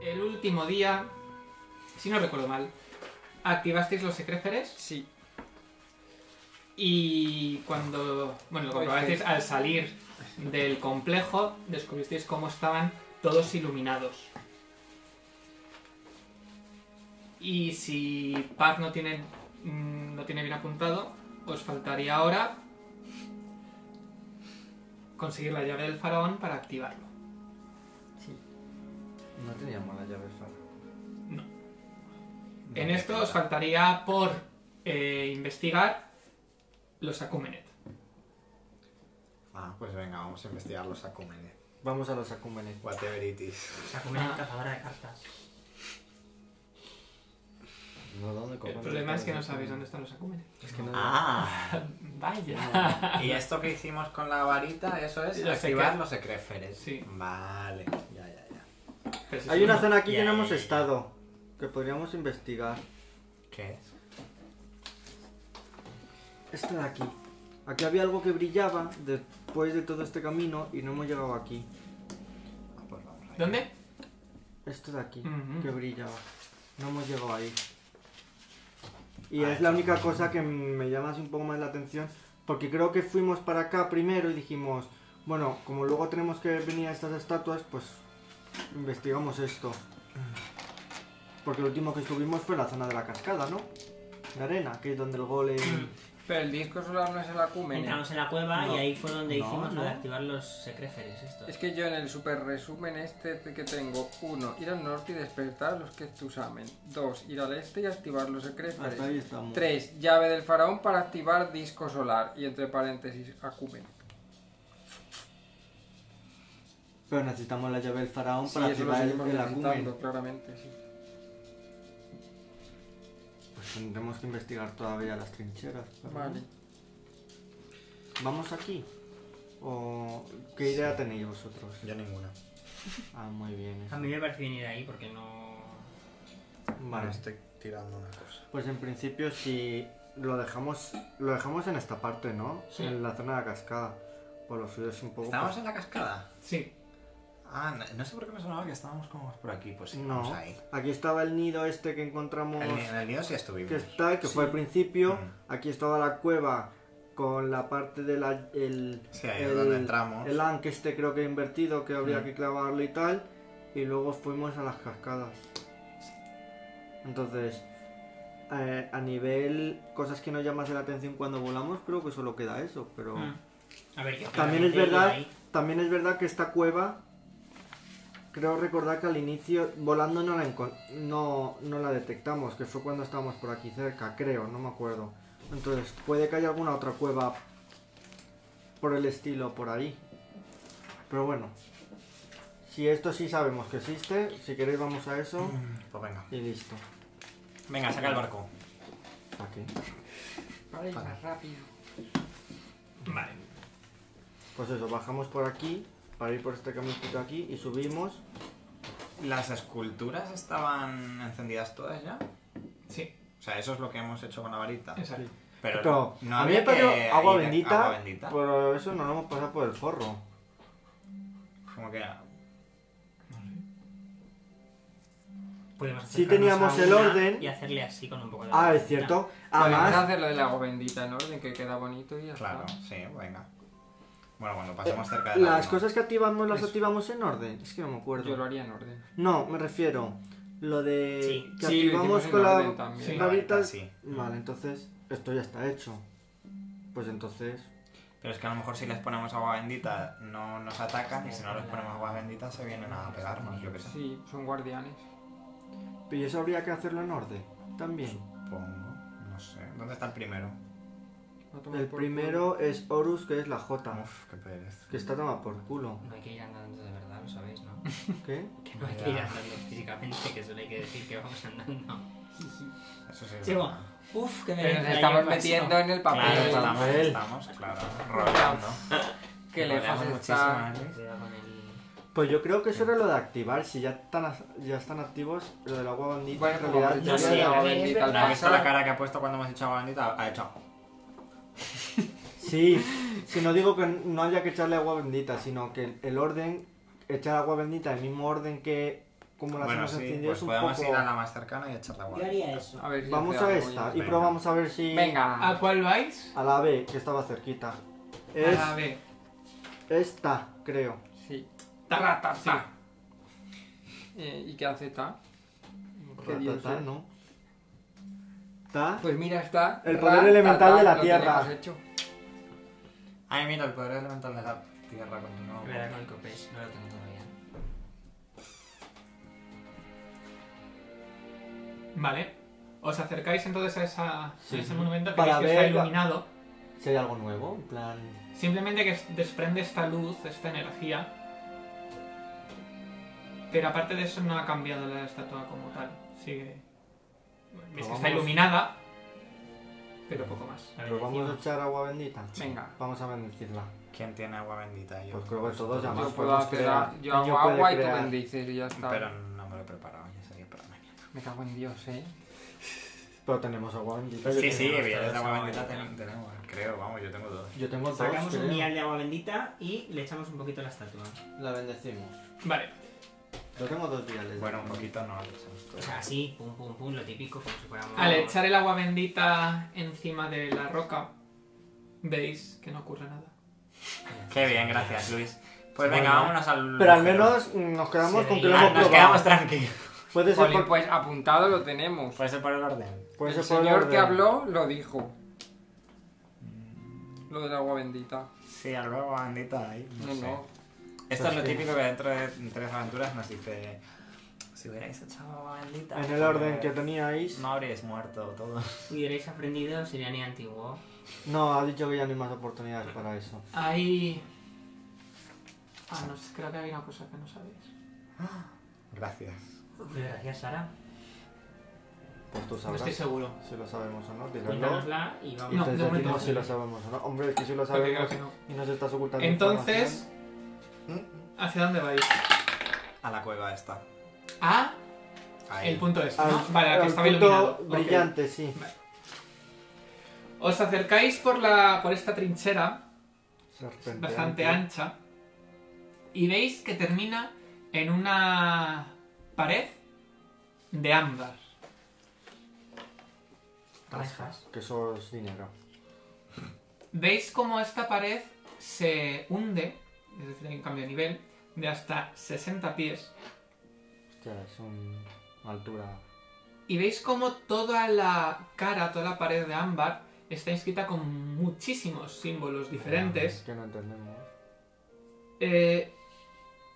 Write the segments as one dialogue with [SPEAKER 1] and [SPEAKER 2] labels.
[SPEAKER 1] El último día, si no recuerdo mal, activasteis los Secreferes
[SPEAKER 2] Sí.
[SPEAKER 1] y cuando, bueno, lo comprobasteis al salir del complejo, descubristeis cómo estaban todos iluminados. Y si Paz no tiene, mm, no tiene bien apuntado, os faltaría ahora conseguir la llave del faraón para activarlo.
[SPEAKER 3] No teníamos la llave Fara.
[SPEAKER 1] No.
[SPEAKER 3] No,
[SPEAKER 1] En
[SPEAKER 3] no
[SPEAKER 1] esto os
[SPEAKER 3] tenía.
[SPEAKER 1] faltaría por eh, investigar los acúmenet.
[SPEAKER 4] Ah, pues venga, vamos a investigar los eh. acúmenes.
[SPEAKER 3] Vamos a los acúmenes.
[SPEAKER 4] Whatever it is.
[SPEAKER 5] Se ha comido
[SPEAKER 1] Ah.
[SPEAKER 5] un cazadora de cartas.
[SPEAKER 3] No, ¿dónde
[SPEAKER 1] El
[SPEAKER 3] cojones
[SPEAKER 1] problema es que
[SPEAKER 3] están
[SPEAKER 1] no
[SPEAKER 3] los
[SPEAKER 1] sabéis dónde
[SPEAKER 3] acúmenes?
[SPEAKER 1] están los acúmenes.
[SPEAKER 3] Es que no.
[SPEAKER 4] Ah,
[SPEAKER 1] Vaya.
[SPEAKER 4] y esto que hicimos con la varita, eso es
[SPEAKER 1] Los
[SPEAKER 4] activar
[SPEAKER 1] secre-
[SPEAKER 4] los secreferes.
[SPEAKER 1] Sí.
[SPEAKER 4] Vale, ya, ya, ya.
[SPEAKER 1] Pero si
[SPEAKER 3] Hay
[SPEAKER 1] son-
[SPEAKER 3] una zona aquí
[SPEAKER 4] Ya,
[SPEAKER 3] que no
[SPEAKER 4] ya,
[SPEAKER 3] hemos
[SPEAKER 4] ya, ya.
[SPEAKER 3] estado. Que podríamos investigar.
[SPEAKER 4] ¿Qué es?
[SPEAKER 3] Esta de aquí. Aquí había algo que brillaba después de todo este camino y no hemos llegado aquí.
[SPEAKER 4] Ah, pues vamos ahí.
[SPEAKER 1] ¿Dónde?
[SPEAKER 3] Esto de aquí,
[SPEAKER 1] Ujú.
[SPEAKER 3] que brillaba. No hemos llegado ahí. Y
[SPEAKER 4] Ah,
[SPEAKER 3] es la
[SPEAKER 4] eso
[SPEAKER 3] única
[SPEAKER 4] no.
[SPEAKER 3] cosa que me llama así un poco más la atención, porque creo que fuimos para acá primero y dijimos, bueno, como luego tenemos que venir a estas estatuas, pues investigamos esto. Porque lo último que subimos fue la zona de la cascada, ¿no? De arena, que es donde el golem...
[SPEAKER 2] Pero el disco solar no es el acumen.
[SPEAKER 5] Entramos en la cueva
[SPEAKER 3] No.
[SPEAKER 5] y ahí fue donde
[SPEAKER 3] No,
[SPEAKER 5] hicimos lo de
[SPEAKER 3] no.
[SPEAKER 5] activar los secreferes. Esto.
[SPEAKER 2] Es que yo en el super resumen este que tengo, uno, ir al norte y despertar a los que amen. Dos, ir al este y activar los
[SPEAKER 3] Hasta
[SPEAKER 2] secretos.
[SPEAKER 3] ahí estamos.
[SPEAKER 2] 3. Llave del faraón para activar disco solar. Y entre paréntesis, acumen.
[SPEAKER 3] Pero necesitamos la llave del faraón
[SPEAKER 2] Sí,
[SPEAKER 3] para
[SPEAKER 2] eso lo
[SPEAKER 3] activar el,
[SPEAKER 2] seguimos
[SPEAKER 3] el acumen.
[SPEAKER 2] necesitando, claramente, sí.
[SPEAKER 3] Pues tendremos que investigar todavía las trincheras. pero
[SPEAKER 2] Vale.
[SPEAKER 3] ¿Vamos aquí? ¿O qué idea tenéis vosotros?
[SPEAKER 4] Yo ninguna.
[SPEAKER 3] Ah, muy bien. eso.
[SPEAKER 5] A mí me parece venir ahí porque no.
[SPEAKER 3] Vale.
[SPEAKER 4] Me estoy tirando una cosa.
[SPEAKER 3] Pues en principio si lo dejamos lo dejamos en esta parte, ¿no?
[SPEAKER 1] Sí.
[SPEAKER 3] En la zona de la cascada. Por lo suyo es un poco...
[SPEAKER 4] ¿Estábamos en la cascada?
[SPEAKER 1] Sí.
[SPEAKER 4] Ah, no, no sé por qué me sonaba que estábamos como por aquí. Pues sí,
[SPEAKER 3] No.
[SPEAKER 4] vamos ahí.
[SPEAKER 3] Aquí estaba el nido este que encontramos...
[SPEAKER 4] El- en el mío sí estuvimos.
[SPEAKER 3] que está, que fue al principio.
[SPEAKER 4] Mm.
[SPEAKER 3] Aquí estaba la cueva con la parte de la... El,
[SPEAKER 4] Sí, ahí es donde entramos.
[SPEAKER 3] El ank este creo que invertido, que habría
[SPEAKER 4] Mm.
[SPEAKER 3] que clavarlo y tal. Y luego fuimos a las cascadas. Entonces, eh, a nivel cosas que nos llaman la atención cuando volamos, creo que solo queda eso. Pero
[SPEAKER 5] Mm. A ver, que
[SPEAKER 3] También es
[SPEAKER 5] claramente
[SPEAKER 3] verdad.
[SPEAKER 5] iba ahí.
[SPEAKER 3] también es verdad que esta cueva, creo recordar que al inicio volando no la, encon- no, no la detectamos, que fue cuando estábamos por aquí cerca, creo, no me acuerdo. Entonces, puede que haya alguna otra cueva por el estilo por ahí. Pero bueno, si esto sí sabemos que existe, si queréis vamos a eso
[SPEAKER 4] Pues venga.
[SPEAKER 3] y listo.
[SPEAKER 4] Venga, saca el barco.
[SPEAKER 3] Aquí.
[SPEAKER 2] Para ir
[SPEAKER 4] Vale.
[SPEAKER 2] más rápido.
[SPEAKER 1] Vale.
[SPEAKER 3] Pues eso, bajamos por aquí, para ir por este caminito aquí y subimos.
[SPEAKER 4] ¿Las esculturas estaban encendidas todas ya?
[SPEAKER 1] Sí.
[SPEAKER 4] O sea, eso es lo que hemos hecho con la
[SPEAKER 3] Ah,
[SPEAKER 4] varita.
[SPEAKER 1] Exacto.
[SPEAKER 4] Pero,
[SPEAKER 3] Pero
[SPEAKER 4] no
[SPEAKER 3] a mí me
[SPEAKER 4] había
[SPEAKER 3] pareció
[SPEAKER 4] que
[SPEAKER 3] agua
[SPEAKER 4] ir a-
[SPEAKER 3] bendita, Pues,
[SPEAKER 4] agua bendita.
[SPEAKER 3] pero eso no lo hemos pasado por el forro.
[SPEAKER 4] Como que
[SPEAKER 5] Podemos
[SPEAKER 3] Sí
[SPEAKER 5] acercarnos
[SPEAKER 3] teníamos
[SPEAKER 5] a
[SPEAKER 3] el
[SPEAKER 5] una
[SPEAKER 3] orden.
[SPEAKER 5] Y hacerle así con un poco de.
[SPEAKER 3] Ah, es
[SPEAKER 5] velocidad.
[SPEAKER 3] cierto.
[SPEAKER 2] Además,
[SPEAKER 3] Además,
[SPEAKER 2] hacer lo del agua bendita en orden, que queda bonito y ya
[SPEAKER 4] Claro,
[SPEAKER 2] está.
[SPEAKER 4] sí, venga. Bueno, cuando pasemos cerca de la
[SPEAKER 3] Eh, las
[SPEAKER 4] luna.
[SPEAKER 3] cosas que activamos las
[SPEAKER 2] Eso.
[SPEAKER 3] activamos en orden. Es que no me
[SPEAKER 2] Yo lo
[SPEAKER 3] acuerdo.
[SPEAKER 2] haría en orden.
[SPEAKER 3] No, me refiero. Lo de
[SPEAKER 5] Sí.
[SPEAKER 3] que
[SPEAKER 2] Sí, lo
[SPEAKER 3] activamos
[SPEAKER 2] hicimos en
[SPEAKER 3] con la
[SPEAKER 2] orden también.
[SPEAKER 1] sí,
[SPEAKER 3] la varita-
[SPEAKER 4] sí.
[SPEAKER 3] Vale, entonces esto ya está hecho. Pues entonces.
[SPEAKER 4] Pero es que a lo mejor si les ponemos agua bendita no nos atacan y si no les ponemos agua bendita se vienen a pegarnos, yo qué sé.
[SPEAKER 2] Sí, son guardianes.
[SPEAKER 3] Y eso habría que hacerlo en orden también.
[SPEAKER 4] Supongo, no sé. ¿Dónde está el primero?
[SPEAKER 2] No tomen
[SPEAKER 3] El
[SPEAKER 2] por
[SPEAKER 3] primero es Horus, que es la J,
[SPEAKER 4] Uf, qué pereza.
[SPEAKER 3] que está tomada por culo.
[SPEAKER 5] No hay que ir andando de verdad, lo sabéis, ¿no?
[SPEAKER 3] ¿Qué?
[SPEAKER 5] Que no hay que ir andando físicamente, que solo hay que decir que vamos andando.
[SPEAKER 4] Eso sí. es
[SPEAKER 5] Sí,
[SPEAKER 4] verdad.
[SPEAKER 5] Uf, que me
[SPEAKER 2] Pero nos
[SPEAKER 5] me
[SPEAKER 2] estamos
[SPEAKER 5] pasó.
[SPEAKER 2] metiendo en el papel.
[SPEAKER 4] Claro, estamos,
[SPEAKER 3] papel.
[SPEAKER 4] estamos, claro, rodeando.
[SPEAKER 2] Que lejos
[SPEAKER 4] Rodeamos
[SPEAKER 2] está.
[SPEAKER 4] muchísimo, ¿eh?
[SPEAKER 5] Cuidado con el-
[SPEAKER 3] Pues yo creo que eso era lo de activar. Si ya están, as- ya están activos, lo del agua bandita
[SPEAKER 2] Bueno,
[SPEAKER 3] en
[SPEAKER 2] como
[SPEAKER 3] realidad.
[SPEAKER 2] el
[SPEAKER 5] no
[SPEAKER 3] ya-
[SPEAKER 5] sé,
[SPEAKER 2] agua
[SPEAKER 5] a ver, es
[SPEAKER 2] bendita al
[SPEAKER 5] verdad.
[SPEAKER 4] ¿Has visto la
[SPEAKER 2] pasar.
[SPEAKER 4] cara que ha puesto cuando hemos hecho agua bendita? Ha hecho...
[SPEAKER 3] Sí, si no digo que no haya que echarle agua bendita, sino que el orden, echar agua bendita en el mismo orden que como las
[SPEAKER 4] Bueno,
[SPEAKER 3] hemos
[SPEAKER 4] sí,
[SPEAKER 3] encendido,
[SPEAKER 4] pues
[SPEAKER 3] es un
[SPEAKER 4] podemos
[SPEAKER 3] poco...
[SPEAKER 4] ir a la más cercana y echar la
[SPEAKER 6] Yo
[SPEAKER 4] guardia.
[SPEAKER 6] haría eso.
[SPEAKER 2] A ver si
[SPEAKER 3] Vamos
[SPEAKER 2] hace
[SPEAKER 3] a
[SPEAKER 2] algo
[SPEAKER 3] esta
[SPEAKER 2] ya.
[SPEAKER 3] y
[SPEAKER 4] Venga.
[SPEAKER 3] probamos a ver si...
[SPEAKER 2] Venga.
[SPEAKER 1] ¿A cuál vais?
[SPEAKER 3] A la B, que estaba cerquita.
[SPEAKER 1] A
[SPEAKER 3] Es
[SPEAKER 1] la B.
[SPEAKER 3] esta, creo.
[SPEAKER 2] Sí.
[SPEAKER 1] Ta, ta, ta,
[SPEAKER 2] Sí.
[SPEAKER 1] ta.
[SPEAKER 2] Eh, ¿Y qué hace Ta? ¿Qué
[SPEAKER 3] Ratatá,
[SPEAKER 2] dios ¿eh? es?
[SPEAKER 3] ¿no? Ta.
[SPEAKER 2] Pues mira, está.
[SPEAKER 3] El poder elemental de la
[SPEAKER 2] lo
[SPEAKER 3] tierra.
[SPEAKER 2] tenemos hecho.
[SPEAKER 4] Ay, mira, el poder elemental de la tierra continúa.
[SPEAKER 5] Me da con el copés, no lo tengo todavía.
[SPEAKER 1] Vale. Os acercáis entonces a, esa, a
[SPEAKER 3] Sí.
[SPEAKER 1] ese monumento que
[SPEAKER 3] Para
[SPEAKER 1] veis que está
[SPEAKER 3] ver la-
[SPEAKER 1] iluminado.
[SPEAKER 3] Si hay algo nuevo, en plan...
[SPEAKER 1] Simplemente que desprende esta luz, esta energía. Pero aparte de eso no ha cambiado la estatua como tal. Sigue. Ves que está
[SPEAKER 3] Probamos.
[SPEAKER 1] iluminada. Pero poco más.
[SPEAKER 5] La
[SPEAKER 3] Pero vamos a
[SPEAKER 5] bendición.
[SPEAKER 3] echar agua bendita.
[SPEAKER 2] Venga.
[SPEAKER 3] Vamos a bendecirla.
[SPEAKER 4] ¿Quién tiene agua bendita? Yo.
[SPEAKER 3] Pues creo que todos
[SPEAKER 2] Yo,
[SPEAKER 3] Además,
[SPEAKER 2] puedo
[SPEAKER 3] podemos
[SPEAKER 2] hacer
[SPEAKER 3] crear.
[SPEAKER 2] a- yo
[SPEAKER 3] Niño
[SPEAKER 2] hago
[SPEAKER 3] puede
[SPEAKER 2] agua y tú
[SPEAKER 3] crear.
[SPEAKER 2] bendices y ya está.
[SPEAKER 4] Pero no me lo he preparado, ya sería para mañana.
[SPEAKER 2] Me cago en Dios, eh.
[SPEAKER 3] Pero tenemos agua bendita. Yo
[SPEAKER 4] Sí, sí,
[SPEAKER 3] tengo-
[SPEAKER 4] evidentemente
[SPEAKER 5] agua
[SPEAKER 4] agua
[SPEAKER 5] bendita
[SPEAKER 4] bendita tenemos. Creo, vamos, yo tengo dos.
[SPEAKER 3] Yo tengo dos,
[SPEAKER 5] Sacamos un
[SPEAKER 3] creo.
[SPEAKER 5] mial de agua bendita y le echamos un poquito a la estatua.
[SPEAKER 3] La bendecimos.
[SPEAKER 1] Vale.
[SPEAKER 3] Yo tengo dos viales.
[SPEAKER 4] Bueno, un poquito no. somos
[SPEAKER 5] O
[SPEAKER 4] todos.
[SPEAKER 5] sea, así, pum, pum, pum, lo típico, como si fuéramos...
[SPEAKER 1] Al echar el agua bendita encima de la roca, veis que no ocurre nada.
[SPEAKER 4] Qué bien, gracias, Luis. Pues
[SPEAKER 3] Bueno.
[SPEAKER 4] venga, vámonos al.
[SPEAKER 3] Pero al
[SPEAKER 4] agujero.
[SPEAKER 3] menos mm, nos quedamos
[SPEAKER 5] Sí,
[SPEAKER 3] con que lo
[SPEAKER 5] ah,
[SPEAKER 3] hemos
[SPEAKER 4] Ah, nos
[SPEAKER 3] probado.
[SPEAKER 4] quedamos tranquilos.
[SPEAKER 3] Puede ser
[SPEAKER 2] Jolín,
[SPEAKER 3] por,
[SPEAKER 2] pues apuntado lo tenemos.
[SPEAKER 4] Puede ser por el orden.
[SPEAKER 3] puede
[SPEAKER 2] el
[SPEAKER 3] ser por
[SPEAKER 2] señor que
[SPEAKER 3] orden.
[SPEAKER 2] habló lo dijo. Lo del agua bendita.
[SPEAKER 4] Sí, al agua bendita ahí. No,
[SPEAKER 2] No,
[SPEAKER 4] sé.
[SPEAKER 2] no.
[SPEAKER 4] Esto es
[SPEAKER 3] Pues
[SPEAKER 4] lo
[SPEAKER 3] sí.
[SPEAKER 4] típico que dentro de Tres Aventuras nos dice. Si hubierais echado agua bendita. pues
[SPEAKER 3] En el orden que teníais.
[SPEAKER 4] No habríais muerto todo.
[SPEAKER 5] Hubierais aprendido siriani antiguo.
[SPEAKER 3] No, ha dicho que ya no hay más oportunidades para eso.
[SPEAKER 1] Hay. Ah, no sé, creo que hay una cosa que no sabéis.
[SPEAKER 4] Gracias.
[SPEAKER 5] Gracias, Sara.
[SPEAKER 3] Pues tú
[SPEAKER 1] No
[SPEAKER 3] sabrás
[SPEAKER 1] estoy seguro.
[SPEAKER 3] si lo sabemos o no.
[SPEAKER 5] Pues
[SPEAKER 3] Díganlo.
[SPEAKER 5] Cuéntanosla y
[SPEAKER 3] Y
[SPEAKER 1] No,
[SPEAKER 5] vamos.
[SPEAKER 3] te
[SPEAKER 1] de momento
[SPEAKER 3] decimos
[SPEAKER 1] no.
[SPEAKER 3] si lo sabemos o no. Hombre, es que si lo
[SPEAKER 1] Porque creo
[SPEAKER 3] sabemos
[SPEAKER 1] que no.
[SPEAKER 3] y nos estás ocultando
[SPEAKER 1] Entonces, ¿hacia dónde vais?
[SPEAKER 4] A la cueva esta.
[SPEAKER 1] A
[SPEAKER 4] Ahí.
[SPEAKER 1] el punto este,
[SPEAKER 3] información.
[SPEAKER 1] ¿no?
[SPEAKER 3] Al-
[SPEAKER 1] Vale, al
[SPEAKER 3] al
[SPEAKER 1] que estaba
[SPEAKER 3] punto
[SPEAKER 1] iluminado. Ok.
[SPEAKER 3] brillante, sí.
[SPEAKER 1] Os acercáis por, la, por esta trinchera
[SPEAKER 3] Serpenteante.
[SPEAKER 1] bastante ancha y veis que termina en una pared de ámbar.
[SPEAKER 5] Rejas.
[SPEAKER 3] Que eso es dinero.
[SPEAKER 1] Veis cómo esta pared se hunde, es decir, hay un cambio de nivel, de hasta 60 pies.
[SPEAKER 3] Hostia, es un... una altura.
[SPEAKER 1] Y veis cómo toda la cara, toda la pared de ámbar está inscrita con muchísimos símbolos diferentes.
[SPEAKER 3] Que no entendemos.
[SPEAKER 1] Eh,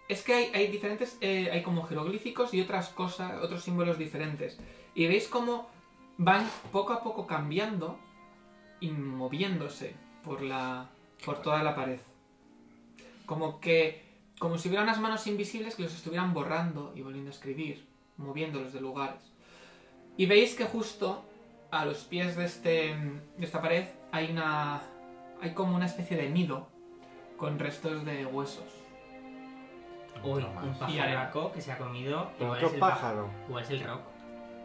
[SPEAKER 1] es que hay, hay diferentes, eh, hay como jeroglíficos y otras cosas, otros símbolos diferentes. Y veis cómo van poco a poco cambiando y moviéndose por la, por toda la pared. Como que, como si hubiera unas manos invisibles que los estuvieran borrando y volviendo a escribir, moviéndolos de lugares. Y veis que justo a los pies de este, de esta pared hay una, hay como una especie de nido con restos de huesos.
[SPEAKER 5] Uy,
[SPEAKER 4] Otro más.
[SPEAKER 5] un
[SPEAKER 1] Y arena.
[SPEAKER 5] pájaro que se ha comido.
[SPEAKER 3] Pero
[SPEAKER 5] igual
[SPEAKER 3] otro
[SPEAKER 5] es el
[SPEAKER 3] pájaro.
[SPEAKER 5] pá- Igual es el rock.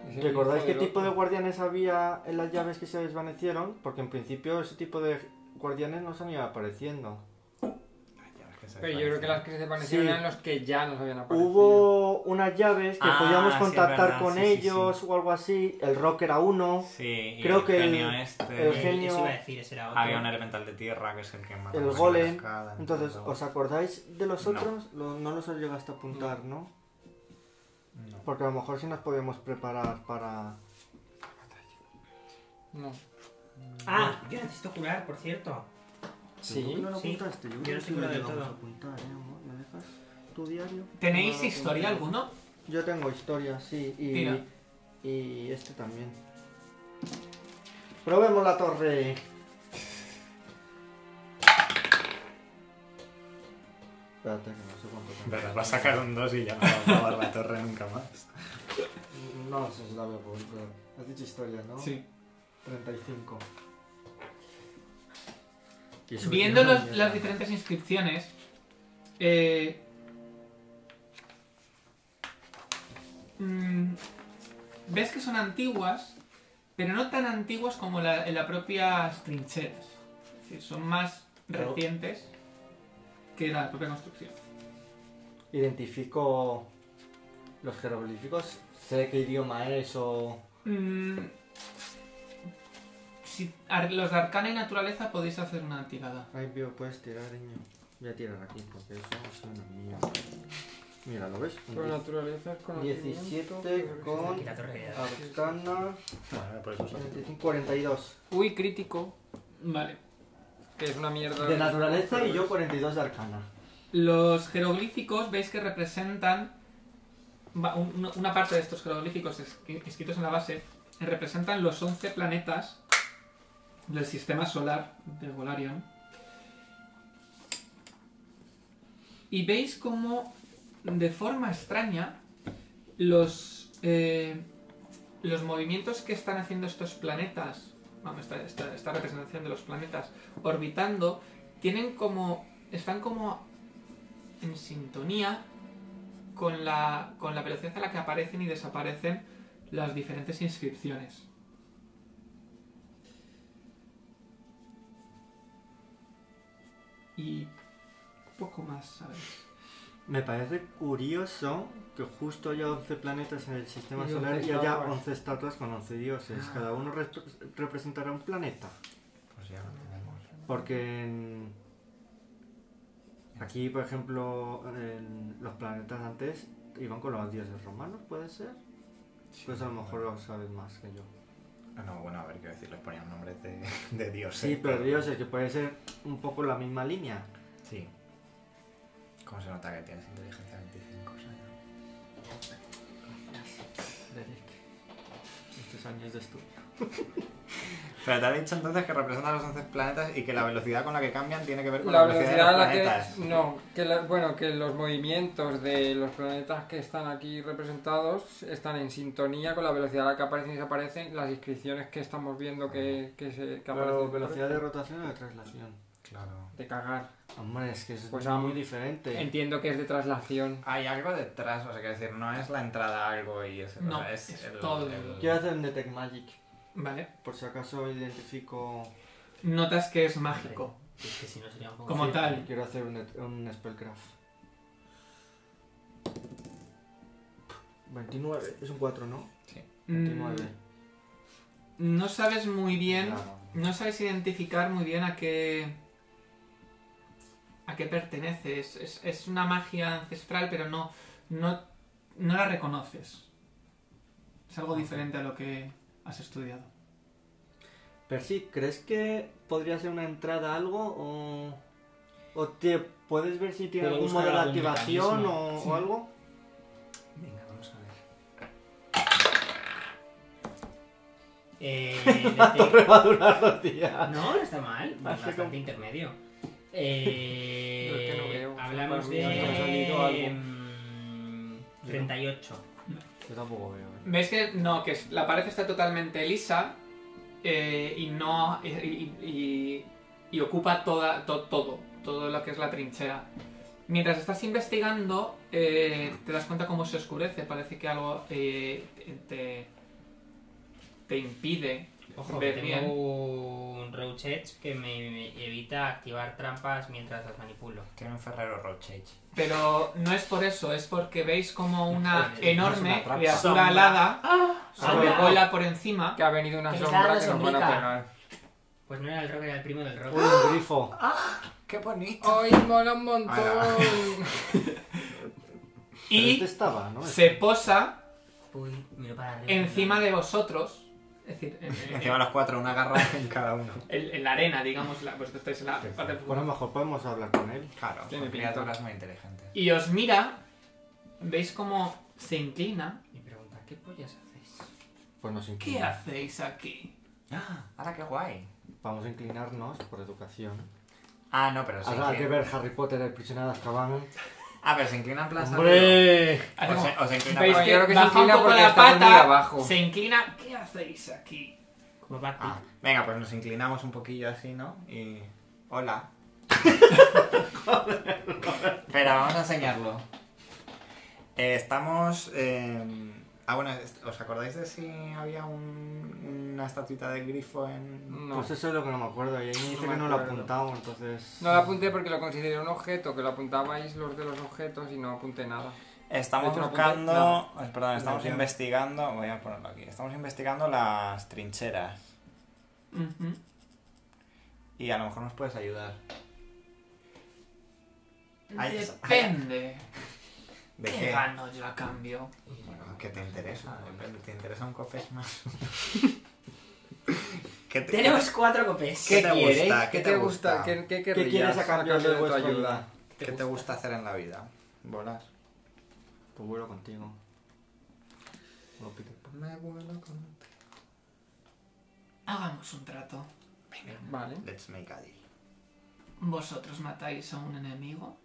[SPEAKER 2] Es el
[SPEAKER 3] ¿Recordáis
[SPEAKER 2] hijo
[SPEAKER 3] qué
[SPEAKER 2] del
[SPEAKER 3] tipo de
[SPEAKER 2] otro.
[SPEAKER 3] guardianes había en las llaves que se desvanecieron? Porque en principio ese tipo de guardianes nos han ido apareciendo.
[SPEAKER 4] Ay, ya ves que se este.
[SPEAKER 2] Pero yo creo que las que se desaparecieron
[SPEAKER 3] Sí.
[SPEAKER 2] eran los que ya nos habían aparecido.
[SPEAKER 3] Hubo unas llaves que
[SPEAKER 4] Ah,
[SPEAKER 3] podíamos
[SPEAKER 4] sí, es
[SPEAKER 3] contactar
[SPEAKER 4] verdad,
[SPEAKER 3] con
[SPEAKER 4] sí, sí,
[SPEAKER 3] ellos o algo así. El rock era uno.
[SPEAKER 4] Sí, y
[SPEAKER 3] Creo
[SPEAKER 4] el
[SPEAKER 3] que el-
[SPEAKER 4] genio este.
[SPEAKER 3] el
[SPEAKER 5] Eh,
[SPEAKER 3] genio-
[SPEAKER 5] Eso iba a decir, ese era otro.
[SPEAKER 4] Había un elemental de tierra que es el que mata.
[SPEAKER 3] El
[SPEAKER 4] más
[SPEAKER 3] golem.
[SPEAKER 4] en la escala,
[SPEAKER 3] Entonces,
[SPEAKER 4] todo.
[SPEAKER 3] ¿os acordáis de los
[SPEAKER 4] No.
[SPEAKER 3] otros? Lo- No los os llegaste a apuntar, ¿no?
[SPEAKER 4] pues, No.
[SPEAKER 3] Porque a lo mejor sí nos podíamos preparar para...
[SPEAKER 2] No.
[SPEAKER 5] Ah, yo necesito curar, por cierto.
[SPEAKER 3] ¿Tú
[SPEAKER 2] Sí.
[SPEAKER 3] no lo
[SPEAKER 5] sí.
[SPEAKER 3] apuntaste?
[SPEAKER 5] Yo
[SPEAKER 3] creo
[SPEAKER 5] no
[SPEAKER 3] que
[SPEAKER 5] estoy
[SPEAKER 3] lo
[SPEAKER 5] segura del
[SPEAKER 3] llegamos a
[SPEAKER 5] todo.
[SPEAKER 3] apuntar, ¿eh, amor? ¿Me dejas tu diario? Ah,
[SPEAKER 1] ¿Tenéis
[SPEAKER 3] No lo
[SPEAKER 1] historia
[SPEAKER 3] apunté.
[SPEAKER 1] alguno?
[SPEAKER 3] Yo tengo historia, sí, y,
[SPEAKER 1] Tira.
[SPEAKER 3] y este también. Probemos la torre. Espérate, que no sé cuánto tengo.
[SPEAKER 4] Verdad, Va a sacar un 2 y ya no va a dar la torre nunca más.
[SPEAKER 3] No sé si la veo por pero Has dicho historia, ¿no?
[SPEAKER 1] Sí.
[SPEAKER 3] 35.
[SPEAKER 1] Viendo los- las diferentes inscripciones, eh, mm, ves que son antiguas, pero no tan antiguas como la- en las propias trincheras. Es decir, son más
[SPEAKER 3] Claro.
[SPEAKER 1] recientes que la propia construcción.
[SPEAKER 3] Identifico Los jeroglíficos, sé qué idioma es o...
[SPEAKER 1] Mm, si ar- los de arcana y naturaleza podéis hacer una tirada.
[SPEAKER 3] Ay, veo, puedes tirar, niño. Voy a tirar aquí porque eso es una mierda. Mira, ¿lo ves? Un
[SPEAKER 2] Pero naturaleza es conocimiento.
[SPEAKER 3] 17 con
[SPEAKER 5] Aquí la torre
[SPEAKER 3] Ah,
[SPEAKER 5] de dados.
[SPEAKER 3] Arcana
[SPEAKER 6] Bueno,
[SPEAKER 4] pues
[SPEAKER 6] por eso es así.
[SPEAKER 3] 45, 42
[SPEAKER 1] Uy, crítico. Vale.
[SPEAKER 2] Que es una mierda.
[SPEAKER 3] de naturaleza y yo 42 de arcana.
[SPEAKER 1] Los jeroglíficos veis que representan. va- un- Una parte de estos jeroglíficos es- escritos en la base representan los 11 planetas del sistema solar de Golarion. Y veis como, de forma extraña, los, eh, los movimientos que están haciendo estos planetas, vamos, esta, esta- esta representación de los planetas orbitando, tienen como. están como en sintonía con la, con la velocidad a la que aparecen y desaparecen las diferentes inscripciones. Y poco más, ¿sabes?
[SPEAKER 3] Me parece curioso que justo haya 11 planetas en el sistema
[SPEAKER 2] Y
[SPEAKER 3] solar
[SPEAKER 2] 11
[SPEAKER 3] y haya
[SPEAKER 2] estatuas.
[SPEAKER 3] 11 estatuas con 11 dioses. Cada uno rep- representará un planeta.
[SPEAKER 4] Pues ya lo tenemos.
[SPEAKER 3] Porque en- aquí, por ejemplo, en los planetas antes iban con los dioses romanos, ¿puede ser? Pues a lo mejor lo sabes más que yo.
[SPEAKER 4] Ah, No, bueno, a ver, quiero decir, les ponían nombres de, de eh. dioses.
[SPEAKER 3] Sí, pero dioses, que puede ser un poco la misma línea.
[SPEAKER 4] Sí. ¿Cómo se nota que tienes inteligencia 25? o sea,
[SPEAKER 3] Estos años de estudio.
[SPEAKER 4] Pero te ha dicho entonces que representan los 11 planetas y que la velocidad con la que cambian tiene que ver con
[SPEAKER 2] La
[SPEAKER 4] la,
[SPEAKER 2] velocidad a la
[SPEAKER 4] de los
[SPEAKER 2] que.
[SPEAKER 4] planetas.
[SPEAKER 2] No, que la- bueno, que los movimientos de los planetas que están aquí representados están en sintonía con la velocidad a la que aparecen y desaparecen las inscripciones que estamos viendo que, que, se, que
[SPEAKER 3] Pero
[SPEAKER 2] aparecen.
[SPEAKER 3] velocidad de rotación o de traslación.
[SPEAKER 4] Claro.
[SPEAKER 2] De cagar.
[SPEAKER 3] Hombre, es que es
[SPEAKER 2] Pues,
[SPEAKER 3] muy
[SPEAKER 2] am-
[SPEAKER 3] diferente.
[SPEAKER 2] Entiendo que es de traslación.
[SPEAKER 4] Hay algo detrás, o sea, quiero decir, no es la entrada a algo y es, o
[SPEAKER 1] No,
[SPEAKER 4] sea,
[SPEAKER 1] es todo.
[SPEAKER 3] Quiero hacer un Detect Magic,
[SPEAKER 1] Vale.
[SPEAKER 3] por si acaso identifico...
[SPEAKER 1] Notas que es mágico.
[SPEAKER 5] Es que si no sería un poco.
[SPEAKER 1] Como
[SPEAKER 5] Sí.
[SPEAKER 1] tal.
[SPEAKER 3] Quiero hacer un, det- un Spellcraft. 29, es un 4, ¿no?
[SPEAKER 1] Mm,
[SPEAKER 3] 29.
[SPEAKER 1] No sabes muy bien,
[SPEAKER 4] Ah,
[SPEAKER 3] Claro.
[SPEAKER 1] no sabes identificar muy bien a qué a qué pertenece. Es, es- es una magia ancestral, pero no, no, no la reconoces. Es algo diferente a lo que has estudiado.
[SPEAKER 3] Percy, ¿crees que podría ser una entrada algo o, o te puedes ver si tiene
[SPEAKER 5] Puedo
[SPEAKER 3] algún modo de
[SPEAKER 5] buscar algún
[SPEAKER 3] activación
[SPEAKER 5] mecanismo.
[SPEAKER 3] o,
[SPEAKER 1] Sí.
[SPEAKER 3] o algo?
[SPEAKER 5] Venga, vamos a ver. Eh, detect-
[SPEAKER 3] Va a durar dos días.
[SPEAKER 5] No, no está mal. Bastante
[SPEAKER 3] como-
[SPEAKER 5] intermedio.
[SPEAKER 2] Yo es que no
[SPEAKER 5] Eh,
[SPEAKER 2] veo.
[SPEAKER 5] hablamos
[SPEAKER 2] Para mí
[SPEAKER 3] no ha salido
[SPEAKER 5] de.
[SPEAKER 3] algo.
[SPEAKER 5] mm, 38.
[SPEAKER 3] Yo tampoco veo. ¿eh?
[SPEAKER 1] ¿Ves que no? Que la pared está totalmente lisa eh, y no. y, y- y ocupa toda, to- todo, todo lo que es la trinchera. Mientras estás investigando, eh, te das cuenta cómo se oscurece. Parece que algo eh, te, te impide.
[SPEAKER 5] Ojo, que
[SPEAKER 1] Ver bien.
[SPEAKER 5] tengo un Roach Edge que me evita activar trampas mientras las manipulo.
[SPEAKER 4] Tiene un Ferrero Rocher.
[SPEAKER 1] Pero no es por eso, es porque veis como una
[SPEAKER 5] Joder,
[SPEAKER 1] enorme
[SPEAKER 4] es una trampa.
[SPEAKER 1] criatura
[SPEAKER 5] Sombra.
[SPEAKER 1] alada
[SPEAKER 5] sombra.
[SPEAKER 1] sobrevuela por encima.
[SPEAKER 2] Que ha venido una
[SPEAKER 5] Que nos
[SPEAKER 2] sombra
[SPEAKER 5] haga
[SPEAKER 2] que nos van a
[SPEAKER 5] sombrica.
[SPEAKER 2] pegar.
[SPEAKER 5] Pues no era el rock, era el primo del rock.
[SPEAKER 3] Uy, un grifo.
[SPEAKER 1] Ah,
[SPEAKER 4] ¡Qué bonito!
[SPEAKER 2] ¡Ay, mola un montón!
[SPEAKER 3] Pero
[SPEAKER 1] Y
[SPEAKER 3] este estaba, ¿no?
[SPEAKER 1] se posa
[SPEAKER 5] Uy, miro para arriba.
[SPEAKER 1] encima de vosotros, es decir, en, en-
[SPEAKER 4] Encima los cuatro, una garra en cada uno.
[SPEAKER 1] en- en la arena, digamos, la, vosotros estáis en la
[SPEAKER 4] Sí, sí.
[SPEAKER 1] parte de-
[SPEAKER 3] Bueno, a lo mejor podemos hablar con él.
[SPEAKER 4] Claro,
[SPEAKER 1] Tiene
[SPEAKER 4] son
[SPEAKER 1] pinta.
[SPEAKER 4] criaturas muy inteligentes.
[SPEAKER 1] Y os mira, veis cómo se inclina.
[SPEAKER 5] Y pregunta, ¿qué pollas hacéis?
[SPEAKER 3] Pues nos
[SPEAKER 1] ¿Qué
[SPEAKER 3] inclinamos.
[SPEAKER 1] hacéis aquí?
[SPEAKER 4] ¡Ah! ¡Hala, qué guay!
[SPEAKER 3] Vamos a inclinarnos por educación.
[SPEAKER 4] Ah, no, pero se
[SPEAKER 3] Habrá que
[SPEAKER 4] inclina.
[SPEAKER 3] ver Harry Potter, el prisionero de Azkaban.
[SPEAKER 4] Ah, pero se inclina en plan saludo.
[SPEAKER 3] ¡Hombre!
[SPEAKER 1] Hace
[SPEAKER 4] O
[SPEAKER 1] como-
[SPEAKER 4] se, o se inclina
[SPEAKER 1] veis
[SPEAKER 2] Bueno,
[SPEAKER 1] que
[SPEAKER 2] yo creo que se
[SPEAKER 1] baja un
[SPEAKER 2] inclina
[SPEAKER 1] poco
[SPEAKER 2] porque
[SPEAKER 1] la
[SPEAKER 2] está muy
[SPEAKER 1] pata,
[SPEAKER 2] abajo.
[SPEAKER 1] se inclina. ¿Qué hacéis aquí?
[SPEAKER 5] Como Batman.
[SPEAKER 4] Ah, venga, pues nos inclinamos un poquillo así, ¿no? Y. Hola. Espera, vamos a enseñarlo. Eh, estamos. eh, Ah, bueno, est- ¿os acordáis de si había un- una estatuita de grifo en.?
[SPEAKER 2] No.
[SPEAKER 3] Pues eso es lo que no me acuerdo. Y ahí dice
[SPEAKER 2] me
[SPEAKER 3] que no lo
[SPEAKER 2] acuerdo.
[SPEAKER 3] apuntamos, entonces...
[SPEAKER 2] No la apunté porque lo consideré un objeto, que lo apuntabais los de los objetos y no apunté nada.
[SPEAKER 4] Estamos
[SPEAKER 2] hecho, lo apunté.
[SPEAKER 4] buscando,
[SPEAKER 2] Nada.
[SPEAKER 4] eh, perdón, estamos
[SPEAKER 2] Gracias.
[SPEAKER 4] investigando, voy a ponerlo aquí, estamos investigando las trincheras
[SPEAKER 1] Ujú.
[SPEAKER 4] y a lo mejor nos puedes ayudar. Ahí está.
[SPEAKER 1] Depende.
[SPEAKER 4] ¿De
[SPEAKER 1] ¿Qué gano yo a cambio?
[SPEAKER 4] Bueno, ¿qué te interesa? Depende, ¿Te interesa un cofés más? ¿Qué te,
[SPEAKER 5] Tenemos cuatro copes.
[SPEAKER 4] ¿Qué te
[SPEAKER 2] quieres?
[SPEAKER 4] gusta?
[SPEAKER 2] ¿eh? ¿Qué te gusta? ¿Qué, qué
[SPEAKER 3] ¿Qué
[SPEAKER 2] querrías
[SPEAKER 3] quieres a cambio de
[SPEAKER 2] tu
[SPEAKER 3] vuestra
[SPEAKER 2] ayuda?
[SPEAKER 4] qué te gusta hacer en la vida? ¿Volar?
[SPEAKER 3] Pues vuelo contigo. Lo pido.
[SPEAKER 4] Me vuelo con...
[SPEAKER 1] Hagamos un trato.
[SPEAKER 2] Vale.
[SPEAKER 4] Let's make a deal.
[SPEAKER 1] Vosotros matáis a un enemigo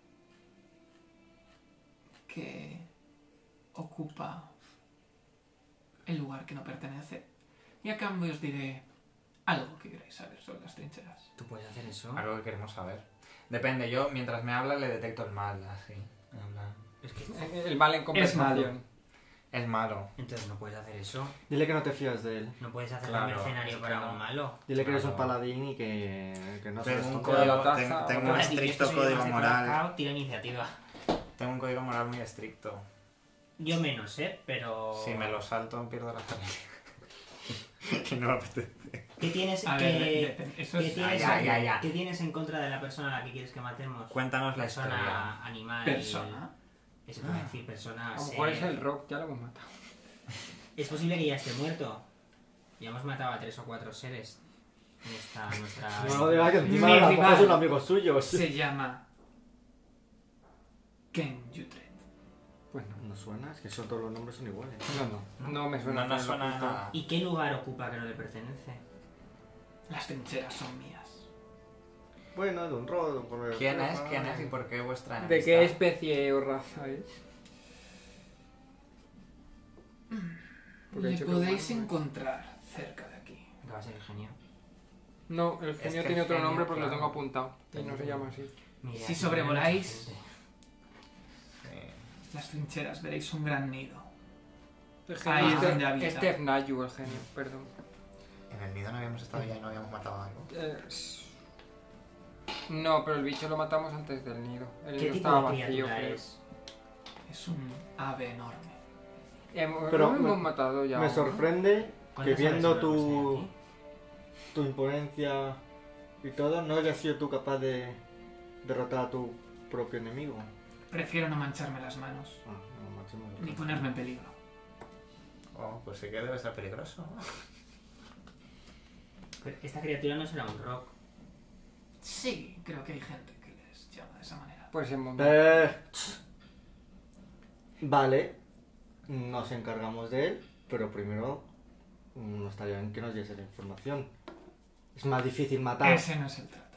[SPEAKER 1] que ocupa el lugar que no pertenece. Y a cambio os diré algo que queréis saber sobre las trincheras.
[SPEAKER 5] ¿Tú puedes hacer eso?
[SPEAKER 4] Algo que queremos saber. Depende, yo mientras me habla le detecto el mal, así. en plan,
[SPEAKER 5] Es que...
[SPEAKER 2] El mal en compensación.
[SPEAKER 4] Es malo.
[SPEAKER 5] Entonces no puedes hacer eso.
[SPEAKER 3] Dile que no te fías de él.
[SPEAKER 5] No puedes hacer
[SPEAKER 4] Claro,
[SPEAKER 5] un mercenario
[SPEAKER 4] es que
[SPEAKER 5] para
[SPEAKER 4] no.
[SPEAKER 5] un malo.
[SPEAKER 3] Dile que eres un
[SPEAKER 4] Claro.
[SPEAKER 3] paladín y que, que no sabes
[SPEAKER 4] Tengo un
[SPEAKER 3] tocar.
[SPEAKER 2] de la
[SPEAKER 4] código,
[SPEAKER 2] taza,
[SPEAKER 4] ten-
[SPEAKER 2] o
[SPEAKER 4] tengo
[SPEAKER 2] algo
[SPEAKER 4] un
[SPEAKER 5] Ahora, si quieres que
[SPEAKER 4] estricto
[SPEAKER 5] soy
[SPEAKER 4] código
[SPEAKER 5] más de
[SPEAKER 4] moral.
[SPEAKER 5] Falcao, tira iniciativa.
[SPEAKER 4] Tengo un código moral muy estricto.
[SPEAKER 5] Yo menos, ¿eh? Pero...
[SPEAKER 4] Si me lo salto, pierdo la familia. que no me apetece.
[SPEAKER 5] ¿Qué tienes,
[SPEAKER 1] A
[SPEAKER 5] que...
[SPEAKER 1] ver, depende. eso
[SPEAKER 5] ¿qué
[SPEAKER 1] es...
[SPEAKER 5] tienes,
[SPEAKER 4] Ah, Ya, ya, ya.
[SPEAKER 5] qué tienes en contra de la persona a la que quieres que matemos?
[SPEAKER 4] Cuéntanos la historia.
[SPEAKER 5] persona animal...
[SPEAKER 1] persona.
[SPEAKER 5] Eso te iba a decir, persona...
[SPEAKER 2] A lo mejor
[SPEAKER 5] ser.
[SPEAKER 2] es el rock, ya lo hemos matado.
[SPEAKER 5] Es posible que ya esté muerto. Ya hemos matado a tres o cuatro seres. En esta nuestra...
[SPEAKER 3] Ah, No lo digas que encima
[SPEAKER 1] Mi
[SPEAKER 3] a lo mejor
[SPEAKER 1] rival.
[SPEAKER 3] son amigos suyos.
[SPEAKER 1] Se llama Ken Jutret.
[SPEAKER 2] Pues no.
[SPEAKER 3] No suena, es que son todos los nombres son iguales.
[SPEAKER 2] No, no. No me suena.
[SPEAKER 4] No
[SPEAKER 2] tan
[SPEAKER 4] nos suena
[SPEAKER 2] locutor.
[SPEAKER 4] nada.
[SPEAKER 5] ¿Y qué lugar ocupa que no le pertenece?
[SPEAKER 1] Las trincheras son mías.
[SPEAKER 3] Bueno, de un rol, de un correo.
[SPEAKER 4] ¿Quién es? ¿Quién
[SPEAKER 3] ah.
[SPEAKER 4] es? ¿Y por qué vuestra
[SPEAKER 2] ¿De qué
[SPEAKER 4] enemistad?
[SPEAKER 2] especie o raza es? Porque he
[SPEAKER 1] Le
[SPEAKER 2] hecho que
[SPEAKER 1] podéis
[SPEAKER 2] humano, ¿eh?
[SPEAKER 1] encontrar cerca de aquí.
[SPEAKER 5] Que va a ser el genio.
[SPEAKER 2] No, el genio
[SPEAKER 4] que
[SPEAKER 2] tiene
[SPEAKER 4] el
[SPEAKER 2] otro
[SPEAKER 4] genio,
[SPEAKER 2] nombre porque lo
[SPEAKER 4] claro.
[SPEAKER 2] tengo apuntado. Y no se llama así.
[SPEAKER 1] Ah,
[SPEAKER 5] Mira,
[SPEAKER 1] Si
[SPEAKER 5] aquí
[SPEAKER 1] sobrevoláis-
[SPEAKER 5] hay mucha gente.
[SPEAKER 4] Sí.
[SPEAKER 1] Las trincheras veréis un gran nido.
[SPEAKER 2] El
[SPEAKER 1] Ahí
[SPEAKER 2] genio
[SPEAKER 1] es donde
[SPEAKER 2] es
[SPEAKER 1] habita.
[SPEAKER 2] Te- es este Steph Nayu, el genio, perdón.
[SPEAKER 4] En el nido no habíamos estado ya y no habíamos matado a algo.
[SPEAKER 2] Eh, s- No, pero el bicho lo matamos antes del nido. El
[SPEAKER 5] ¿Qué
[SPEAKER 2] nido
[SPEAKER 5] tipo
[SPEAKER 2] estaba
[SPEAKER 5] de
[SPEAKER 2] vacío.
[SPEAKER 5] criatura
[SPEAKER 2] creo.
[SPEAKER 5] es?
[SPEAKER 1] Es un ave enorme.
[SPEAKER 2] Hemos,
[SPEAKER 3] Pero
[SPEAKER 2] no hemos
[SPEAKER 3] me-
[SPEAKER 2] matado ya.
[SPEAKER 3] Me
[SPEAKER 2] ¿no?
[SPEAKER 3] sorprende que
[SPEAKER 5] ¿Cuántas
[SPEAKER 3] viendo
[SPEAKER 5] aves enormes hay
[SPEAKER 3] tu,
[SPEAKER 5] aquí?
[SPEAKER 3] tu imponencia y todo, no hayas sido tú capaz de derrotar a tu propio enemigo.
[SPEAKER 1] Prefiero no mancharme las manos
[SPEAKER 3] Ah, no, macho, me
[SPEAKER 1] ni ponerme en peligro.
[SPEAKER 4] Oh, pues sí que debe ser peligroso.
[SPEAKER 5] Pero Esta criatura no será un rock.
[SPEAKER 1] Sí, creo que hay gente que les llama de esa manera.
[SPEAKER 2] Pues hemos
[SPEAKER 3] Eh, Vale, nos encargamos de él, pero primero no estaría bien que nos diese la información. Es más difícil matar.
[SPEAKER 1] Ese no es el trato.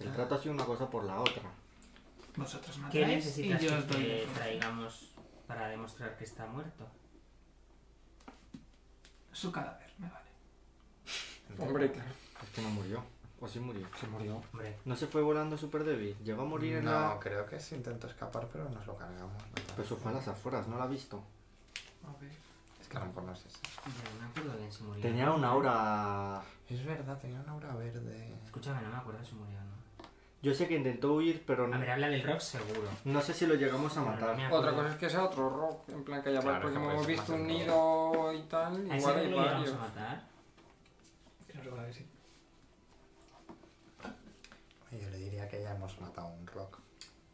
[SPEAKER 3] El trato ha sido una cosa por la otra.
[SPEAKER 1] Vosotros
[SPEAKER 5] ¿Qué
[SPEAKER 1] matáis y
[SPEAKER 5] necesitas
[SPEAKER 1] yo os
[SPEAKER 5] que
[SPEAKER 1] doy la
[SPEAKER 5] te
[SPEAKER 1] información.
[SPEAKER 5] traigamos para demostrar que está muerto?
[SPEAKER 1] su cadáver, me vale.
[SPEAKER 2] Hombre,
[SPEAKER 3] eh,
[SPEAKER 2] claro.
[SPEAKER 3] Es que no murió. O sí murió.
[SPEAKER 2] Se murió.
[SPEAKER 5] Hombre,
[SPEAKER 3] No se fue volando super débil. Llegó a morir en
[SPEAKER 4] No,
[SPEAKER 3] la.
[SPEAKER 4] creo que se intentó escapar, pero nos lo cargamos.
[SPEAKER 3] Pero eso fue a las afueras, no la ha visto.
[SPEAKER 4] Es que a lo mejor no es eso.
[SPEAKER 5] no me acuerdo bien si murió.
[SPEAKER 3] Tenía una aura.
[SPEAKER 4] Es verdad, tenía una aura verde.
[SPEAKER 5] Escúchame, no me acuerdo si murió o no.
[SPEAKER 3] Yo sé que intentó huir, pero
[SPEAKER 5] A
[SPEAKER 1] Ah,
[SPEAKER 3] no,
[SPEAKER 5] ver, habla del rock seguro.
[SPEAKER 3] no sé si lo llegamos a
[SPEAKER 5] Pero no me
[SPEAKER 3] matar.
[SPEAKER 5] acuerdo.
[SPEAKER 2] Otra cosa es que sea otro rock, en plan que haya
[SPEAKER 4] Claro,
[SPEAKER 2] porque
[SPEAKER 4] que
[SPEAKER 2] como hemos
[SPEAKER 4] puede ser
[SPEAKER 2] visto
[SPEAKER 4] más
[SPEAKER 2] un
[SPEAKER 4] de un
[SPEAKER 2] nido y tal,
[SPEAKER 5] ¿A ese
[SPEAKER 2] igual
[SPEAKER 5] rock
[SPEAKER 2] hay
[SPEAKER 5] lo llegamos
[SPEAKER 2] varios.
[SPEAKER 5] a matar?
[SPEAKER 4] Yo le diría que ya hemos matado a un rock.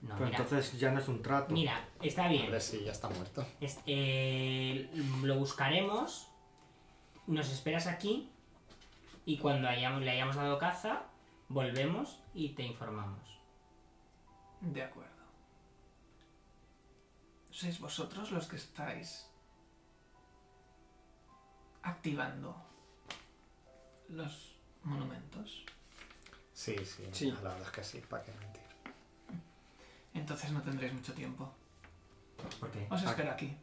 [SPEAKER 5] No,
[SPEAKER 3] Pero
[SPEAKER 5] mira.
[SPEAKER 3] entonces ya no es un trato.
[SPEAKER 5] Mira, está bien.
[SPEAKER 4] Hombre, sí, ya está muerto.
[SPEAKER 5] Es- eh, lo buscaremos. Nos esperas aquí. Y cuando hayamos, le hayamos dado caza, volvemos y te informamos.
[SPEAKER 1] De acuerdo. Sois vosotros los que estáis activando los monumentos.
[SPEAKER 4] Sí, sí,
[SPEAKER 2] Sí.
[SPEAKER 4] La verdad es que sí, para qué mentir.
[SPEAKER 1] Entonces no tendréis mucho tiempo.
[SPEAKER 5] ¿Por qué?
[SPEAKER 1] Os espero aquí.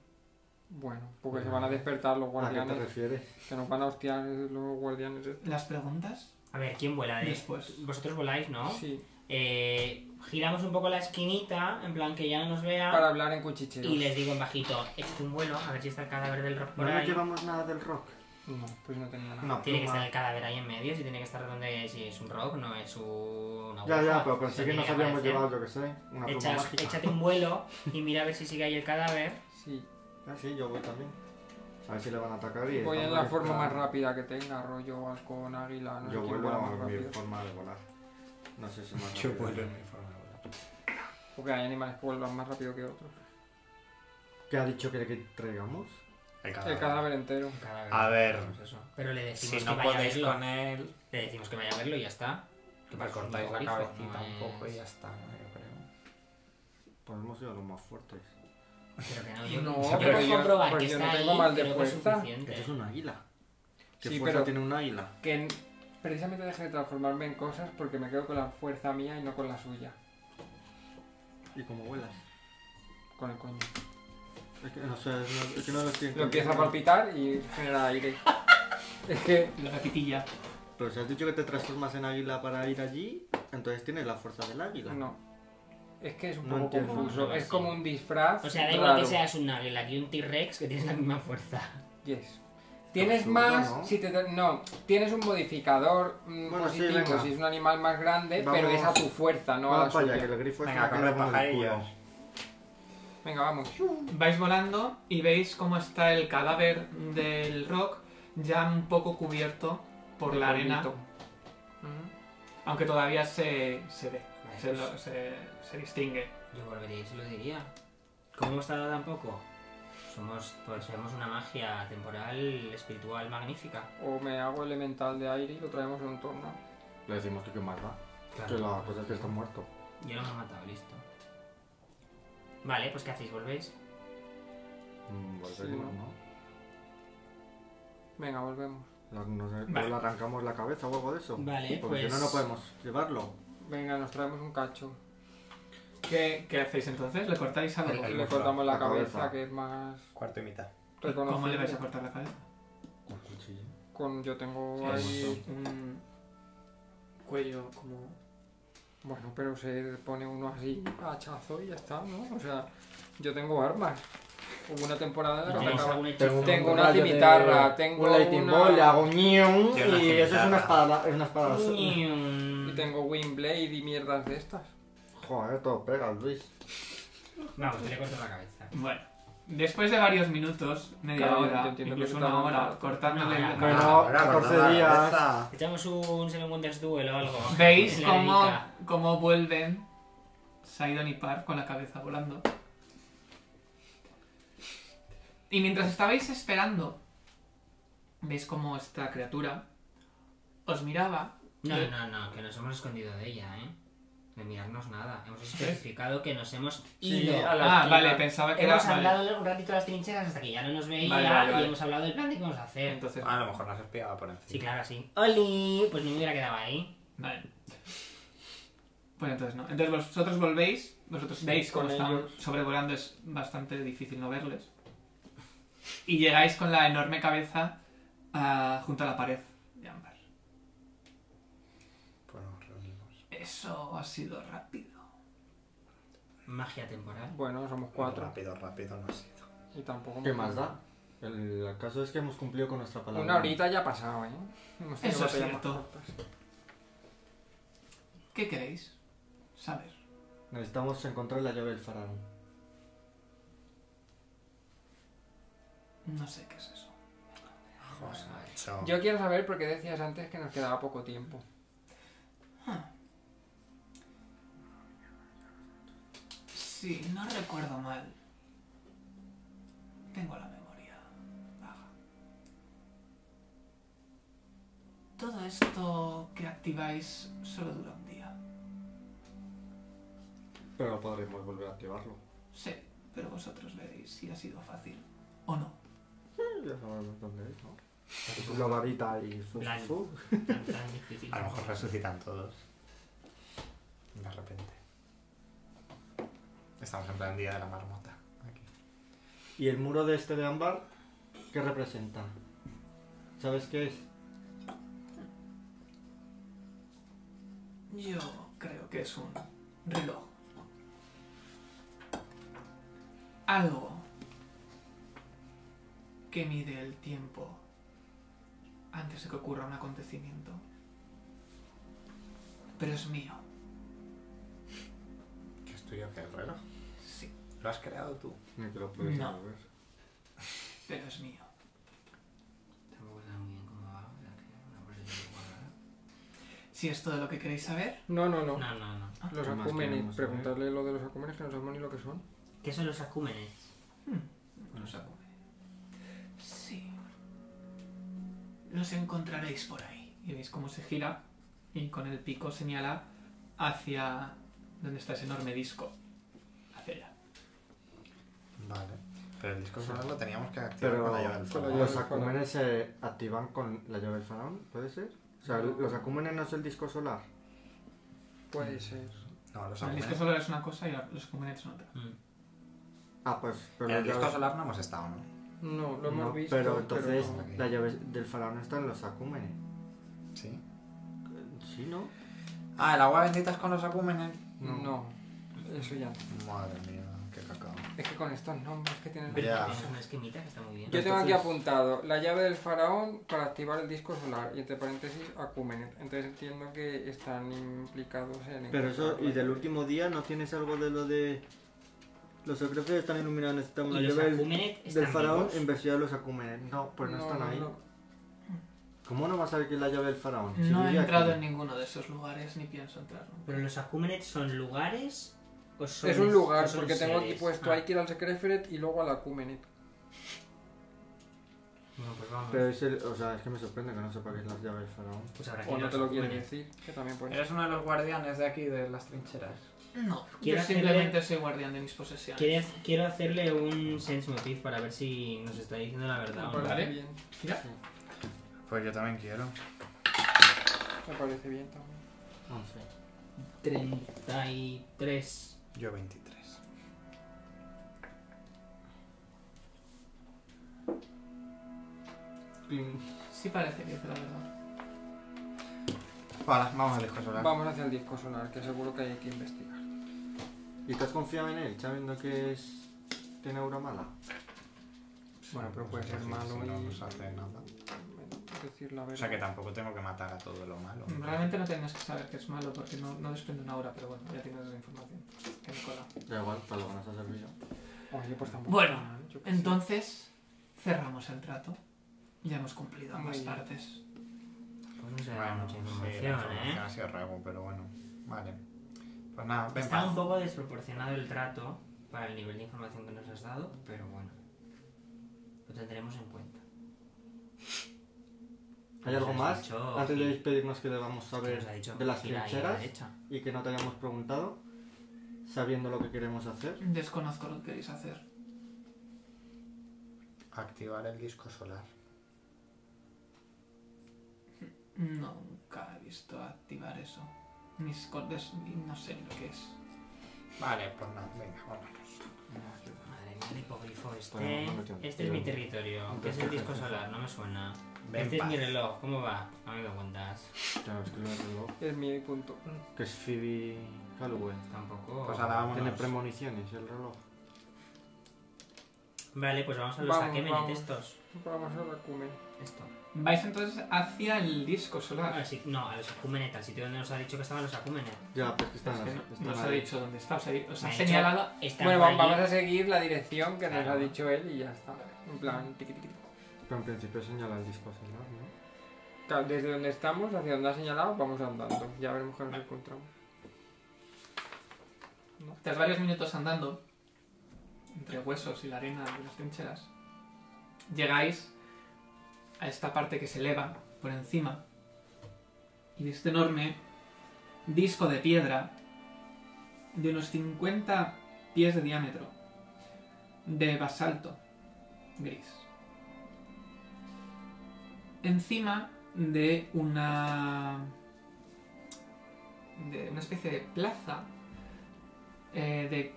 [SPEAKER 2] Bueno, porque se van a despertar los
[SPEAKER 3] ¿A qué te
[SPEAKER 2] guardianes,
[SPEAKER 3] refieres?
[SPEAKER 2] que nos van a hostiar los guardianes. eh. estos.
[SPEAKER 1] Las preguntas
[SPEAKER 5] A ver, ¿quién vuela de
[SPEAKER 1] después.
[SPEAKER 5] Vosotros voláis, ¿no?
[SPEAKER 2] Sí,
[SPEAKER 5] Eh, giramos un poco la esquinita, en plan que ya no nos vean.
[SPEAKER 2] para hablar en
[SPEAKER 5] Y
[SPEAKER 2] cuchicheos.
[SPEAKER 5] les digo en bajito, este es un vuelo, a ver si está el cadáver del rock
[SPEAKER 3] No
[SPEAKER 5] por
[SPEAKER 3] nos
[SPEAKER 5] ahí.
[SPEAKER 3] llevamos nada del rock.
[SPEAKER 2] No, pues no tenía nada.
[SPEAKER 3] Una
[SPEAKER 5] Tiene que estar
[SPEAKER 3] pluma.
[SPEAKER 5] el cadáver ahí en medio, si tiene que estar donde si es un rock, no es una
[SPEAKER 3] Ya,
[SPEAKER 5] aguja,
[SPEAKER 3] ya, pero pensé
[SPEAKER 5] no
[SPEAKER 3] que nos
[SPEAKER 5] tiene
[SPEAKER 3] habíamos
[SPEAKER 5] aparecer.
[SPEAKER 3] llevado, yo que sé, una pluma
[SPEAKER 5] Echas-
[SPEAKER 3] mágica.
[SPEAKER 5] échate un vuelo y mira a ver si sigue ahí el cadáver.
[SPEAKER 2] Sí,
[SPEAKER 3] Ah, sí, yo voy también. A ver si le van a atacar y...
[SPEAKER 2] voy en la
[SPEAKER 3] vamos,
[SPEAKER 2] forma
[SPEAKER 3] claro.
[SPEAKER 2] más rápida que tenga, rollo halcón, águila,
[SPEAKER 3] Yo
[SPEAKER 2] no sé
[SPEAKER 3] vuelvo
[SPEAKER 2] quién vuela más
[SPEAKER 3] a mi
[SPEAKER 2] rápido.
[SPEAKER 3] forma de volar. No sé si más
[SPEAKER 4] Yo
[SPEAKER 3] rápido.
[SPEAKER 4] vuelo en mi forma de volar.
[SPEAKER 2] Porque hay animales que vuelan más rápido que otros.
[SPEAKER 3] ¿Qué ha dicho que, que traigamos?
[SPEAKER 2] El cadáver entero.
[SPEAKER 5] Un cadáver.
[SPEAKER 4] A ver.
[SPEAKER 5] Pues eso. Pero le decimos
[SPEAKER 4] Si
[SPEAKER 5] que
[SPEAKER 4] no
[SPEAKER 5] vaya a
[SPEAKER 4] podéis
[SPEAKER 5] verlo.
[SPEAKER 4] con él,
[SPEAKER 5] Le decimos que vaya a verlo y ya está. Que
[SPEAKER 4] me
[SPEAKER 5] pues
[SPEAKER 4] cortáis
[SPEAKER 5] un
[SPEAKER 4] la
[SPEAKER 5] grifo,
[SPEAKER 4] cabecita
[SPEAKER 5] no
[SPEAKER 4] un poco y
[SPEAKER 5] es-
[SPEAKER 4] ya está, ¿no? yo creo.
[SPEAKER 3] Podemos ir a Pues los más fuertes.
[SPEAKER 5] Pero que no, yo
[SPEAKER 2] No,
[SPEAKER 5] yo
[SPEAKER 2] pero
[SPEAKER 5] por
[SPEAKER 2] yo-
[SPEAKER 5] comprobar
[SPEAKER 2] porque
[SPEAKER 5] que
[SPEAKER 2] yo
[SPEAKER 5] está
[SPEAKER 2] no tengo
[SPEAKER 5] ahí,
[SPEAKER 2] mal de
[SPEAKER 5] creo que es
[SPEAKER 2] fuerza.
[SPEAKER 5] suficiente.
[SPEAKER 3] Que es un águila. ¿Qué
[SPEAKER 2] Sí,
[SPEAKER 3] fuerza
[SPEAKER 2] pero-
[SPEAKER 3] tiene un águila?
[SPEAKER 2] Que n- precisamente deje de transformarme en cosas porque me quedo con la fuerza mía y no con la suya.
[SPEAKER 3] ¿Y cómo vuelas?
[SPEAKER 2] Con el coño.
[SPEAKER 3] Es que no sé, no- es que no lo estoy
[SPEAKER 2] Lo empieza a palpitar y genera aire. es que
[SPEAKER 1] La gatitilla.
[SPEAKER 3] Pero si has dicho que te transformas en águila para ir allí, entonces tienes la fuerza del águila.
[SPEAKER 2] No. Es que es un
[SPEAKER 3] No
[SPEAKER 2] poco
[SPEAKER 3] entiendo.
[SPEAKER 2] confuso.
[SPEAKER 5] No,
[SPEAKER 2] es
[SPEAKER 5] sí.
[SPEAKER 2] como un disfraz.
[SPEAKER 5] O sea, da igual que
[SPEAKER 2] raro.
[SPEAKER 5] seas un águila que un T-Rex que tienes la misma fuerza.
[SPEAKER 2] Yes. Tienes
[SPEAKER 3] Absurdo,
[SPEAKER 2] más
[SPEAKER 3] ¿no?
[SPEAKER 2] si te no, tienes un modificador mm,
[SPEAKER 3] Bueno, sí,
[SPEAKER 2] positivo
[SPEAKER 3] venga.
[SPEAKER 2] si es un animal más grande,
[SPEAKER 3] Vamos.
[SPEAKER 2] pero es a tu fuerza, no a la
[SPEAKER 3] Vamos para
[SPEAKER 2] suya.
[SPEAKER 3] allá, Ah, que el grifo este es
[SPEAKER 4] Venga, corre pajarillos.
[SPEAKER 2] Venga, vamos.
[SPEAKER 1] Vais volando y veis cómo está el cadáver del rock ya un poco cubierto por la arena, Mm.
[SPEAKER 2] Ujú.
[SPEAKER 1] aunque todavía se, se ve,
[SPEAKER 5] Vale,
[SPEAKER 1] se,
[SPEAKER 5] pues-
[SPEAKER 1] lo- se- se distingue.
[SPEAKER 5] Yo volvería y se lo diría. ¿Cómo hemos tardado tan poco? Somos, poseemos una magia temporal, espiritual, magnífica.
[SPEAKER 2] O me hago elemental de aire y lo traemos en un torno.
[SPEAKER 3] Le decimos que quemarla. Que la
[SPEAKER 2] pues
[SPEAKER 3] cosa es que está muerto.
[SPEAKER 5] Ya lo hemos matado, listo. Vale, pues ¿qué hacéis? ¿Volvéis?
[SPEAKER 3] Mm, volvemos,
[SPEAKER 2] Sí, ¿no?
[SPEAKER 3] ¿no?
[SPEAKER 2] Venga, volvemos.
[SPEAKER 3] La- no sé,
[SPEAKER 1] Vale.
[SPEAKER 3] ¿o le arrancamos la cabeza o algo de eso.
[SPEAKER 5] Vale,
[SPEAKER 3] Porque
[SPEAKER 5] pues-
[SPEAKER 3] si no, no podemos llevarlo.
[SPEAKER 2] Venga, nos traemos un cacho.
[SPEAKER 1] ¿Qué, qué hacéis entonces? ¿Le cortáis algo?
[SPEAKER 4] El-
[SPEAKER 2] Le
[SPEAKER 4] muslo,
[SPEAKER 2] cortamos la,
[SPEAKER 3] la
[SPEAKER 2] cabeza,
[SPEAKER 3] cabeza.
[SPEAKER 2] que es más
[SPEAKER 4] Cuarto y mitad.
[SPEAKER 1] ¿Y ¿Cómo le vais a
[SPEAKER 2] reconocible.
[SPEAKER 1] cortar la cabeza?
[SPEAKER 3] Con cuchillo.
[SPEAKER 2] Con yo tengo
[SPEAKER 1] Sí,
[SPEAKER 2] ahí
[SPEAKER 1] Un cuello como...
[SPEAKER 2] bueno, pero se pone uno así, hachazo y ya está, ¿no? O sea, yo tengo armas. Hubo una temporada en la que
[SPEAKER 5] ¿Tenéis
[SPEAKER 2] atacaba-
[SPEAKER 5] algún hechizo?
[SPEAKER 2] Tengo
[SPEAKER 3] un
[SPEAKER 2] una
[SPEAKER 3] rayo
[SPEAKER 2] cimitarra,
[SPEAKER 3] de-
[SPEAKER 2] tengo
[SPEAKER 3] un lightning
[SPEAKER 2] una-
[SPEAKER 3] ball, le hago ñium
[SPEAKER 4] Yo
[SPEAKER 3] y
[SPEAKER 4] una
[SPEAKER 3] eso es
[SPEAKER 4] cimitarra.
[SPEAKER 3] una espada, es una espada.
[SPEAKER 5] Mm.
[SPEAKER 2] Y tengo Windblade y mierdas de estas.
[SPEAKER 3] Joder, todo pega, Luis.
[SPEAKER 5] Vamos, que le corto la cabeza.
[SPEAKER 1] Bueno, después de varios minutos, media
[SPEAKER 2] Claro, yo
[SPEAKER 1] hora,
[SPEAKER 2] entiendo que
[SPEAKER 1] incluso
[SPEAKER 2] eso
[SPEAKER 1] una
[SPEAKER 2] tarda
[SPEAKER 1] hora,
[SPEAKER 2] mucho.
[SPEAKER 1] cortándole
[SPEAKER 5] Una
[SPEAKER 1] la
[SPEAKER 5] hora.
[SPEAKER 1] cabeza.
[SPEAKER 4] Ah,
[SPEAKER 3] Bueno, 14 días.
[SPEAKER 5] Echamos un Seven Wonders Duel o algo.
[SPEAKER 1] ¿Veis
[SPEAKER 5] Pues La
[SPEAKER 1] cómo,
[SPEAKER 5] dedica.
[SPEAKER 1] cómo vuelven Sidon y Par con la cabeza volando? Y mientras estabais esperando, veis cómo esta criatura os miraba.
[SPEAKER 5] No, no, no, que nos hemos escondido de ella, ¿eh? De mirarnos nada. Hemos especificado que nos hemos ido.
[SPEAKER 2] a la
[SPEAKER 1] Ah,
[SPEAKER 2] esquina.
[SPEAKER 1] vale, pensaba que era.
[SPEAKER 5] Hemos
[SPEAKER 1] vale.
[SPEAKER 5] hablado un ratito de las trincheras hasta que ya no nos veía
[SPEAKER 1] Vale, vale, vale.
[SPEAKER 5] y hemos hablado del plan de qué vamos a hacer.
[SPEAKER 1] Entonces,
[SPEAKER 4] Ah,
[SPEAKER 2] Ah.
[SPEAKER 4] A lo mejor nos espiaba por encima.
[SPEAKER 5] sí, claro, sí. ¡Oli! Pues no me hubiera quedado ahí.
[SPEAKER 1] Vale. Bueno, entonces no. Entonces vosotros volvéis, vosotros
[SPEAKER 2] Sí,
[SPEAKER 1] veis cómo
[SPEAKER 2] con
[SPEAKER 1] están
[SPEAKER 2] ellos.
[SPEAKER 1] sobrevolando, es bastante difícil no verles. Y llegáis con la enorme cabeza ah, junto a la pared de ámbar.
[SPEAKER 4] Pues nos reunimos.
[SPEAKER 1] Eso ha sido rápido.
[SPEAKER 5] Magia temporal.
[SPEAKER 2] Bueno, somos cuatro.
[SPEAKER 4] Rápido, rápido no ha sido.
[SPEAKER 2] Y tampoco.
[SPEAKER 3] ¿Qué
[SPEAKER 2] me-
[SPEAKER 3] más da? El, el caso es que hemos cumplido con nuestra palabra.
[SPEAKER 2] Una horita ya ha pasado, ¿eh? Hemos tenido
[SPEAKER 1] Eso es
[SPEAKER 2] batallas más
[SPEAKER 1] cierto.
[SPEAKER 2] cortas.
[SPEAKER 1] ¿Qué queréis saber?
[SPEAKER 3] Necesitamos encontrar la llave del faraón.
[SPEAKER 1] No sé qué es eso.
[SPEAKER 4] Joder, macho.
[SPEAKER 2] Yo quiero saber por qué decías antes que nos quedaba poco tiempo.
[SPEAKER 1] Ah. Si no recuerdo mal, tengo la memoria baja. Todo esto que activáis solo dura un día.
[SPEAKER 3] Pero podremos volver a activarlo.
[SPEAKER 1] Sí, pero vosotros veréis si ha sido fácil o no.
[SPEAKER 3] Ya sabemos dónde es, ¿no? Su varita y su,
[SPEAKER 5] Blanco.
[SPEAKER 3] su-
[SPEAKER 5] Tan, tan difícil.
[SPEAKER 4] A lo mejor resucitan todos. De repente. Estamos en plan día de la marmota. Aquí.
[SPEAKER 3] ¿Y el muro de este de ámbar? ¿Qué representa? ¿Sabes qué es?
[SPEAKER 1] Yo creo que es un reloj. Algo que mide el tiempo antes de que ocurra un acontecimiento. Pero es mío,
[SPEAKER 4] Que es tuyo, que es reloj.
[SPEAKER 1] sí,
[SPEAKER 4] Lo has creado tú.
[SPEAKER 2] Ni que lo puedes
[SPEAKER 1] No.
[SPEAKER 2] mover.
[SPEAKER 1] pero es mío.
[SPEAKER 5] Tampoco sabe muy bien cómo va. la que- la muerte de Guadalajara.
[SPEAKER 1] Si es todo lo que queréis saber,
[SPEAKER 2] No, no, no.
[SPEAKER 5] No, no, no.
[SPEAKER 2] Los
[SPEAKER 3] ¿Qué más
[SPEAKER 2] acúmenes,
[SPEAKER 3] queremos eh? saber?
[SPEAKER 2] preguntarle lo de los acúmenes que no sabemos ni lo que son.
[SPEAKER 5] ¿Qué son los acúmenes?
[SPEAKER 4] No saco.
[SPEAKER 1] sí, los encontraréis por ahí. Y veis cómo se gira y con el pico señala hacia donde está ese enorme disco. Hacia allá.
[SPEAKER 4] Vale. Pero el disco solar lo teníamos que activar
[SPEAKER 3] Pero
[SPEAKER 4] con la llave del
[SPEAKER 2] con la
[SPEAKER 4] faraón.
[SPEAKER 2] llave.
[SPEAKER 3] los acúmenes se activan con la llave del faraón, ¿puede ser? O sea, los acúmenes no es el disco solar.
[SPEAKER 2] Puede ser.
[SPEAKER 4] No, los
[SPEAKER 1] el disco
[SPEAKER 4] acúmenes.
[SPEAKER 1] solar es una cosa y los acúmenes son otra.
[SPEAKER 5] Mm.
[SPEAKER 3] Ah, pues... Pero
[SPEAKER 4] En
[SPEAKER 3] la
[SPEAKER 4] el disco
[SPEAKER 3] llave-
[SPEAKER 4] solar no hemos estado, ¿no?
[SPEAKER 2] No, lo hemos
[SPEAKER 3] no,
[SPEAKER 2] visto.
[SPEAKER 3] Pero entonces
[SPEAKER 2] no.
[SPEAKER 4] no.
[SPEAKER 3] la llave del faraón está en los acúmenes.
[SPEAKER 4] Sí.
[SPEAKER 3] Sí, ¿no?
[SPEAKER 4] Ah, el agua bendita es con los ¿eh? acúmenes.
[SPEAKER 3] no.
[SPEAKER 2] No, eso ya.
[SPEAKER 4] Madre mía, qué cacao.
[SPEAKER 2] Es que con estos nombres que tienen.
[SPEAKER 5] Pero
[SPEAKER 4] Ya.
[SPEAKER 5] es un esquemita que está muy bien.
[SPEAKER 2] Yo tengo aquí
[SPEAKER 3] Entonces-
[SPEAKER 2] apuntado la llave del faraón para activar el disco solar y entre paréntesis acúmenes. Entonces entiendo que están implicados en.
[SPEAKER 3] Pero eso,
[SPEAKER 2] encontrar
[SPEAKER 3] y
[SPEAKER 2] la
[SPEAKER 3] del
[SPEAKER 2] llave.
[SPEAKER 3] último día, ¿no tienes algo de lo de... Los secretos están iluminados, necesitamos la
[SPEAKER 5] Y los
[SPEAKER 3] llave del-
[SPEAKER 5] acúmenes
[SPEAKER 3] del
[SPEAKER 5] están
[SPEAKER 3] faraón
[SPEAKER 5] vivos.
[SPEAKER 3] en vez de los acúmenes. No, pues no, están ahí.
[SPEAKER 2] no.
[SPEAKER 3] ¿Cómo no vas a ver que es la llave del faraón? Si
[SPEAKER 1] No he
[SPEAKER 3] vive aquí.
[SPEAKER 1] entrado en ninguno de esos lugares ni pienso entrar nunca.
[SPEAKER 5] Pero los acúmenes son lugares o son
[SPEAKER 2] Es un lugar,
[SPEAKER 5] o son
[SPEAKER 2] porque tengo aquí
[SPEAKER 5] seres?
[SPEAKER 2] puesto
[SPEAKER 5] Ah,
[SPEAKER 2] hay que ir al Secreferet y luego al acúmenes.
[SPEAKER 5] Bueno, pues vamos.
[SPEAKER 3] Pero es el... O sea, es que me sorprende que no sepa que es la llave del faraón.
[SPEAKER 5] Pues habrá que ir a
[SPEAKER 2] O no
[SPEAKER 5] los
[SPEAKER 2] te lo quieren
[SPEAKER 5] acúmenes.
[SPEAKER 2] decir, que también puede ser.
[SPEAKER 4] Eres uno de los guardianes de aquí, de las trincheras.
[SPEAKER 1] No,
[SPEAKER 5] Quiero
[SPEAKER 1] yo
[SPEAKER 5] hacerle-
[SPEAKER 1] simplemente soy guardián de mis posesiones.
[SPEAKER 5] Quiere- Quiero hacerle un sense motive para ver si nos está diciendo la
[SPEAKER 2] Me
[SPEAKER 5] verdad o no.
[SPEAKER 2] parece
[SPEAKER 1] Vale.
[SPEAKER 2] bien.
[SPEAKER 1] Mira.
[SPEAKER 2] Sí,
[SPEAKER 4] Pues yo también quiero.
[SPEAKER 2] me parece bien también.
[SPEAKER 5] 33.
[SPEAKER 4] Yo 23.
[SPEAKER 1] Sí parece que dice la verdad.
[SPEAKER 4] Vale, vamos al disco solar.
[SPEAKER 2] Vamos hacia el disco solar, que seguro que hay que investigar.
[SPEAKER 3] ¿Y te has confiado en él, sabiendo que es... tiene aura mala?
[SPEAKER 2] Bueno, pero puede ser
[SPEAKER 4] Sí,
[SPEAKER 2] malo
[SPEAKER 4] sí, no
[SPEAKER 2] y-
[SPEAKER 4] nos hace nada.
[SPEAKER 2] Decir la
[SPEAKER 4] O
[SPEAKER 2] verdad.
[SPEAKER 4] sea que tampoco tengo que matar a todo lo malo.
[SPEAKER 1] Realmente no tenías que saber que es malo porque no, no desprende una hora, pero bueno, ya tienes esa información. Que me cola.
[SPEAKER 3] Da igual, para lo que nos ha servido.
[SPEAKER 2] Oye, pues tampoco.
[SPEAKER 1] Bueno,
[SPEAKER 2] está mal, yo qué sé.
[SPEAKER 1] Entonces, cerramos el trato. Ya hemos cumplido ambas
[SPEAKER 2] Muy bien.
[SPEAKER 1] partes.
[SPEAKER 5] Pues no se da
[SPEAKER 4] Bueno,
[SPEAKER 5] mucha
[SPEAKER 4] sí, la
[SPEAKER 5] información,
[SPEAKER 4] información
[SPEAKER 5] ¿eh?
[SPEAKER 4] ha sido raro, pero bueno. Vale. Pues nada, ven
[SPEAKER 5] Está
[SPEAKER 4] paz.
[SPEAKER 5] un poco desproporcionado el trato para el nivel de información que nos has dado, pero bueno. Lo tendremos en cuenta.
[SPEAKER 3] ¿Hay
[SPEAKER 5] Nos
[SPEAKER 3] algo
[SPEAKER 5] has
[SPEAKER 3] más?
[SPEAKER 5] dicho
[SPEAKER 3] Antes de
[SPEAKER 5] gi-
[SPEAKER 3] despedirnos que debamos
[SPEAKER 5] que
[SPEAKER 3] saber
[SPEAKER 5] nos ha dicho
[SPEAKER 3] de las
[SPEAKER 5] gira ahí a la
[SPEAKER 3] trincheras
[SPEAKER 5] derecha.
[SPEAKER 3] y que no te hayamos preguntado, sabiendo lo que queremos hacer.
[SPEAKER 1] Desconozco lo que queréis hacer.
[SPEAKER 4] Activar el disco solar.
[SPEAKER 1] Nunca he visto activar eso. Mis cortes, no sé lo que es.
[SPEAKER 4] Vale, pues nada, venga, vámonos.
[SPEAKER 5] Madre mía, el hipogrifo este.
[SPEAKER 3] Bueno, no lo tengo.
[SPEAKER 5] Este es mi territorio. ¿Qué es el disco solar? No me suena.
[SPEAKER 4] Ven
[SPEAKER 5] Este es
[SPEAKER 4] paz.
[SPEAKER 5] mi reloj. ¿Cómo va? No me lo cuentas.
[SPEAKER 3] Claro, es que lo del reloj,
[SPEAKER 2] Es mío y punto.
[SPEAKER 3] Que es Phoebe Calloway.
[SPEAKER 5] Tampoco.
[SPEAKER 4] Pues ahora
[SPEAKER 3] Tiene
[SPEAKER 4] vámonos.
[SPEAKER 3] premoniciones el reloj.
[SPEAKER 5] Vale, pues vamos a los
[SPEAKER 2] Vamos,
[SPEAKER 5] aquemenes
[SPEAKER 2] vamos.
[SPEAKER 5] estos.
[SPEAKER 2] Vamos al acumen.
[SPEAKER 5] Esto.
[SPEAKER 1] Vais entonces hacia el disco
[SPEAKER 5] Ah,
[SPEAKER 1] solar.
[SPEAKER 5] sí, no, a los acúmenes, al sitio donde nos ha dicho que estaban los acúmenes.
[SPEAKER 3] Ya, pues que están,
[SPEAKER 1] Es que no-
[SPEAKER 3] están
[SPEAKER 1] no os ha
[SPEAKER 3] ahí.
[SPEAKER 1] dicho dónde está, os ha, di- os ha
[SPEAKER 5] Me ha
[SPEAKER 1] señalado.
[SPEAKER 5] Están
[SPEAKER 2] Bueno,
[SPEAKER 5] por
[SPEAKER 2] vamos,
[SPEAKER 5] allí.
[SPEAKER 2] vamos a seguir la dirección que nos
[SPEAKER 5] Claro.
[SPEAKER 2] ha dicho él y ya está. En plan, tiqui, tiqui, tiqui.
[SPEAKER 3] Pero en principio señala el disco solar, ¿no?
[SPEAKER 2] Claro, desde donde estamos, hacia donde ha señalado, vamos andando. Ya veremos que nos encontramos.
[SPEAKER 1] Tras varios minutos andando, entre huesos y la arena de las trincheras, llegáis a esta parte que se eleva por encima y de este enorme disco de piedra de unos 50 pies de diámetro de basalto gris. Encima de una de una especie de plaza eh, de,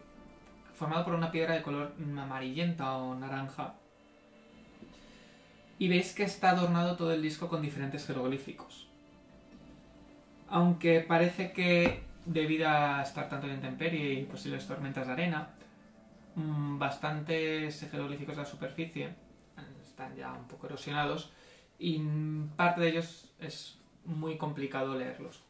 [SPEAKER 1] formado por una piedra de color mm, amarillenta o naranja. Y veis que está adornado todo el disco con diferentes jeroglíficos. Aunque parece que, debido a estar tanto en intemperie y posibles tormentas de arena, mm, bastantes jeroglíficos de la superficie eh, están ya un poco erosionados y mm, parte de ellos es muy complicado leerlos.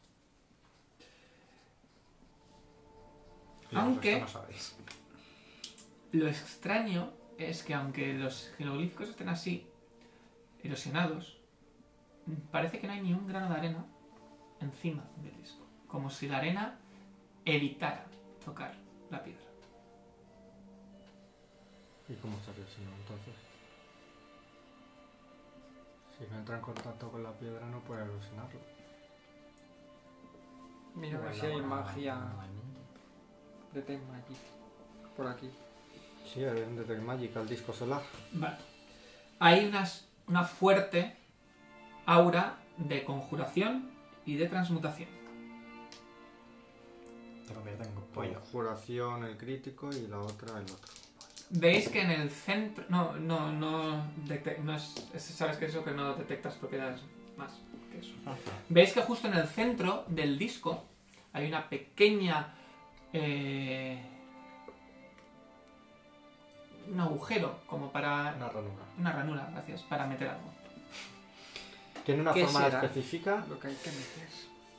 [SPEAKER 4] Y el
[SPEAKER 1] Aunque-
[SPEAKER 4] resto No sabéis.
[SPEAKER 1] Lo extraño es que aunque los jeroglíficos estén así, erosionados, mm, parece que no hay ni un grano de arena encima del disco. Como si la arena evitara tocar la piedra.
[SPEAKER 3] ¿Y cómo salió si no entonces? Si no entra en contacto con la piedra no puede erosionarlo.
[SPEAKER 2] Mira a ver
[SPEAKER 5] Igual
[SPEAKER 2] si hay
[SPEAKER 5] ahora,
[SPEAKER 2] magia
[SPEAKER 5] normalmente.
[SPEAKER 2] de Tech Magic por aquí.
[SPEAKER 3] Sí, hay un Detect Magic al disco solar.
[SPEAKER 1] Vale. Hay unas- una fuerte aura de conjuración y de transmutación.
[SPEAKER 4] Te convierte en
[SPEAKER 3] Pues
[SPEAKER 4] pollo.
[SPEAKER 3] Conjuración el crítico y la otra el otro.
[SPEAKER 1] Veis que en el centro... No, no, no... detec- no es, es- sabes que eso que no detectas propiedades más que eso. Veis que justo en el centro del disco hay una pequeña... eh, un agujero como para...
[SPEAKER 3] Una ranura.
[SPEAKER 1] Una ranura, gracias, para meter algo.
[SPEAKER 3] Tiene una
[SPEAKER 2] ¿Qué
[SPEAKER 3] forma
[SPEAKER 2] será?
[SPEAKER 3] específica.
[SPEAKER 2] Lo que hay que meter.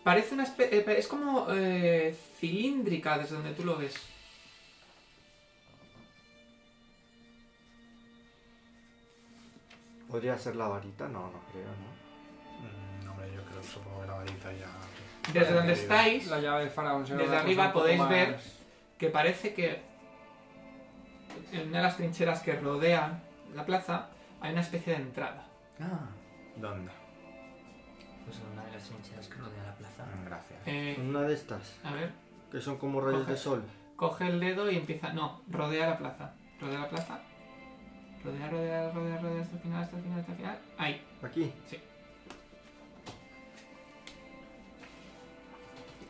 [SPEAKER 1] Parece una espe- eh, Es como eh, cilíndrica desde donde tú lo ves.
[SPEAKER 3] Podría ser la varita, no, no creo, ¿no?
[SPEAKER 4] Mm, hombre, yo creo que supongo que la varita ya.
[SPEAKER 1] Desde donde
[SPEAKER 4] Sí.
[SPEAKER 1] estáis,
[SPEAKER 2] La llave de faraón. será
[SPEAKER 1] Desde
[SPEAKER 2] una cosa
[SPEAKER 1] arriba
[SPEAKER 2] un poco
[SPEAKER 1] podéis
[SPEAKER 2] más-
[SPEAKER 1] ver- que parece que en una de las trincheras que rodean la plaza hay una especie de entrada.
[SPEAKER 4] Ah. ¿Dónde?
[SPEAKER 5] Pues en una de las trincheras que rodea la plaza.
[SPEAKER 4] Mm, Gracias.
[SPEAKER 1] Eh,
[SPEAKER 3] Una de estas,
[SPEAKER 1] a ver,
[SPEAKER 3] que son como rayos
[SPEAKER 1] Coge.
[SPEAKER 3] de sol.
[SPEAKER 1] coge el dedo y empieza. No, rodea la plaza. Rodea la plaza. Rodea, rodea, rodea, rodea hasta el final, hasta el final, hasta el final. Ahí.
[SPEAKER 3] Aquí.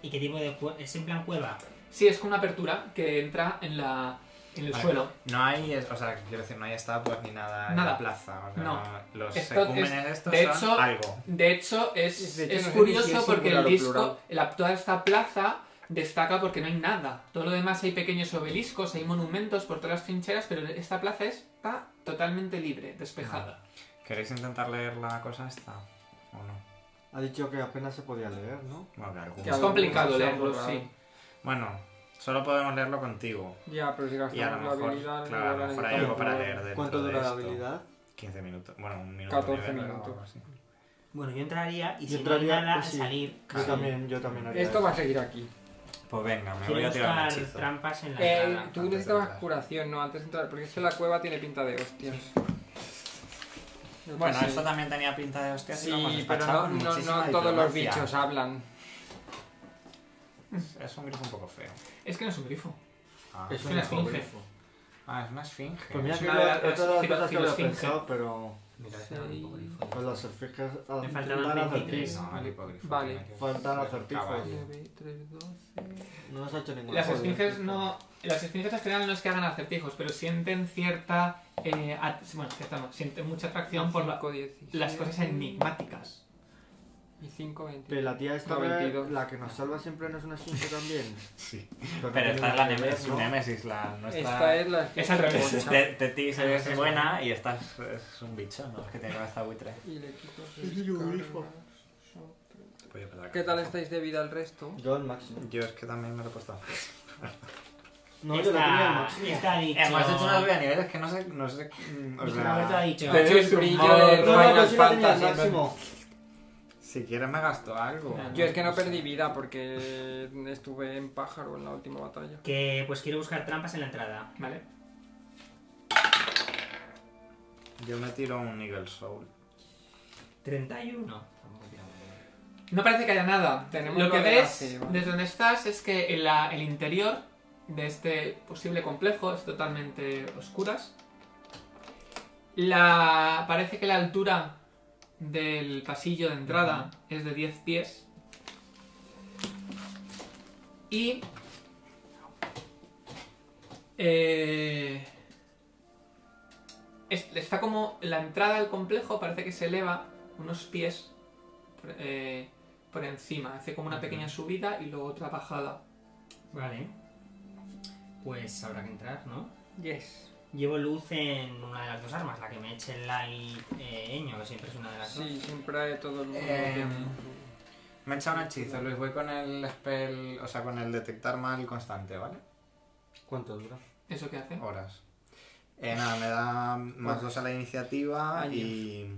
[SPEAKER 5] ¿Y qué tipo de cueva? ¿Es en plan cueva?
[SPEAKER 1] Sí, es como una apertura que entra en la en el
[SPEAKER 4] Vale.
[SPEAKER 1] suelo.
[SPEAKER 4] No hay, es- o sea, quiero decir, no hay estatuas ni nada, en
[SPEAKER 1] Nada.
[SPEAKER 4] la plaza. o sea,
[SPEAKER 1] No.
[SPEAKER 4] Los
[SPEAKER 1] Esto
[SPEAKER 4] secúmenes estos
[SPEAKER 1] de
[SPEAKER 4] son
[SPEAKER 1] hecho-
[SPEAKER 4] algo.
[SPEAKER 1] De hecho, es,
[SPEAKER 2] De hecho,
[SPEAKER 1] es
[SPEAKER 2] no sé
[SPEAKER 1] curioso
[SPEAKER 2] si es
[SPEAKER 1] porque el
[SPEAKER 2] singular o
[SPEAKER 1] disco,
[SPEAKER 2] plural.
[SPEAKER 1] la, toda esta plaza destaca porque no hay nada. Todo lo demás hay pequeños obeliscos, hay monumentos por todas las trincheras, pero esta plaza está totalmente libre, despejada.
[SPEAKER 4] ¿Queréis intentar leer la cosa esta? ¿O no?
[SPEAKER 3] Ha dicho que apenas se podía leer, ¿no?
[SPEAKER 4] Bueno, que algún-
[SPEAKER 2] Que
[SPEAKER 1] Es
[SPEAKER 2] algo
[SPEAKER 1] complicado
[SPEAKER 2] sea
[SPEAKER 1] leerlo,
[SPEAKER 2] borrado.
[SPEAKER 1] sí.
[SPEAKER 4] Bueno, solo podemos leerlo contigo.
[SPEAKER 2] Ya, pero si
[SPEAKER 4] Y a lo
[SPEAKER 2] gastamos la
[SPEAKER 4] mejor,
[SPEAKER 2] habilidad...
[SPEAKER 4] claro, a lo
[SPEAKER 2] la
[SPEAKER 4] mejor hay
[SPEAKER 2] necesitamos.
[SPEAKER 4] algo para leer dentro
[SPEAKER 3] ¿Cuánto dura
[SPEAKER 4] de
[SPEAKER 3] la
[SPEAKER 4] esto.
[SPEAKER 3] habilidad?
[SPEAKER 4] 15 minutos. Bueno, un minuto.
[SPEAKER 2] 14
[SPEAKER 4] primero o
[SPEAKER 2] minutos.
[SPEAKER 4] algo así.
[SPEAKER 5] Bueno, yo entraría y
[SPEAKER 3] Yo
[SPEAKER 5] si no
[SPEAKER 3] entraría,
[SPEAKER 5] hay nada,
[SPEAKER 3] pues sí.
[SPEAKER 5] salir.
[SPEAKER 3] Yo también, yo también haría
[SPEAKER 2] Esto
[SPEAKER 3] eso.
[SPEAKER 2] va a seguir aquí.
[SPEAKER 4] Pues venga, me voy
[SPEAKER 5] Quiero
[SPEAKER 4] a tirar un
[SPEAKER 5] buscar
[SPEAKER 4] hechizo.
[SPEAKER 5] trampas en la
[SPEAKER 2] Eh,
[SPEAKER 5] entrada.
[SPEAKER 2] tú
[SPEAKER 4] antes de
[SPEAKER 2] necesitabas
[SPEAKER 4] entrar.
[SPEAKER 2] curación, ¿no? Antes de entrar, porque es que la cueva tiene pinta de hostias. Yo qué
[SPEAKER 4] Bueno,
[SPEAKER 2] sé.
[SPEAKER 4] esto también tenía pinta de hostia.
[SPEAKER 2] pues Sí, pero no, no- no todos los bichos hablan.
[SPEAKER 4] Es un grifo un poco feo.
[SPEAKER 1] Es que no es un grifo.
[SPEAKER 4] Ah,
[SPEAKER 1] Es una esfinge.
[SPEAKER 4] Ah, es una esfinge.
[SPEAKER 3] Pues mira
[SPEAKER 1] Es
[SPEAKER 3] que
[SPEAKER 1] una
[SPEAKER 3] era
[SPEAKER 1] de las-
[SPEAKER 3] otra de las
[SPEAKER 1] filo-
[SPEAKER 3] cosas que había
[SPEAKER 1] filosfinge.
[SPEAKER 3] pensado, pero
[SPEAKER 5] Mira, era un poco grifo.
[SPEAKER 3] pues las esfinges ah,
[SPEAKER 5] Me faltaban
[SPEAKER 3] faltan
[SPEAKER 5] 23.
[SPEAKER 3] acertijos.
[SPEAKER 4] No, el hipogrifo.
[SPEAKER 2] Vale.
[SPEAKER 4] tiene que
[SPEAKER 3] Faltan
[SPEAKER 4] ser
[SPEAKER 3] acertijos.
[SPEAKER 4] caballo.
[SPEAKER 2] 9, 3, 12.
[SPEAKER 3] No nos ha hecho ninguna.
[SPEAKER 1] Las esfinges no. Las esfinges en general no es que hagan acertijos, pero sienten cierta. eh, at- bueno, cierta no, sienten mucha atracción por la-
[SPEAKER 2] 5, 17,
[SPEAKER 1] las cosas enigmáticas.
[SPEAKER 2] Y 5, 20.
[SPEAKER 3] Pero la tía esta,
[SPEAKER 2] No,
[SPEAKER 3] vez,
[SPEAKER 2] 22.
[SPEAKER 3] la que nos salva siempre no es una esfinge también.
[SPEAKER 4] Sí.
[SPEAKER 3] no
[SPEAKER 4] Pero
[SPEAKER 3] tiene
[SPEAKER 4] esta es la
[SPEAKER 3] nada que ver,
[SPEAKER 4] Nemesis,
[SPEAKER 3] ¿no?
[SPEAKER 4] Nemesis la
[SPEAKER 2] Esta
[SPEAKER 4] nuestra.
[SPEAKER 2] es la
[SPEAKER 1] Es al revés.
[SPEAKER 2] ocho.
[SPEAKER 4] Te- Tetis
[SPEAKER 5] Ah,
[SPEAKER 4] es
[SPEAKER 5] esta es
[SPEAKER 4] buena y esta es, es un bicho, ¿no? Es que tiene cabeza buitre.
[SPEAKER 2] Y le quito seis
[SPEAKER 3] Es lo
[SPEAKER 2] cargas.
[SPEAKER 3] mismo.
[SPEAKER 2] Son treinta.
[SPEAKER 4] Voy a petar
[SPEAKER 2] ¿Qué tal este?
[SPEAKER 4] cabeza.
[SPEAKER 2] estáis de vida al resto?
[SPEAKER 3] Yo el máximo.
[SPEAKER 4] Yo es que también me lo he puesto.
[SPEAKER 3] No, yo la tenía el
[SPEAKER 5] Esta,
[SPEAKER 3] máximo.
[SPEAKER 5] esta ha dicho.
[SPEAKER 4] Además, he hecho una subida de niveles que no sé. No sé mm, o sea,
[SPEAKER 5] Roberto ha dicho.
[SPEAKER 2] Pero el brillo del
[SPEAKER 3] No, no,
[SPEAKER 2] Final
[SPEAKER 3] yo sí la tenía el
[SPEAKER 2] Fantasy,
[SPEAKER 3] máximo.
[SPEAKER 4] si quieres, me gasto algo.
[SPEAKER 1] No,
[SPEAKER 2] Yo es que no perdí vida porque estuve en pájaro en la última batalla.
[SPEAKER 5] Que pues quiero buscar trampas en la entrada.
[SPEAKER 1] ¿Vale?
[SPEAKER 4] Yo me tiro un Eagle Soul.
[SPEAKER 5] 31.
[SPEAKER 1] No parece que haya nada.
[SPEAKER 2] Tenemos
[SPEAKER 1] lo
[SPEAKER 2] lo
[SPEAKER 1] que
[SPEAKER 2] de
[SPEAKER 1] ves
[SPEAKER 2] base, vale.
[SPEAKER 1] desde donde estás es que en la- el interior de este posible complejo es totalmente oscuras. La, parece que la altura del pasillo de entrada es de 10 pies. Y... eh, es- está como la entrada del complejo parece que se eleva unos pies por- eh, por encima. Hace como una pequeña subida y luego otra bajada.
[SPEAKER 5] Vale. Pues habrá que entrar, ¿no?
[SPEAKER 2] Yes.
[SPEAKER 5] Llevo luz en una de las dos armas, la que me eche Light eh, Eño, que siempre es una de las dos.
[SPEAKER 2] Sí, siempre hay todo el mundo.
[SPEAKER 4] Eh,
[SPEAKER 2] tiene
[SPEAKER 4] Me he echado un hechizo, Luis. Voy con el spell, o sea, con el detectar mal constante, ¿vale?
[SPEAKER 3] ¿Cuánto dura?
[SPEAKER 1] ¿Eso qué hace?
[SPEAKER 4] Horas. Eh, nada, me da más dos a la iniciativa
[SPEAKER 2] Pues Años.
[SPEAKER 4] y.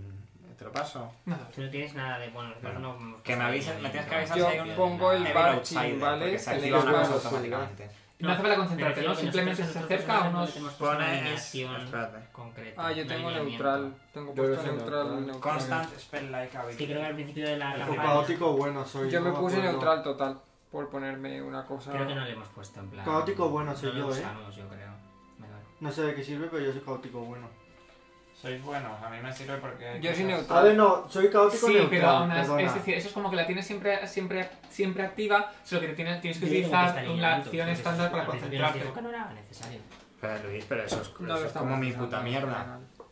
[SPEAKER 4] Te lo paso.
[SPEAKER 1] Nada.
[SPEAKER 5] Tú no tienes nada de. Bueno, nosotros
[SPEAKER 4] Bueno,
[SPEAKER 5] no hemos
[SPEAKER 4] que me
[SPEAKER 5] pasado
[SPEAKER 4] avisen,
[SPEAKER 5] ni
[SPEAKER 4] me
[SPEAKER 5] a
[SPEAKER 4] tienes
[SPEAKER 5] ni
[SPEAKER 4] que
[SPEAKER 5] a
[SPEAKER 4] avisar
[SPEAKER 5] ni
[SPEAKER 2] Yo
[SPEAKER 5] a ni a
[SPEAKER 2] pongo
[SPEAKER 5] nada.
[SPEAKER 2] el
[SPEAKER 4] Evil
[SPEAKER 2] bar-
[SPEAKER 4] Outsider,
[SPEAKER 2] ¿vale?
[SPEAKER 4] porque se
[SPEAKER 2] El
[SPEAKER 4] activa
[SPEAKER 2] Evil
[SPEAKER 4] una cosa
[SPEAKER 2] Outsider.
[SPEAKER 4] automáticamente.
[SPEAKER 1] No hace falta
[SPEAKER 5] Pero
[SPEAKER 1] concentrarte, ¿no?
[SPEAKER 5] nosotros-
[SPEAKER 1] Simplemente se
[SPEAKER 5] nosotros
[SPEAKER 1] acerca o
[SPEAKER 5] no
[SPEAKER 1] no.
[SPEAKER 5] le tenemos puesto una
[SPEAKER 4] Pones.
[SPEAKER 5] alineación
[SPEAKER 4] Espérate.
[SPEAKER 5] concreta.
[SPEAKER 2] Ah, yo
[SPEAKER 5] no hay
[SPEAKER 2] tengo
[SPEAKER 5] alineamiento.
[SPEAKER 2] neutral.
[SPEAKER 3] Yo
[SPEAKER 2] Tengo puesto
[SPEAKER 3] soy
[SPEAKER 2] neutral.
[SPEAKER 3] neutral.
[SPEAKER 2] neutral.
[SPEAKER 4] Constant spell like
[SPEAKER 5] Es que creo que
[SPEAKER 4] ability.
[SPEAKER 5] al principio de la
[SPEAKER 3] Un
[SPEAKER 5] campaña.
[SPEAKER 3] caótico bueno soy
[SPEAKER 2] Yo me
[SPEAKER 3] no
[SPEAKER 2] puse
[SPEAKER 3] acuerdo.
[SPEAKER 2] neutral total por ponerme una cosa.
[SPEAKER 5] Creo que no le hemos puesto en plan.
[SPEAKER 3] Caótico bueno
[SPEAKER 5] no
[SPEAKER 3] soy
[SPEAKER 5] lo
[SPEAKER 3] yo, ¿eh?
[SPEAKER 5] usamos, yo creo. ¿verdad?
[SPEAKER 3] No sé de qué sirve, pero yo soy caótico bueno.
[SPEAKER 4] Sois buenos, a mí me sirve porque.
[SPEAKER 2] Yo soy neutral.
[SPEAKER 3] A ver, no, soy caótico
[SPEAKER 1] Sí,
[SPEAKER 3] neutral,
[SPEAKER 1] pero aún así,
[SPEAKER 3] perdona.
[SPEAKER 1] es decir, eso es como que la tienes siempre, siempre, siempre activa, solo que te tienes, tienes que
[SPEAKER 5] Yo digo que
[SPEAKER 1] utilizar
[SPEAKER 5] está
[SPEAKER 1] la
[SPEAKER 5] alineamiento,
[SPEAKER 1] acción
[SPEAKER 5] porque eso
[SPEAKER 1] estándar
[SPEAKER 5] es-
[SPEAKER 1] para
[SPEAKER 5] al principio nos
[SPEAKER 1] concentrarte.
[SPEAKER 5] dijo que no era necesario.
[SPEAKER 4] Pero Luis, pero eso es,
[SPEAKER 2] No
[SPEAKER 4] eso
[SPEAKER 2] lo
[SPEAKER 4] es
[SPEAKER 2] estamos
[SPEAKER 4] como mi
[SPEAKER 2] usando,
[SPEAKER 4] puta
[SPEAKER 2] no,
[SPEAKER 4] mierda.
[SPEAKER 2] no, no.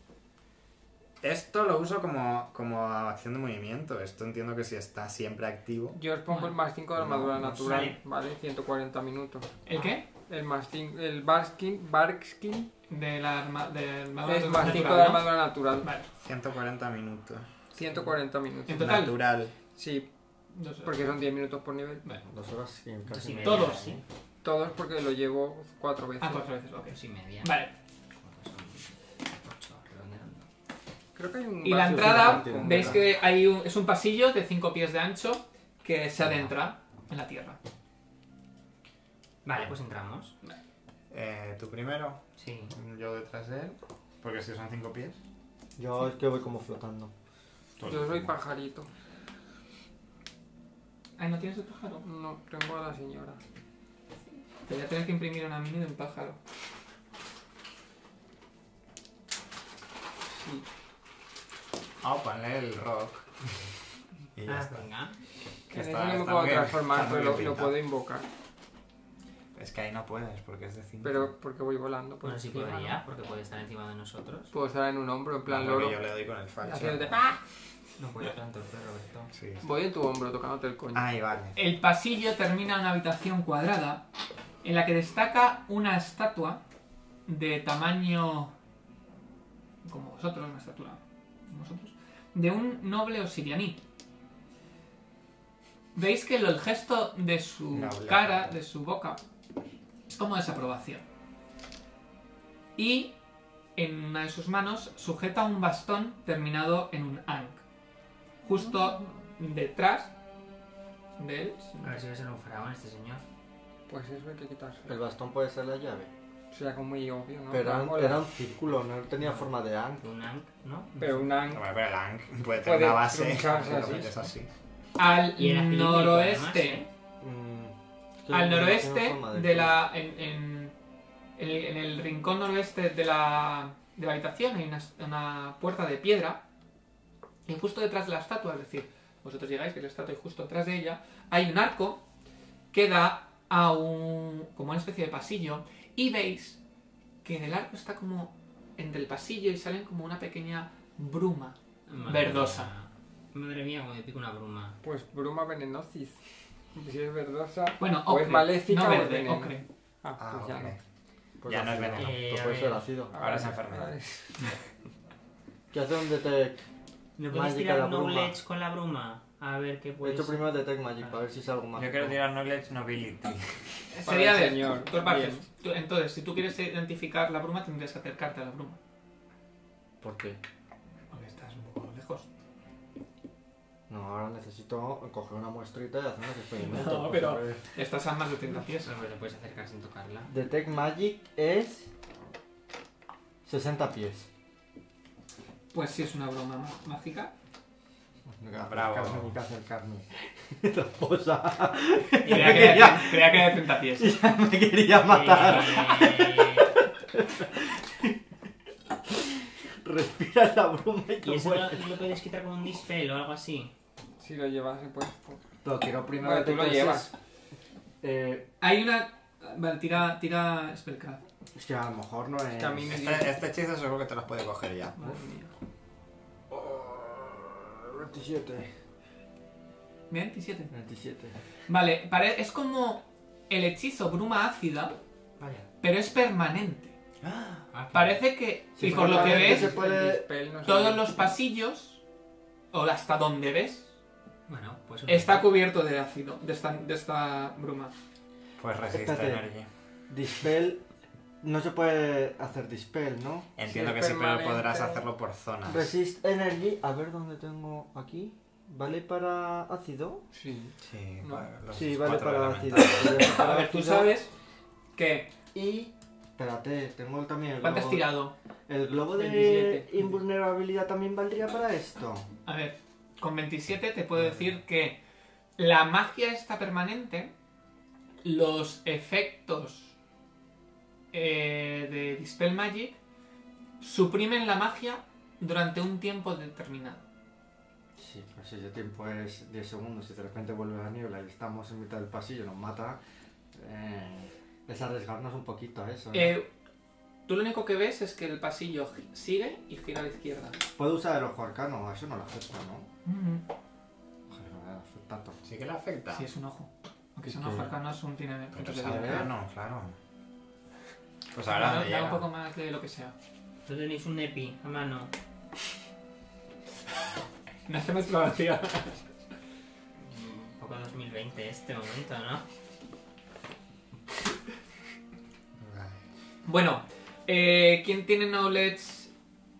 [SPEAKER 4] Esto lo uso como, como acción de movimiento. Esto entiendo que si está siempre activo.
[SPEAKER 2] Yo os pongo el más 5 de armadura
[SPEAKER 4] No, no
[SPEAKER 2] natural,
[SPEAKER 5] sale.
[SPEAKER 2] ¿vale? 140 minutos.
[SPEAKER 1] ¿El qué?
[SPEAKER 2] El más 5, el Barskin, Barkskin
[SPEAKER 5] Ah.
[SPEAKER 1] De la arma, de armadura
[SPEAKER 2] es más 5
[SPEAKER 1] natural,
[SPEAKER 2] de
[SPEAKER 1] ¿no?
[SPEAKER 2] armadura natural.
[SPEAKER 1] Vale,
[SPEAKER 4] 140 minutos.
[SPEAKER 2] 140 minutos.
[SPEAKER 1] En total.
[SPEAKER 4] Natural.
[SPEAKER 2] Sí,
[SPEAKER 1] dos horas.
[SPEAKER 2] porque son 10 minutos por nivel.
[SPEAKER 1] Vale.
[SPEAKER 3] Dos horas sí,
[SPEAKER 5] Dos
[SPEAKER 3] casi.
[SPEAKER 5] y media,
[SPEAKER 1] Todos.
[SPEAKER 5] ¿sí?
[SPEAKER 2] Todos porque lo llevo 4 veces.
[SPEAKER 1] Ah, cuatro veces, ok.
[SPEAKER 5] Dos y media.
[SPEAKER 1] Vale.
[SPEAKER 5] Como que son ocho, redondeando.
[SPEAKER 2] Creo que hay un
[SPEAKER 1] Y la
[SPEAKER 2] Barkskin
[SPEAKER 1] entrada,
[SPEAKER 2] con-
[SPEAKER 1] veis que hay un- es un pasillo de 5 pies de ancho que se adentra en la tierra.
[SPEAKER 5] Vale, pues entramos.
[SPEAKER 4] Eh, Tú primero,
[SPEAKER 5] Sí.
[SPEAKER 4] yo detrás de él. Porque si son 5 pies.
[SPEAKER 3] Yo es que voy como flotando.
[SPEAKER 2] Yo soy pajarito.
[SPEAKER 1] Ah, ¿no tienes el pájaro?
[SPEAKER 2] No, tengo a la señora.
[SPEAKER 1] Te voy a tener que imprimir una mini de un pájaro.
[SPEAKER 2] Sí.
[SPEAKER 4] Ah, ponle el rock. y ya
[SPEAKER 5] Ah,
[SPEAKER 4] está.
[SPEAKER 5] venga.
[SPEAKER 2] Que
[SPEAKER 4] Está-
[SPEAKER 2] en ese no me
[SPEAKER 4] está
[SPEAKER 2] puedo
[SPEAKER 4] muy bien,
[SPEAKER 2] transformar,
[SPEAKER 4] está muy
[SPEAKER 2] pero lo,
[SPEAKER 4] bien
[SPEAKER 2] lo
[SPEAKER 4] pintado.
[SPEAKER 2] puedo invocar.
[SPEAKER 4] Es que ahí no puedes porque es de 5.
[SPEAKER 2] Pero porque voy volando, pues.
[SPEAKER 5] Bueno, sí
[SPEAKER 2] encima,
[SPEAKER 5] podría, porque puede estar encima de nosotros.
[SPEAKER 2] ¿no? Puedo estar en un hombro, en plan loro.
[SPEAKER 4] Yo le doy con el falso.
[SPEAKER 2] haciéndote- ¡Ah!
[SPEAKER 5] No puede tanto, pero Roberto.
[SPEAKER 4] Sí.
[SPEAKER 2] Voy en tu hombro tocándote el coño.
[SPEAKER 4] Ahí vale.
[SPEAKER 1] El pasillo termina en una habitación cuadrada en la que destaca una estatua de tamaño como vosotros, una estatura como vosotros, de un noble osirianí. Veis que el gesto de su
[SPEAKER 4] Noble.
[SPEAKER 1] cara, de su boca, es como desaprobación. Y en una de sus manos sujeta un bastón terminado en un ankh.
[SPEAKER 5] Ah.
[SPEAKER 1] Justo detrás de él, si no
[SPEAKER 5] A ver si va a ser un faraón este señor.
[SPEAKER 2] Pues eso hay que quitárselo.
[SPEAKER 3] El bastón puede ser la llave.
[SPEAKER 2] Será como muy obvio, ¿no?
[SPEAKER 3] Pero
[SPEAKER 2] Me
[SPEAKER 3] era,
[SPEAKER 2] mola.
[SPEAKER 3] era un círculo, no tenía forma de ang.
[SPEAKER 5] De un Ankh, ¿no?
[SPEAKER 2] Pero un ang-
[SPEAKER 4] No, pero el Ankh puede tener una
[SPEAKER 2] Puede
[SPEAKER 4] base.
[SPEAKER 2] truncharse
[SPEAKER 4] pero
[SPEAKER 2] así.
[SPEAKER 4] metes así.
[SPEAKER 1] Al
[SPEAKER 5] Y era cilíndrico,
[SPEAKER 1] noroeste,
[SPEAKER 5] además, ¿eh?
[SPEAKER 3] Mm,
[SPEAKER 1] al
[SPEAKER 3] no tiene pues.
[SPEAKER 1] noroeste
[SPEAKER 3] forma
[SPEAKER 1] de la, en, en- en el, en el rincón noroeste de la, de la habitación hay una, una puerta de piedra y justo detrás de la estatua, es decir, vosotros llegáis que la estatua y justo detrás de ella hay un arco que da a un como una especie de pasillo y veis que del arco está como entre el pasillo y salen como una pequeña bruma.
[SPEAKER 5] Madre
[SPEAKER 1] Verdosa.
[SPEAKER 5] mía. Madre mía, como me pica una bruma.
[SPEAKER 2] Pues bruma venenosis. Si es verdosa.
[SPEAKER 1] Bueno,
[SPEAKER 2] O es
[SPEAKER 1] ocre,
[SPEAKER 2] maléfica
[SPEAKER 1] no
[SPEAKER 2] o es
[SPEAKER 1] verde,
[SPEAKER 2] veneno.
[SPEAKER 1] ocre.
[SPEAKER 2] Ah,
[SPEAKER 4] Ah,
[SPEAKER 2] pues ya
[SPEAKER 4] ok.
[SPEAKER 2] no.
[SPEAKER 3] Pues
[SPEAKER 4] Ya no es
[SPEAKER 3] ácido.
[SPEAKER 4] veneno.
[SPEAKER 5] Eh,
[SPEAKER 3] Pues
[SPEAKER 5] a
[SPEAKER 3] puede
[SPEAKER 5] ver.
[SPEAKER 3] ser ácido.
[SPEAKER 4] Ahora es enfermedad.
[SPEAKER 3] ¿Qué hace un E detect?
[SPEAKER 5] ¿Me
[SPEAKER 3] Mágica
[SPEAKER 5] puedes tirar
[SPEAKER 3] la bruma.
[SPEAKER 5] knowledge con la bruma? A ver qué
[SPEAKER 3] He
[SPEAKER 5] puedes...
[SPEAKER 3] hecho primero detect E magic para ver si salgo más.
[SPEAKER 4] Yo quiero tirar Knowledge Nobility.
[SPEAKER 2] Para
[SPEAKER 1] Sería
[SPEAKER 2] el
[SPEAKER 1] de
[SPEAKER 2] señor.
[SPEAKER 1] dos partes.
[SPEAKER 2] Bien.
[SPEAKER 1] Tú- Entonces, si tú quieres identificar la bruma, tendrías que acercarte a la bruma.
[SPEAKER 3] ¿Por qué?
[SPEAKER 1] Porque estás un poco lejos.
[SPEAKER 3] No, ahora necesito coger una muestrita y hacer unos experimentos.
[SPEAKER 1] No,
[SPEAKER 3] pues,
[SPEAKER 1] pero-
[SPEAKER 3] a ver.
[SPEAKER 1] Estás a más de 30 pies.
[SPEAKER 5] No, pero te puedes acercar sin tocarla.
[SPEAKER 3] Detect E magic es 60 pies.
[SPEAKER 1] Pues sí, es una broma má- mágica.
[SPEAKER 4] Bravo.
[SPEAKER 3] Acercarme, Hay que acercarme. Tramposa.
[SPEAKER 1] Creía que, era, creía que era de 30 pies.
[SPEAKER 3] Me quería matar.
[SPEAKER 5] Eh,
[SPEAKER 3] Respira la bruma y
[SPEAKER 5] ¿Y
[SPEAKER 3] te
[SPEAKER 5] eso
[SPEAKER 3] mueres.
[SPEAKER 5] lo, lo puedes quitar con un dispel o algo así?
[SPEAKER 2] Si lo llevase pues, puesto.
[SPEAKER 3] Pero quiero primero
[SPEAKER 2] Bueno, tú lo
[SPEAKER 3] detectar si
[SPEAKER 2] llevas.
[SPEAKER 3] es- Eh,
[SPEAKER 1] Hay una. Vale, tira, tira Spellcraft.
[SPEAKER 3] es que a lo mejor no es.
[SPEAKER 2] que a mí me-
[SPEAKER 4] Este, este hechizo seguro que te los puede coger ya.
[SPEAKER 1] Madre mía.
[SPEAKER 3] Oh, 27.
[SPEAKER 1] 27.
[SPEAKER 3] 27.
[SPEAKER 1] Vale, pare- es como el hechizo bruma ácida,
[SPEAKER 3] Vaya.
[SPEAKER 1] pero es permanente. Ah, Parece que,
[SPEAKER 2] Sí,
[SPEAKER 1] y por lo que
[SPEAKER 3] claramente
[SPEAKER 1] ves,
[SPEAKER 3] se puede-
[SPEAKER 2] dispel no se
[SPEAKER 1] todos
[SPEAKER 2] ve.
[SPEAKER 1] los pasillos, o hasta donde ves,
[SPEAKER 5] Bueno, pues.
[SPEAKER 1] está cubierto de ácido, de esta, de esta bruma.
[SPEAKER 4] Pues resiste
[SPEAKER 3] Espérate.
[SPEAKER 4] energía.
[SPEAKER 3] Dispel. No se puede hacer dispel, ¿no?
[SPEAKER 4] Entiendo
[SPEAKER 2] Sí,
[SPEAKER 4] que
[SPEAKER 2] es
[SPEAKER 4] sí, pero
[SPEAKER 2] permanente.
[SPEAKER 4] podrás hacerlo por zonas.
[SPEAKER 3] Resist Energy. A ver dónde tengo aquí. ¿Vale para ácido?
[SPEAKER 2] Sí.
[SPEAKER 4] Sí,
[SPEAKER 2] No.
[SPEAKER 4] para los
[SPEAKER 3] Sí, vale
[SPEAKER 4] cuatro
[SPEAKER 3] para ácido.
[SPEAKER 4] elementales.
[SPEAKER 3] Vale para
[SPEAKER 1] A ver, tú
[SPEAKER 3] ácido.
[SPEAKER 1] sabes que...
[SPEAKER 3] Y. Espérate, tengo también el
[SPEAKER 1] ¿Cuánto has
[SPEAKER 3] globo.
[SPEAKER 1] tirado?
[SPEAKER 3] El globo de
[SPEAKER 2] 27.
[SPEAKER 3] invulnerabilidad también valdría para esto.
[SPEAKER 1] A ver, con 27 te puedo decir que la magia está permanente, los efectos eh, de Dispel Magic suprimen la magia durante un tiempo determinado.
[SPEAKER 3] Sí, pues ese tiempo es 10 segundos. Si de repente vuelve la niebla y estamos en mitad del pasillo, nos mata. Eh, es arriesgarnos un poquito a eso. ¿no?
[SPEAKER 1] Eh, tú lo único que ves es que el pasillo gi- sigue y gira a la izquierda.
[SPEAKER 3] Puedo usar el ojo arcano, a eso no le afecta, ¿no? Joder, no le afecta tanto.
[SPEAKER 4] Sí que le afecta.
[SPEAKER 1] Sí, es un ojo. Aunque es un
[SPEAKER 3] Sí.
[SPEAKER 1] ojo arcano, es un tiene
[SPEAKER 4] Pero
[SPEAKER 1] puntos
[SPEAKER 4] es
[SPEAKER 1] de vida.
[SPEAKER 4] arcano, claro. Pues
[SPEAKER 1] Da-
[SPEAKER 4] ahora
[SPEAKER 1] da
[SPEAKER 4] me llega.
[SPEAKER 1] un poco más de lo que sea.
[SPEAKER 5] No tenéis un EPI a mano.
[SPEAKER 1] No hacemos exploración.
[SPEAKER 5] Un poco 2020 este momento, ¿no?
[SPEAKER 4] Vale.
[SPEAKER 1] Bueno, eh, ¿quién tiene knowledge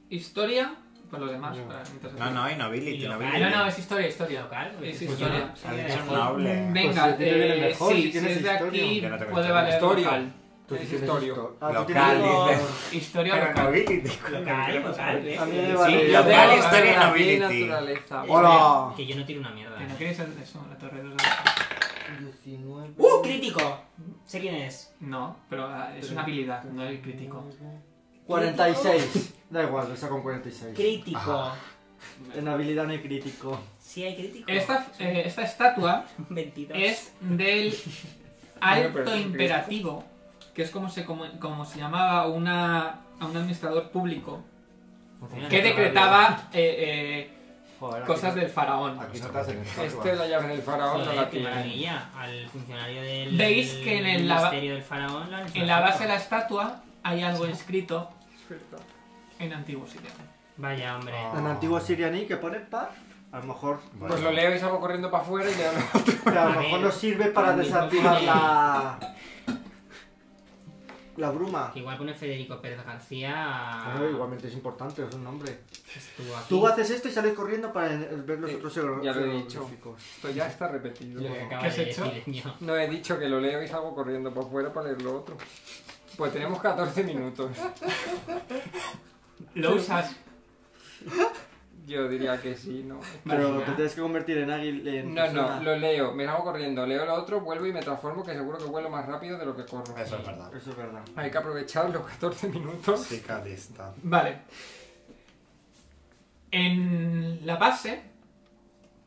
[SPEAKER 1] historia? Pues los demás.
[SPEAKER 3] Yo.
[SPEAKER 1] para- mientras-
[SPEAKER 4] No, no, y nobility,
[SPEAKER 5] Y lo-
[SPEAKER 1] Ah,
[SPEAKER 4] nobility.
[SPEAKER 1] no, no, es historia, historia.
[SPEAKER 5] Local,
[SPEAKER 1] Sí, sí,
[SPEAKER 5] pues
[SPEAKER 1] sí,
[SPEAKER 5] yo-
[SPEAKER 4] Ha
[SPEAKER 5] sí,
[SPEAKER 4] dicho
[SPEAKER 5] mejor.
[SPEAKER 4] noble.
[SPEAKER 1] Venga,
[SPEAKER 3] Pues si te viene
[SPEAKER 1] eh,
[SPEAKER 3] mejor,
[SPEAKER 1] sí,
[SPEAKER 3] si
[SPEAKER 1] si
[SPEAKER 3] tienes
[SPEAKER 1] es de
[SPEAKER 3] historia.
[SPEAKER 1] aquí,
[SPEAKER 4] Yo no tengo
[SPEAKER 1] puede
[SPEAKER 4] historia.
[SPEAKER 1] valer
[SPEAKER 2] Historia.
[SPEAKER 1] local.
[SPEAKER 3] Tú sí tienes
[SPEAKER 2] historia.
[SPEAKER 3] esto. Ah, tú
[SPEAKER 4] Local,
[SPEAKER 3] tienes algo-
[SPEAKER 4] dice.
[SPEAKER 1] Historia
[SPEAKER 4] Pero
[SPEAKER 1] local.
[SPEAKER 4] nobility. coño,
[SPEAKER 5] Local,
[SPEAKER 4] creo que
[SPEAKER 5] local,
[SPEAKER 4] sabe.
[SPEAKER 5] ¿ves?
[SPEAKER 3] A mí me
[SPEAKER 5] Sí,
[SPEAKER 3] vale.
[SPEAKER 5] sí,
[SPEAKER 4] yo
[SPEAKER 5] local.
[SPEAKER 4] veo historia y
[SPEAKER 2] Geografía y
[SPEAKER 4] nobility.
[SPEAKER 2] naturaleza.
[SPEAKER 5] Es
[SPEAKER 3] Hola.
[SPEAKER 5] que- Que yo no tiro una mierda.
[SPEAKER 1] Que no
[SPEAKER 5] ¿eh?
[SPEAKER 1] quieres hacer eso, la torre dos.
[SPEAKER 3] 19.
[SPEAKER 5] ¡Uh! ¡Crítico! Sé quién es.
[SPEAKER 1] No, pero ah, es una habilidad, no es crítico.
[SPEAKER 3] 46. Da igual, lo saco con 46.
[SPEAKER 5] Crítico.
[SPEAKER 3] En habilidad no hay crítico.
[SPEAKER 5] Sí, hay crítico.
[SPEAKER 1] Esta, eh, esta estatua
[SPEAKER 5] 22.
[SPEAKER 1] es del
[SPEAKER 2] Bueno, pero
[SPEAKER 1] alto
[SPEAKER 2] es
[SPEAKER 1] imperativo, que es como se, como, como se llamaba una, a un administrador público, que decretaba eh, eh,
[SPEAKER 3] Joder, aquí
[SPEAKER 1] cosas
[SPEAKER 3] no-
[SPEAKER 1] del faraón.
[SPEAKER 3] Aquí no te hacen estatuas.
[SPEAKER 2] Este es la llave del faraón, no
[SPEAKER 5] Joder,
[SPEAKER 2] la
[SPEAKER 5] qué
[SPEAKER 2] tiene.
[SPEAKER 5] maravilla. Al funcionario del
[SPEAKER 1] Veis que en el lava-
[SPEAKER 5] ministerio del faraón la
[SPEAKER 1] En la base de la estatua hay algo escrito en antiguo siriano.
[SPEAKER 5] Vaya, hombre.
[SPEAKER 4] Ah.
[SPEAKER 3] En antiguo sirianí que pone par. A lo mejor.
[SPEAKER 4] Bueno,
[SPEAKER 2] Pues lo leo y salgo corriendo para afuera y ya no.
[SPEAKER 3] que a lo mejor nos sirve para desactivar la. La bruma.
[SPEAKER 5] Que igual pone Federico Pérez García.
[SPEAKER 3] Claro, igualmente es importante, es un nombre.
[SPEAKER 5] Estuvo aquí.
[SPEAKER 3] Tú haces esto y sales corriendo para ver los
[SPEAKER 2] Sí,
[SPEAKER 3] otros hero-
[SPEAKER 2] ya lo he
[SPEAKER 3] jeroglíficos.
[SPEAKER 2] Esto ya está repetido.
[SPEAKER 5] Lo que acaba
[SPEAKER 1] ¿Qué has
[SPEAKER 5] de
[SPEAKER 1] hecho?
[SPEAKER 5] decir yo.
[SPEAKER 2] No he dicho que lo leo y salgo corriendo para afuera para leer lo otro. Pues tenemos 14 minutos.
[SPEAKER 1] Lo usas.
[SPEAKER 2] Yo diría que sí, ¿no?
[SPEAKER 3] Pero
[SPEAKER 1] Imagina.
[SPEAKER 3] te tienes que convertir en águila. en
[SPEAKER 2] No, no,
[SPEAKER 3] persona.
[SPEAKER 2] lo leo, me salgo corriendo, leo lo otro, vuelvo y me transformo que seguro que vuelo más rápido de lo que corro.
[SPEAKER 4] Eso es verdad.
[SPEAKER 3] Eso es verdad.
[SPEAKER 2] Hay que aprovechar los 14 minutos.
[SPEAKER 4] Psicadista.
[SPEAKER 1] Vale. En la base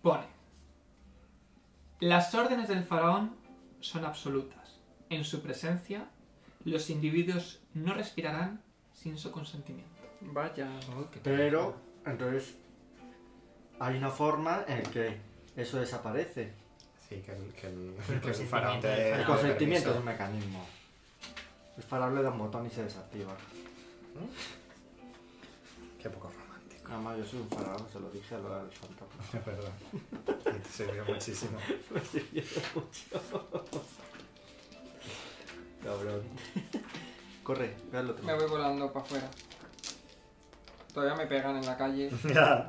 [SPEAKER 1] pone. Las órdenes del faraón son absolutas. En su presencia, los individuos no respirarán sin su consentimiento.
[SPEAKER 2] Vaya.
[SPEAKER 3] Pero, entonces, hay una forma en que eso desaparece.
[SPEAKER 4] Sí, que el, que el,
[SPEAKER 5] El
[SPEAKER 4] que el faraón
[SPEAKER 5] consentimiento del
[SPEAKER 4] te.
[SPEAKER 3] El
[SPEAKER 5] Ah,
[SPEAKER 3] consentimiento es un mecanismo. El faraón le da un botón y se desactiva.
[SPEAKER 4] Qué poco romántico.
[SPEAKER 3] Además, yo soy un faraón, se lo dije a lo del fantasma.
[SPEAKER 4] Es verdad. Y te sirvió muchísimo.
[SPEAKER 3] Cabrón. Corre, ve al otro.
[SPEAKER 2] Me voy volando para afuera. Todavía me pegan en la calle.
[SPEAKER 5] Bueno.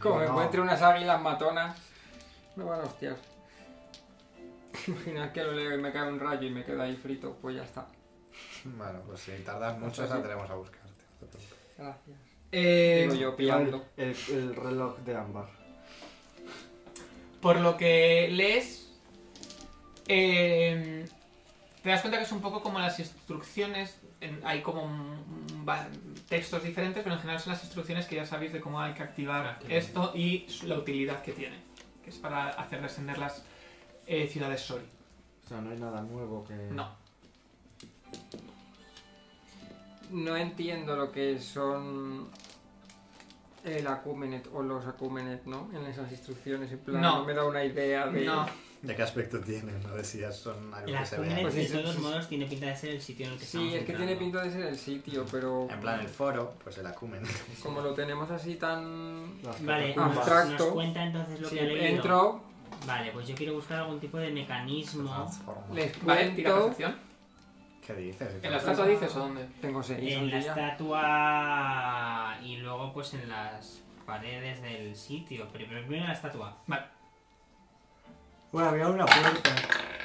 [SPEAKER 2] Como me
[SPEAKER 3] No.
[SPEAKER 2] encuentre unas águilas matonas, me van a hostiar. Imaginar que lo leo y me cae un rayo y me quedo ahí frito, pues ya está.
[SPEAKER 4] bueno, pues si tardas mucho, esa tenemos a buscarte.
[SPEAKER 2] Gracias.
[SPEAKER 1] Eh,
[SPEAKER 2] Digo yo,
[SPEAKER 3] el,
[SPEAKER 2] pillando.
[SPEAKER 3] el, el reloj de ámbar.
[SPEAKER 1] por lo que lees, eh, te das cuenta que es un poco como las instrucciones. en- hay como un- un va- textos diferentes, pero en general son las instrucciones que ya sabéis de cómo hay que activar
[SPEAKER 5] Ah, qué
[SPEAKER 1] esto y su- la utilidad que tiene, que es para hacer descender las eh, ciudades Sori.
[SPEAKER 3] O sea, no hay nada nuevo que.
[SPEAKER 1] No.
[SPEAKER 2] No entiendo lo que son el acúmenet o los acúmenet, ¿no? En esas instrucciones, en plan,
[SPEAKER 1] No.
[SPEAKER 2] no me da una idea de...
[SPEAKER 1] No,
[SPEAKER 4] ¿De qué aspecto tienen? No decías son algo
[SPEAKER 5] El
[SPEAKER 4] que se
[SPEAKER 5] Acumen,
[SPEAKER 4] vea.
[SPEAKER 2] Pues sí,
[SPEAKER 5] de
[SPEAKER 2] sí,
[SPEAKER 5] todos
[SPEAKER 2] sí.
[SPEAKER 5] modos, tiene pinta de ser el sitio en el que
[SPEAKER 2] Sí,
[SPEAKER 5] estamos
[SPEAKER 2] es que
[SPEAKER 5] entrando.
[SPEAKER 2] tiene pinta de ser el sitio, pero
[SPEAKER 4] En plan, el foro, pues el acumen.
[SPEAKER 2] como lo tenemos así tan...
[SPEAKER 3] Las
[SPEAKER 5] Vale,
[SPEAKER 3] catacumbas.
[SPEAKER 5] nos,
[SPEAKER 2] Abstracto.
[SPEAKER 5] nos cuenta entonces lo
[SPEAKER 2] Si
[SPEAKER 5] que ha leído.
[SPEAKER 2] entro,
[SPEAKER 5] Vale, pues yo quiero buscar algún tipo de
[SPEAKER 4] Pues
[SPEAKER 5] mecanismo
[SPEAKER 4] Transforma.
[SPEAKER 2] les
[SPEAKER 1] vale, tira
[SPEAKER 2] cuento...
[SPEAKER 1] percepción.
[SPEAKER 4] ¿Qué dices?
[SPEAKER 1] ¿En la estatua dices o dónde?
[SPEAKER 2] Tengo seis,
[SPEAKER 5] en la
[SPEAKER 2] Andrea.
[SPEAKER 5] estatua y luego pues en las paredes del sitio. Pero primero la estatua.
[SPEAKER 1] Vale.
[SPEAKER 4] Bueno, había una puerta.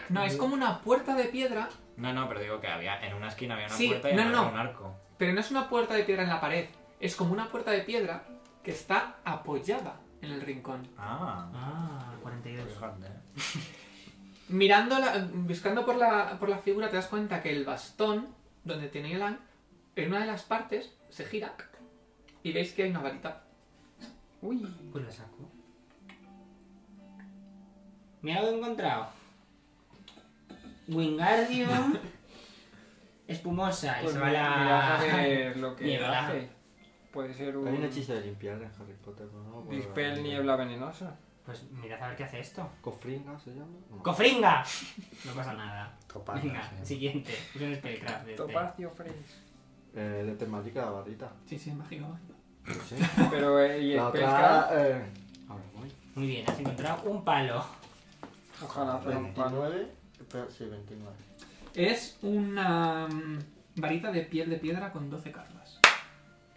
[SPEAKER 1] No, es como una puerta de piedra,
[SPEAKER 6] No, no, pero digo que había en una esquina había una
[SPEAKER 1] Sí,
[SPEAKER 6] puerta y
[SPEAKER 1] no,
[SPEAKER 6] en
[SPEAKER 1] no,
[SPEAKER 6] otra
[SPEAKER 1] no.
[SPEAKER 6] un arco.
[SPEAKER 1] pero no es una puerta de piedra en la pared. Es como una puerta de piedra que está apoyada en el rincón.
[SPEAKER 4] Ah,
[SPEAKER 5] Ah, 42.
[SPEAKER 4] fíjate.
[SPEAKER 1] Mirando, la- buscando por la, por la figura, te das cuenta que el bastón, donde tiene Elan, en una de las partes se gira y veis que hay una varita.
[SPEAKER 2] Uy,
[SPEAKER 5] Pues la saco. Me hago encontrado. Wingardium. espumosa. Y
[SPEAKER 2] pues
[SPEAKER 5] se va
[SPEAKER 2] mira, a
[SPEAKER 5] la.
[SPEAKER 2] ver lo que
[SPEAKER 5] Niebla.
[SPEAKER 2] hace. Puede ser
[SPEAKER 3] Hay un
[SPEAKER 2] un
[SPEAKER 3] hechizo de limpiar en Harry Potter, ¿no?
[SPEAKER 2] Mm. dispel niebla venenosa.
[SPEAKER 5] Pues mirad a ver qué hace esto.
[SPEAKER 3] Cofringa se llama. No.
[SPEAKER 5] ¡Cofringa! No pasa nada.
[SPEAKER 4] Topada.
[SPEAKER 5] Venga,
[SPEAKER 4] sí.
[SPEAKER 5] siguiente. Es un spellcraft de este.
[SPEAKER 2] Topacio Freys.
[SPEAKER 3] Eh, de temática de la varita.
[SPEAKER 1] Sí, sí, mágico, mágico.
[SPEAKER 3] No sé.
[SPEAKER 2] Pero, eh, Pues y
[SPEAKER 3] la
[SPEAKER 2] Spellcraft,
[SPEAKER 3] otra. Eh, ahora voy.
[SPEAKER 5] Muy bien, has encontrado un palo.
[SPEAKER 2] ojalá fuera un palo.
[SPEAKER 3] 29. Espera, Sí, 29.
[SPEAKER 1] Es una mm, varita de piel de piedra con 12 cartas.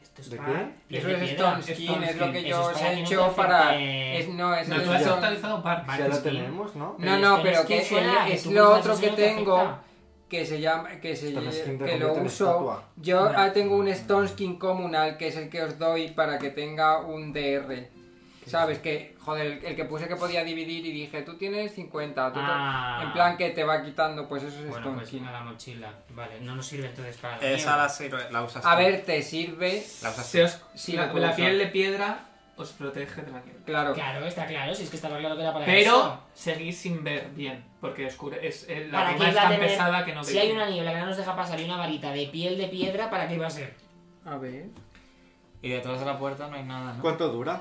[SPEAKER 5] Esto es
[SPEAKER 3] ¿De
[SPEAKER 5] para-
[SPEAKER 3] qué?
[SPEAKER 5] piel
[SPEAKER 2] Eso
[SPEAKER 5] de
[SPEAKER 2] es
[SPEAKER 5] piedra.
[SPEAKER 2] Stone Skin,
[SPEAKER 1] Stone
[SPEAKER 2] es lo
[SPEAKER 1] Skin.
[SPEAKER 2] que
[SPEAKER 5] Eso
[SPEAKER 2] yo
[SPEAKER 5] es
[SPEAKER 2] os
[SPEAKER 5] para
[SPEAKER 2] he
[SPEAKER 5] que no te afecte-
[SPEAKER 2] hecho para... es- No, es
[SPEAKER 1] No, tú
[SPEAKER 2] el
[SPEAKER 1] has
[SPEAKER 2] Stone-
[SPEAKER 1] actualizado par.
[SPEAKER 2] Ah,
[SPEAKER 5] Vale.
[SPEAKER 3] Ya lo
[SPEAKER 5] sí.
[SPEAKER 3] tenemos, ¿no?
[SPEAKER 2] No,
[SPEAKER 5] es
[SPEAKER 2] no,
[SPEAKER 5] que es
[SPEAKER 2] pero
[SPEAKER 5] que
[SPEAKER 2] que
[SPEAKER 5] eso
[SPEAKER 2] el-
[SPEAKER 5] era,
[SPEAKER 2] es
[SPEAKER 5] tú
[SPEAKER 2] lo
[SPEAKER 5] usas
[SPEAKER 2] otro
[SPEAKER 5] eso
[SPEAKER 2] que
[SPEAKER 5] y no te
[SPEAKER 2] tengo
[SPEAKER 5] afecta.
[SPEAKER 2] que se llama que se
[SPEAKER 3] Stone Skin te
[SPEAKER 2] que lo
[SPEAKER 3] convierte en
[SPEAKER 2] uso
[SPEAKER 3] estatua.
[SPEAKER 2] yo
[SPEAKER 5] No.
[SPEAKER 2] ah, tengo un Stone Skin comunal que es el que os doy para que tenga un DR sabes que joder el, el que puse que podía dividir y dije tú tienes 50 tú te-
[SPEAKER 5] Ah.
[SPEAKER 2] en plan que te va quitando pues eso es
[SPEAKER 5] Bueno,
[SPEAKER 2] Stone
[SPEAKER 5] pues
[SPEAKER 2] Skin
[SPEAKER 5] a la mochila. Vale, no nos sirve entonces para. la
[SPEAKER 4] Esa
[SPEAKER 5] mierda.
[SPEAKER 4] la, sirve- la usas.
[SPEAKER 2] a
[SPEAKER 4] tú.
[SPEAKER 2] ver te sirve
[SPEAKER 4] La usas.
[SPEAKER 1] Se os-
[SPEAKER 2] Sí,
[SPEAKER 1] la,
[SPEAKER 2] lo puedo
[SPEAKER 1] la
[SPEAKER 2] usar.
[SPEAKER 1] piel de piedra os protege de la niebla.
[SPEAKER 2] claro
[SPEAKER 5] Claro, está claro, si es que estaba claro que era para
[SPEAKER 1] Pero
[SPEAKER 5] eso.
[SPEAKER 1] seguís sin ver bien, porque oscure, es, eh, la
[SPEAKER 5] ¿Para qué
[SPEAKER 1] bruma es
[SPEAKER 5] iba a
[SPEAKER 1] tan
[SPEAKER 5] tener-
[SPEAKER 1] pesada que no veis.
[SPEAKER 5] Si hay
[SPEAKER 1] bien.
[SPEAKER 5] una niebla que no nos deja pasar y una varita de piel de piedra, ¿para qué iba a ser?
[SPEAKER 2] a ver
[SPEAKER 6] Y detrás de la puerta no hay nada, ¿no?
[SPEAKER 3] ¿Cuánto dura?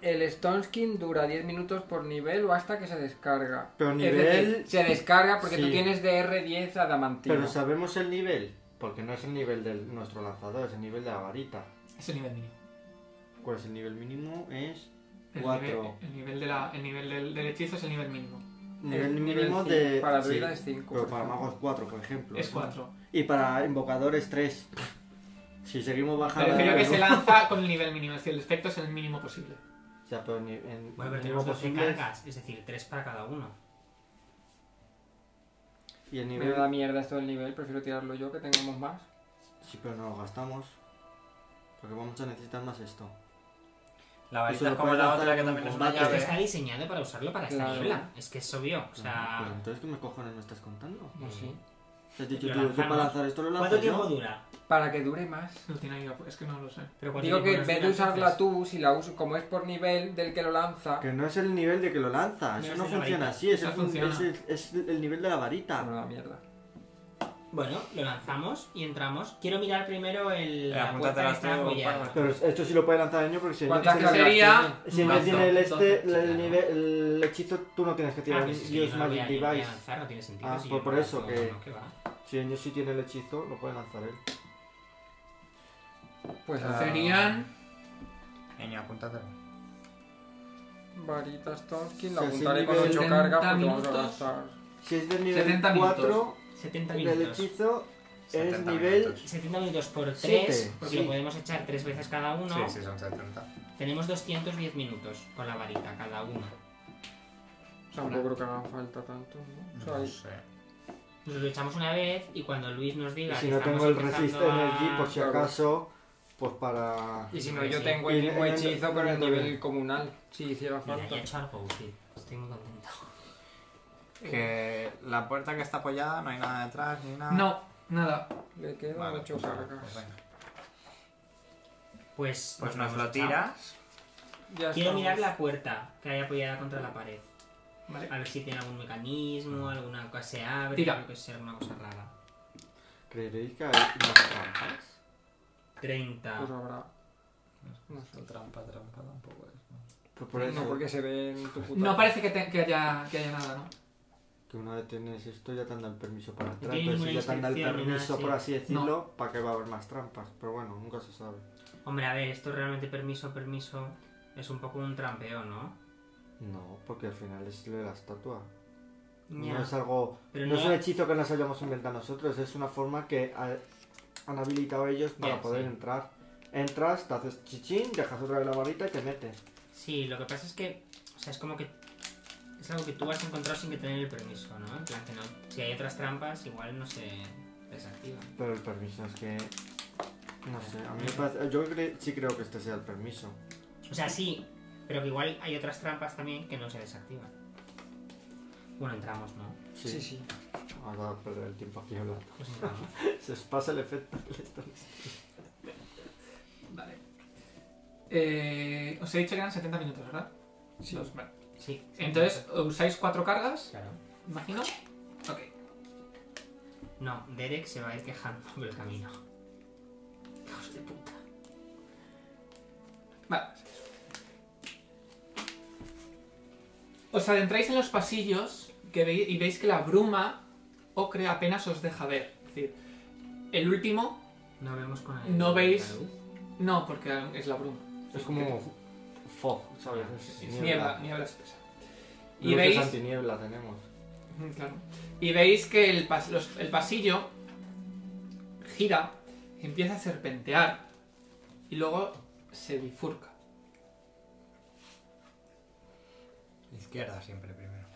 [SPEAKER 2] el Stone Skin dura 10 minutos por nivel o hasta que se descarga
[SPEAKER 3] Pero
[SPEAKER 2] Es
[SPEAKER 3] nivel-
[SPEAKER 2] decir, se descarga porque tú
[SPEAKER 3] Sí.
[SPEAKER 2] tienes DR10 adamantino
[SPEAKER 3] Pero sabemos el nivel. Porque no es el nivel de nuestro lanzador, es el nivel de la varita.
[SPEAKER 1] Es el nivel mínimo.
[SPEAKER 3] ¿Cuál es el nivel mínimo? Es
[SPEAKER 1] El nivel,
[SPEAKER 3] 4.
[SPEAKER 1] el nivel, de la, el nivel del, del hechizo es el nivel mínimo.
[SPEAKER 3] Nivel
[SPEAKER 2] El
[SPEAKER 3] mínimo
[SPEAKER 2] nivel cinco.
[SPEAKER 3] de.
[SPEAKER 2] Para druida es cinco,
[SPEAKER 3] Pero
[SPEAKER 2] por
[SPEAKER 3] para
[SPEAKER 2] ejemplo.
[SPEAKER 3] magos 4, por ejemplo.
[SPEAKER 1] Es
[SPEAKER 3] ¿no?
[SPEAKER 1] 4.
[SPEAKER 3] Y para invocadores 3. Si seguimos
[SPEAKER 1] Me
[SPEAKER 3] bajando.
[SPEAKER 1] refiero
[SPEAKER 3] la
[SPEAKER 1] que se
[SPEAKER 3] luz-
[SPEAKER 1] lanza con el nivel mínimo, es decir, el efecto es el mínimo posible.
[SPEAKER 3] O sea, pero ni- en.
[SPEAKER 5] Bueno, pero
[SPEAKER 3] mínimo
[SPEAKER 5] tenemos 12
[SPEAKER 3] posible es-
[SPEAKER 5] cargas, es decir, 3 para cada uno.
[SPEAKER 3] Y el nivel.
[SPEAKER 2] Menuda mierda esto del nivel, prefiero tirarlo yo que tengamos más.
[SPEAKER 3] Sí, pero no lo gastamos. Porque vamos a necesitar más esto. Eso lo
[SPEAKER 4] La varita es como
[SPEAKER 3] puedes
[SPEAKER 4] la
[SPEAKER 3] lanzar
[SPEAKER 4] otra que
[SPEAKER 3] en un
[SPEAKER 4] también es una
[SPEAKER 3] combate.
[SPEAKER 5] Esto
[SPEAKER 4] llave.
[SPEAKER 5] Este está diseñado para usarlo para esta
[SPEAKER 2] Claro.
[SPEAKER 5] niebla. Es que es obvio, o sea.
[SPEAKER 3] Pero entonces, ¿qué me cojones me estás contando?
[SPEAKER 2] No sé.
[SPEAKER 3] Te has dicho
[SPEAKER 5] Lo
[SPEAKER 3] tú que para
[SPEAKER 5] lanzamos.
[SPEAKER 3] lanzar esto lo
[SPEAKER 5] ¿Cuánto
[SPEAKER 3] lanzas
[SPEAKER 5] tiempo
[SPEAKER 3] yo.
[SPEAKER 5] dura?
[SPEAKER 2] Para que dure más.
[SPEAKER 1] No tiene idea, es que no lo sé.
[SPEAKER 5] Pero ¿cuánto
[SPEAKER 2] Digo que
[SPEAKER 5] tiempo
[SPEAKER 2] en
[SPEAKER 5] nos
[SPEAKER 2] vez de
[SPEAKER 5] dura,
[SPEAKER 2] usarla
[SPEAKER 5] entonces?
[SPEAKER 2] tú, si la uso, como es por nivel del que lo lanza.
[SPEAKER 3] Que no es el nivel de que lo lanza.
[SPEAKER 5] No
[SPEAKER 3] Eso
[SPEAKER 5] es
[SPEAKER 3] no
[SPEAKER 5] de la
[SPEAKER 3] funciona
[SPEAKER 5] varita.
[SPEAKER 3] así. Es
[SPEAKER 1] No
[SPEAKER 3] el, fun-
[SPEAKER 1] funciona.
[SPEAKER 3] es el- es el nivel de la varita.
[SPEAKER 2] Menuda Ah, mierda.
[SPEAKER 5] Bueno, lo lanzamos y entramos. Quiero mirar primero el,
[SPEAKER 4] Eh,
[SPEAKER 5] la puerta que
[SPEAKER 4] apúntatela
[SPEAKER 5] está
[SPEAKER 4] tú,
[SPEAKER 5] apoyada.
[SPEAKER 4] Pablo.
[SPEAKER 3] Pero esto sí lo puede lanzar el niño porque si el
[SPEAKER 2] ¿Cuántas
[SPEAKER 3] niño-
[SPEAKER 1] cargas sería-
[SPEAKER 3] Si no
[SPEAKER 4] Lanzo.
[SPEAKER 3] tiene el este,
[SPEAKER 1] Entonces,
[SPEAKER 3] el,
[SPEAKER 1] claro.
[SPEAKER 3] nivel, el hechizo, tú no tienes que tirar
[SPEAKER 5] Ah,
[SPEAKER 3] un
[SPEAKER 5] pues es que yo
[SPEAKER 3] Use
[SPEAKER 5] no lo voy
[SPEAKER 3] Magic
[SPEAKER 5] a- yo no voy a
[SPEAKER 3] Device.
[SPEAKER 5] lanzar, no tiene sentido.
[SPEAKER 3] Ah,
[SPEAKER 5] si
[SPEAKER 3] pues
[SPEAKER 5] yo
[SPEAKER 3] por
[SPEAKER 5] no
[SPEAKER 3] eso
[SPEAKER 5] lanzo,
[SPEAKER 3] que-
[SPEAKER 5] no, va.
[SPEAKER 3] Si el niño sí tiene el hechizo, lo puede lanzar él.
[SPEAKER 2] Pues
[SPEAKER 3] Ah.
[SPEAKER 1] Serían.
[SPEAKER 4] Niño, apúntatelo.
[SPEAKER 2] varitas Tonskin, la
[SPEAKER 3] O sea,
[SPEAKER 2] apuntaré
[SPEAKER 3] si
[SPEAKER 2] con 8
[SPEAKER 1] nivel
[SPEAKER 2] cargas porque
[SPEAKER 1] 70
[SPEAKER 2] vamos a
[SPEAKER 1] minutos.
[SPEAKER 2] gastar.
[SPEAKER 3] Si es del nivel
[SPEAKER 1] 70 minutos.
[SPEAKER 3] 4,
[SPEAKER 5] 70
[SPEAKER 3] el
[SPEAKER 5] minutos.
[SPEAKER 3] hechizo es
[SPEAKER 4] 70
[SPEAKER 3] nivel.
[SPEAKER 4] minutos.
[SPEAKER 5] 70 minutos por 3,
[SPEAKER 3] Siete,
[SPEAKER 5] porque
[SPEAKER 3] sí.
[SPEAKER 5] lo podemos echar 3 veces cada uno.
[SPEAKER 4] Sí, sí, son 70.
[SPEAKER 5] Tenemos 210 minutos con la varita cada uno.
[SPEAKER 2] O sea, tampoco creo que haga falta tanto. ¿no? O sea,
[SPEAKER 4] No
[SPEAKER 2] hay-
[SPEAKER 4] sé.
[SPEAKER 5] Nos lo echamos una vez y cuando Luis nos
[SPEAKER 3] Y
[SPEAKER 5] diga
[SPEAKER 3] si
[SPEAKER 5] que
[SPEAKER 3] no
[SPEAKER 5] estamos
[SPEAKER 3] tengo el Resist
[SPEAKER 5] empezando
[SPEAKER 3] Energy,
[SPEAKER 5] a-
[SPEAKER 3] por si
[SPEAKER 2] Claro.
[SPEAKER 3] acaso, pues para.
[SPEAKER 2] Y si no,
[SPEAKER 5] Sí,
[SPEAKER 2] yo
[SPEAKER 5] sí.
[SPEAKER 2] tengo
[SPEAKER 3] Y
[SPEAKER 2] el
[SPEAKER 3] en-
[SPEAKER 2] mismo
[SPEAKER 3] en el-
[SPEAKER 2] hechizo, pero
[SPEAKER 3] en
[SPEAKER 2] el
[SPEAKER 3] el
[SPEAKER 2] nivel
[SPEAKER 3] nivel.
[SPEAKER 2] comunal, si hiciera
[SPEAKER 5] Mira,
[SPEAKER 2] falta.
[SPEAKER 5] ya he hecho algo útil. Estoy muy contento.
[SPEAKER 4] Que la puerta que está apoyada no hay nada detrás ni nada.
[SPEAKER 1] No, nada.
[SPEAKER 2] Le quedan
[SPEAKER 4] Vale,
[SPEAKER 2] 8
[SPEAKER 4] pues nada, pues
[SPEAKER 2] cargas.
[SPEAKER 4] venga.
[SPEAKER 5] Pues,
[SPEAKER 4] Pues
[SPEAKER 5] nos
[SPEAKER 4] nos lo
[SPEAKER 5] hemos echado.
[SPEAKER 4] tiras.
[SPEAKER 2] Ya
[SPEAKER 5] Quiero
[SPEAKER 2] estamos.
[SPEAKER 5] mirar la puerta que hay apoyada contra la pared.
[SPEAKER 1] Vale.
[SPEAKER 5] A ver si tiene algún
[SPEAKER 3] Mm.
[SPEAKER 5] mecanismo, alguna cosa se abre,
[SPEAKER 1] Tira.
[SPEAKER 5] yo que sea alguna cosa rara.
[SPEAKER 3] ¿Creeréis que hay más trampas?
[SPEAKER 5] 30.
[SPEAKER 2] Pues habrá.
[SPEAKER 6] Esto trampa, trampa tampoco es. ¿no?
[SPEAKER 3] Pues por eso,
[SPEAKER 2] No, porque se ve en tu puta.
[SPEAKER 1] No parece que, te- que haya, que haya nada, ¿no?
[SPEAKER 3] que una vez tienes esto ya te han dado el permiso para entrar.
[SPEAKER 5] tiene
[SPEAKER 3] Entonces, si
[SPEAKER 5] ninguna
[SPEAKER 3] ya te han dado el
[SPEAKER 5] inscripción ni nada
[SPEAKER 3] permiso,
[SPEAKER 5] así.
[SPEAKER 3] por así decirlo, para que va a haber más trampas. Pero bueno, nunca se sabe.
[SPEAKER 5] Hombre, a ver, esto realmente permiso, permiso. Es un poco un trampeo, ¿no?
[SPEAKER 3] No, porque al final es lo de la estatua.
[SPEAKER 5] Ya.
[SPEAKER 3] No es algo.
[SPEAKER 5] Pero
[SPEAKER 3] no,
[SPEAKER 5] no-
[SPEAKER 3] es un hechizo que nos hayamos inventado nosotros, es una forma que ha- han habilitado ellos para
[SPEAKER 5] Ya,
[SPEAKER 3] poder
[SPEAKER 5] sí.
[SPEAKER 3] entrar. Entras, te haces chichín, dejas otra vez la barrita y te metes.
[SPEAKER 5] Sí, lo que pasa es que, o sea, es como que es algo que tú has encontrado sin que tener el permiso, ¿no? En plan que no, si hay otras trampas, igual no se desactiva.
[SPEAKER 3] Pero el permiso es que. No sé, a mí me parece. Yo cre- sí creo que este sea el permiso.
[SPEAKER 5] O sea, sí, pero que igual hay otras trampas también que no se desactivan. Bueno, entramos, ¿no?
[SPEAKER 3] Sí,
[SPEAKER 2] Sí, sí.
[SPEAKER 3] Vamos Ah, a perder el tiempo aquí hablando.
[SPEAKER 5] Pues entramos.
[SPEAKER 3] Se os pasa el efecto. que le están-
[SPEAKER 1] Vale. Eh, os he dicho que eran 70 minutos, ¿verdad? Sí. vale.
[SPEAKER 5] Sí.
[SPEAKER 1] Entonces, usáis cuatro cargas,
[SPEAKER 5] Claro.
[SPEAKER 1] imagino. Ok.
[SPEAKER 5] No, Derek se va a ir quejando por el camino. Hijos de puta.
[SPEAKER 1] Vale. Os adentráis en los pasillos que veis- y veis que la bruma ocre apenas os deja ver. Es decir, el último
[SPEAKER 5] No vemos con el-
[SPEAKER 1] no
[SPEAKER 5] la
[SPEAKER 1] veis...
[SPEAKER 5] luz.
[SPEAKER 1] No, porque es la bruma.
[SPEAKER 3] Es como. Fog, ¿sabes? Es
[SPEAKER 1] Es niebla, niebla espesa.
[SPEAKER 3] Y
[SPEAKER 1] Y veis...
[SPEAKER 3] antiniebla tenemos.
[SPEAKER 1] Mm, Claro. Y veis que el, pas- los- el pasillo gira, empieza a serpentear y luego se bifurca.
[SPEAKER 4] Izquierda siempre primero.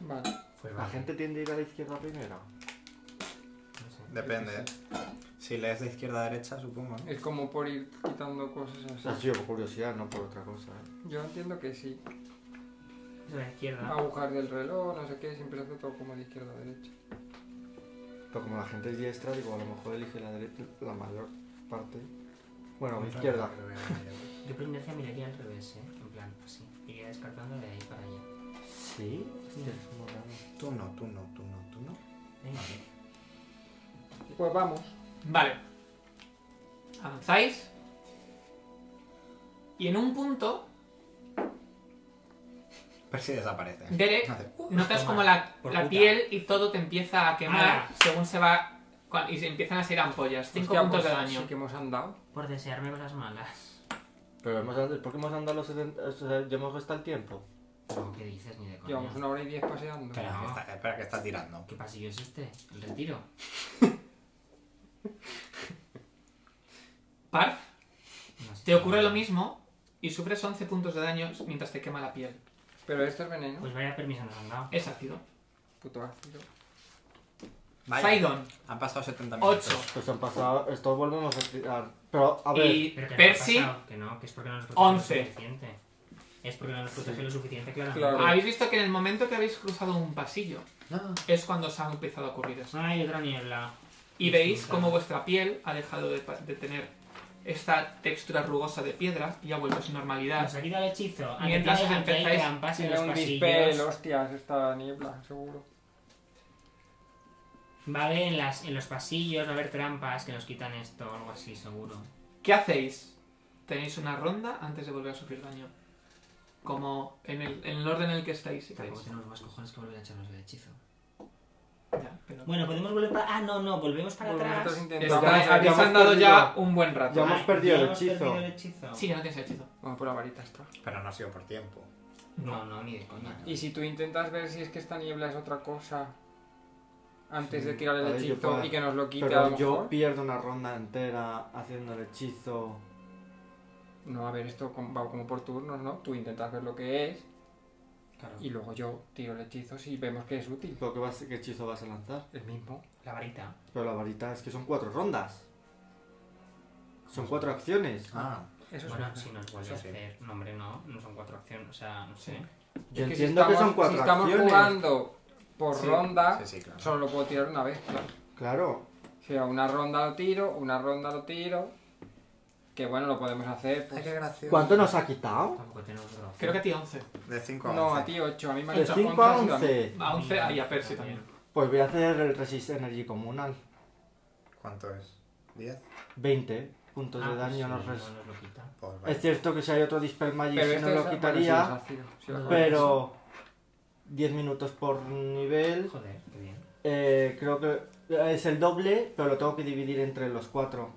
[SPEAKER 2] Vale.
[SPEAKER 5] Pues
[SPEAKER 3] La
[SPEAKER 5] vale,
[SPEAKER 3] gente tiende a ir a la izquierda primero.
[SPEAKER 5] no sé.
[SPEAKER 4] Depende. ¿eh? Si lees de izquierda a derecha, supongo. ¿no?
[SPEAKER 2] Es como por ir quitando cosas
[SPEAKER 3] Ha
[SPEAKER 2] así.
[SPEAKER 3] sido Ah, por curiosidad, no por otra cosa. ¿eh?
[SPEAKER 2] Yo entiendo que sí.
[SPEAKER 5] Es a la izquierda.
[SPEAKER 2] Agujas del reloj, no sé qué, siempre se hace todo como de izquierda a derecha.
[SPEAKER 3] Pero como la gente es diestra, digo, a lo mejor elige la derecha la mayor parte. Bueno, izquierda.
[SPEAKER 5] Yo por inercia miraría al revés, ¿eh? En plan, así. Iría descartando de ahí para allá.
[SPEAKER 3] Sí, Hostia, es muy raro.
[SPEAKER 4] Tú no, tú no, tú no, tú no.
[SPEAKER 5] Venga.
[SPEAKER 2] Pues vamos.
[SPEAKER 1] Vale. Avanzáis. Y en un punto,
[SPEAKER 4] Pero si desaparece.
[SPEAKER 1] Derek, uh.
[SPEAKER 4] No hace-
[SPEAKER 1] notas
[SPEAKER 5] toma,
[SPEAKER 1] como la,
[SPEAKER 5] por
[SPEAKER 1] la
[SPEAKER 5] puta.
[SPEAKER 1] piel y todo te empieza a quemar
[SPEAKER 5] Ala.
[SPEAKER 1] según se va. cua- Y se empiezan a salir ampollas. 5
[SPEAKER 2] Hostia,
[SPEAKER 1] puntos de
[SPEAKER 2] pues
[SPEAKER 1] daño.
[SPEAKER 2] Sí que hemos andado.
[SPEAKER 5] Por desearme cosas malas.
[SPEAKER 3] Pero hemos andado, ¿por qué hemos andado los 70? O sea, ya hemos gastado el tiempo.
[SPEAKER 5] No, ¿Qué dices ni de coña?
[SPEAKER 2] Llevamos una hora y diez paseando.
[SPEAKER 5] Pero-
[SPEAKER 4] Espera,
[SPEAKER 5] No.
[SPEAKER 4] que está, espera, que está tirando.
[SPEAKER 5] ¿Qué pasillo es este? ¿El retiro?
[SPEAKER 1] Par,
[SPEAKER 5] No sé.
[SPEAKER 1] te ocurre lo mismo y sufres 11 puntos de daño mientras te quema la piel.
[SPEAKER 2] Pero esto es veneno.
[SPEAKER 5] Pues vaya permiso nos han dado.
[SPEAKER 1] Es ácido.
[SPEAKER 2] Puto ácido.
[SPEAKER 4] Vaya,
[SPEAKER 1] Sidon,
[SPEAKER 4] Han pasado 70 minutos.
[SPEAKER 1] 8.
[SPEAKER 3] Pues han pasado, esto volvemos a tirar. Pero, a ver,
[SPEAKER 1] Y
[SPEAKER 5] Pero que
[SPEAKER 1] Percy,
[SPEAKER 5] no ha pasado, que no, que es porque no nos protege
[SPEAKER 1] Once.
[SPEAKER 5] lo suficiente. Es porque no nos protege lo suficiente, claro.
[SPEAKER 2] Claro.
[SPEAKER 1] habéis visto que en el momento que habéis cruzado un pasillo
[SPEAKER 4] No.
[SPEAKER 1] es cuando os ha empezado a ocurrir eso.
[SPEAKER 5] Hay Ah, otra niebla.
[SPEAKER 1] Y veis
[SPEAKER 5] Distinta.
[SPEAKER 1] como vuestra piel ha dejado de, pa- de tener esta textura rugosa de piedra y ha vuelto a su normalidad.
[SPEAKER 5] Nos ha quitado el hechizo. Ah, Aquí
[SPEAKER 1] Mientras
[SPEAKER 5] hay- aquí hay
[SPEAKER 1] empezáis-
[SPEAKER 5] trampas en
[SPEAKER 2] Tiene
[SPEAKER 5] los
[SPEAKER 2] un dispel,
[SPEAKER 5] pasillos.
[SPEAKER 2] hostias, esta niebla, seguro.
[SPEAKER 5] Va a haber en, las, en los pasillos, va a haber trampas que nos quitan esto o algo así, seguro.
[SPEAKER 1] ¿Qué hacéis? Tenéis una ronda antes de volver a sufrir daño. Como en el, en el orden en el que estáis. si
[SPEAKER 5] Tampoco
[SPEAKER 1] queréis.
[SPEAKER 5] tenemos más cojones que volver a echarnos el hechizo.
[SPEAKER 1] Ya, pero-
[SPEAKER 5] Bueno, podemos volver para... Ah, no, no, volvemos para
[SPEAKER 2] Bueno,
[SPEAKER 5] atrás.
[SPEAKER 2] estás intentando-
[SPEAKER 1] Está-
[SPEAKER 3] ya
[SPEAKER 1] habéis
[SPEAKER 3] hemos
[SPEAKER 1] andado ya
[SPEAKER 3] perdido.
[SPEAKER 1] un buen
[SPEAKER 5] Ah,
[SPEAKER 1] rato. Ah,
[SPEAKER 3] Ya hemos perdido el
[SPEAKER 5] hemos
[SPEAKER 3] hechizo.
[SPEAKER 5] perdido el hechizo.
[SPEAKER 1] Sí, ya no tienes hechizo. Ah,
[SPEAKER 2] Vamos por la varita esta.
[SPEAKER 4] Pero no ha sido por tiempo.
[SPEAKER 5] No, no, ni de coña.
[SPEAKER 2] Y si tú intentas ver si es que esta niebla es otra cosa antes
[SPEAKER 3] Sí,
[SPEAKER 2] de tirar
[SPEAKER 3] a
[SPEAKER 2] el
[SPEAKER 3] ver, yo
[SPEAKER 2] hechizo
[SPEAKER 3] puedo-
[SPEAKER 2] y que nos lo quite a
[SPEAKER 3] pero
[SPEAKER 2] lo
[SPEAKER 3] yo
[SPEAKER 2] mejor.
[SPEAKER 3] pierdo una ronda entera haciendo el hechizo.
[SPEAKER 2] No, a ver, esto com- va como por turnos, ¿no? Tú intentas ver lo que es
[SPEAKER 5] Claro.
[SPEAKER 2] y luego yo tiro el hechizo si vemos que es útil.
[SPEAKER 3] Pero ¿qué, vas, ¿Qué hechizo vas a lanzar?
[SPEAKER 2] El mismo.
[SPEAKER 5] La varita.
[SPEAKER 3] Pero la varita es que son cuatro rondas.
[SPEAKER 2] Pues
[SPEAKER 3] Son cuatro acciones.
[SPEAKER 4] Ah,
[SPEAKER 2] Eso es
[SPEAKER 5] bueno,
[SPEAKER 2] verdad.
[SPEAKER 5] si nos vuelve
[SPEAKER 4] Eso
[SPEAKER 5] a
[SPEAKER 4] sí.
[SPEAKER 5] hacer... No, hombre, no. No son cuatro acciones. O sea, no sé.
[SPEAKER 3] Yo
[SPEAKER 2] Es que si
[SPEAKER 3] entiendo que
[SPEAKER 2] estamos-
[SPEAKER 3] son cuatro
[SPEAKER 2] Si estamos
[SPEAKER 3] acciones.
[SPEAKER 2] jugando por
[SPEAKER 3] Sí.
[SPEAKER 2] ronda,
[SPEAKER 4] Ah, sí, sí, claro.
[SPEAKER 2] solo lo puedo tirar una vez, claro.
[SPEAKER 3] Claro,
[SPEAKER 2] O sea, una ronda lo tiro, una ronda lo tiro. Que bueno, lo podemos hacer. pues,
[SPEAKER 4] gracioso.
[SPEAKER 3] ¿cuánto nos ha quitado?
[SPEAKER 5] Tampoco tenemos otra opción.
[SPEAKER 1] Creo que a ti 11.
[SPEAKER 4] De 5 a 11.
[SPEAKER 2] no, a ti 8, a mí me han
[SPEAKER 3] De
[SPEAKER 2] hecho
[SPEAKER 3] 5 a
[SPEAKER 2] 11.
[SPEAKER 3] 11.
[SPEAKER 1] A 11 y a Percy también.
[SPEAKER 3] Pues voy a hacer el Resist Energy comunal.
[SPEAKER 4] ¿Cuánto es? ¿10?
[SPEAKER 3] 20. puntos
[SPEAKER 5] Ah,
[SPEAKER 3] de
[SPEAKER 5] pues
[SPEAKER 3] daño
[SPEAKER 5] sí,
[SPEAKER 3] nos res-
[SPEAKER 5] no nos lo quita.
[SPEAKER 4] Pues vale.
[SPEAKER 3] Es
[SPEAKER 1] Este-
[SPEAKER 3] cierto que si hay otro Dispel Magic
[SPEAKER 2] Pero
[SPEAKER 3] sí
[SPEAKER 2] esto
[SPEAKER 3] no
[SPEAKER 2] es-
[SPEAKER 3] lo
[SPEAKER 2] bueno,
[SPEAKER 3] quitaría,
[SPEAKER 2] sí, es ácido, sí, es ácido.
[SPEAKER 3] pero 10 minutos por nivel.
[SPEAKER 5] Joder, qué bien.
[SPEAKER 3] Eh, creo que es el doble, pero lo tengo que dividir entre los cuatro.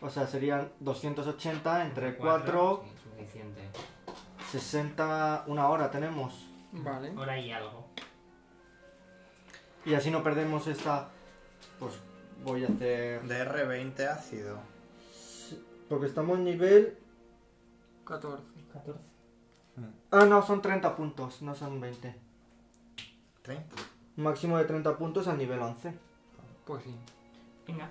[SPEAKER 3] O sea, serían 280 entre 4,
[SPEAKER 5] Sí, suficiente.
[SPEAKER 3] 60, una hora tenemos.
[SPEAKER 2] Vale.
[SPEAKER 5] Ahora hay algo.
[SPEAKER 3] Y así no perdemos esta... Pues voy a hacer...
[SPEAKER 4] DR20 ácido.
[SPEAKER 3] Porque estamos nivel...
[SPEAKER 2] 14.
[SPEAKER 5] 14.
[SPEAKER 3] Ah, no, son 30 puntos, no son 20.
[SPEAKER 4] 30.
[SPEAKER 3] Máximo de 30 puntos al nivel 11.
[SPEAKER 2] Pues sí.
[SPEAKER 5] Venga,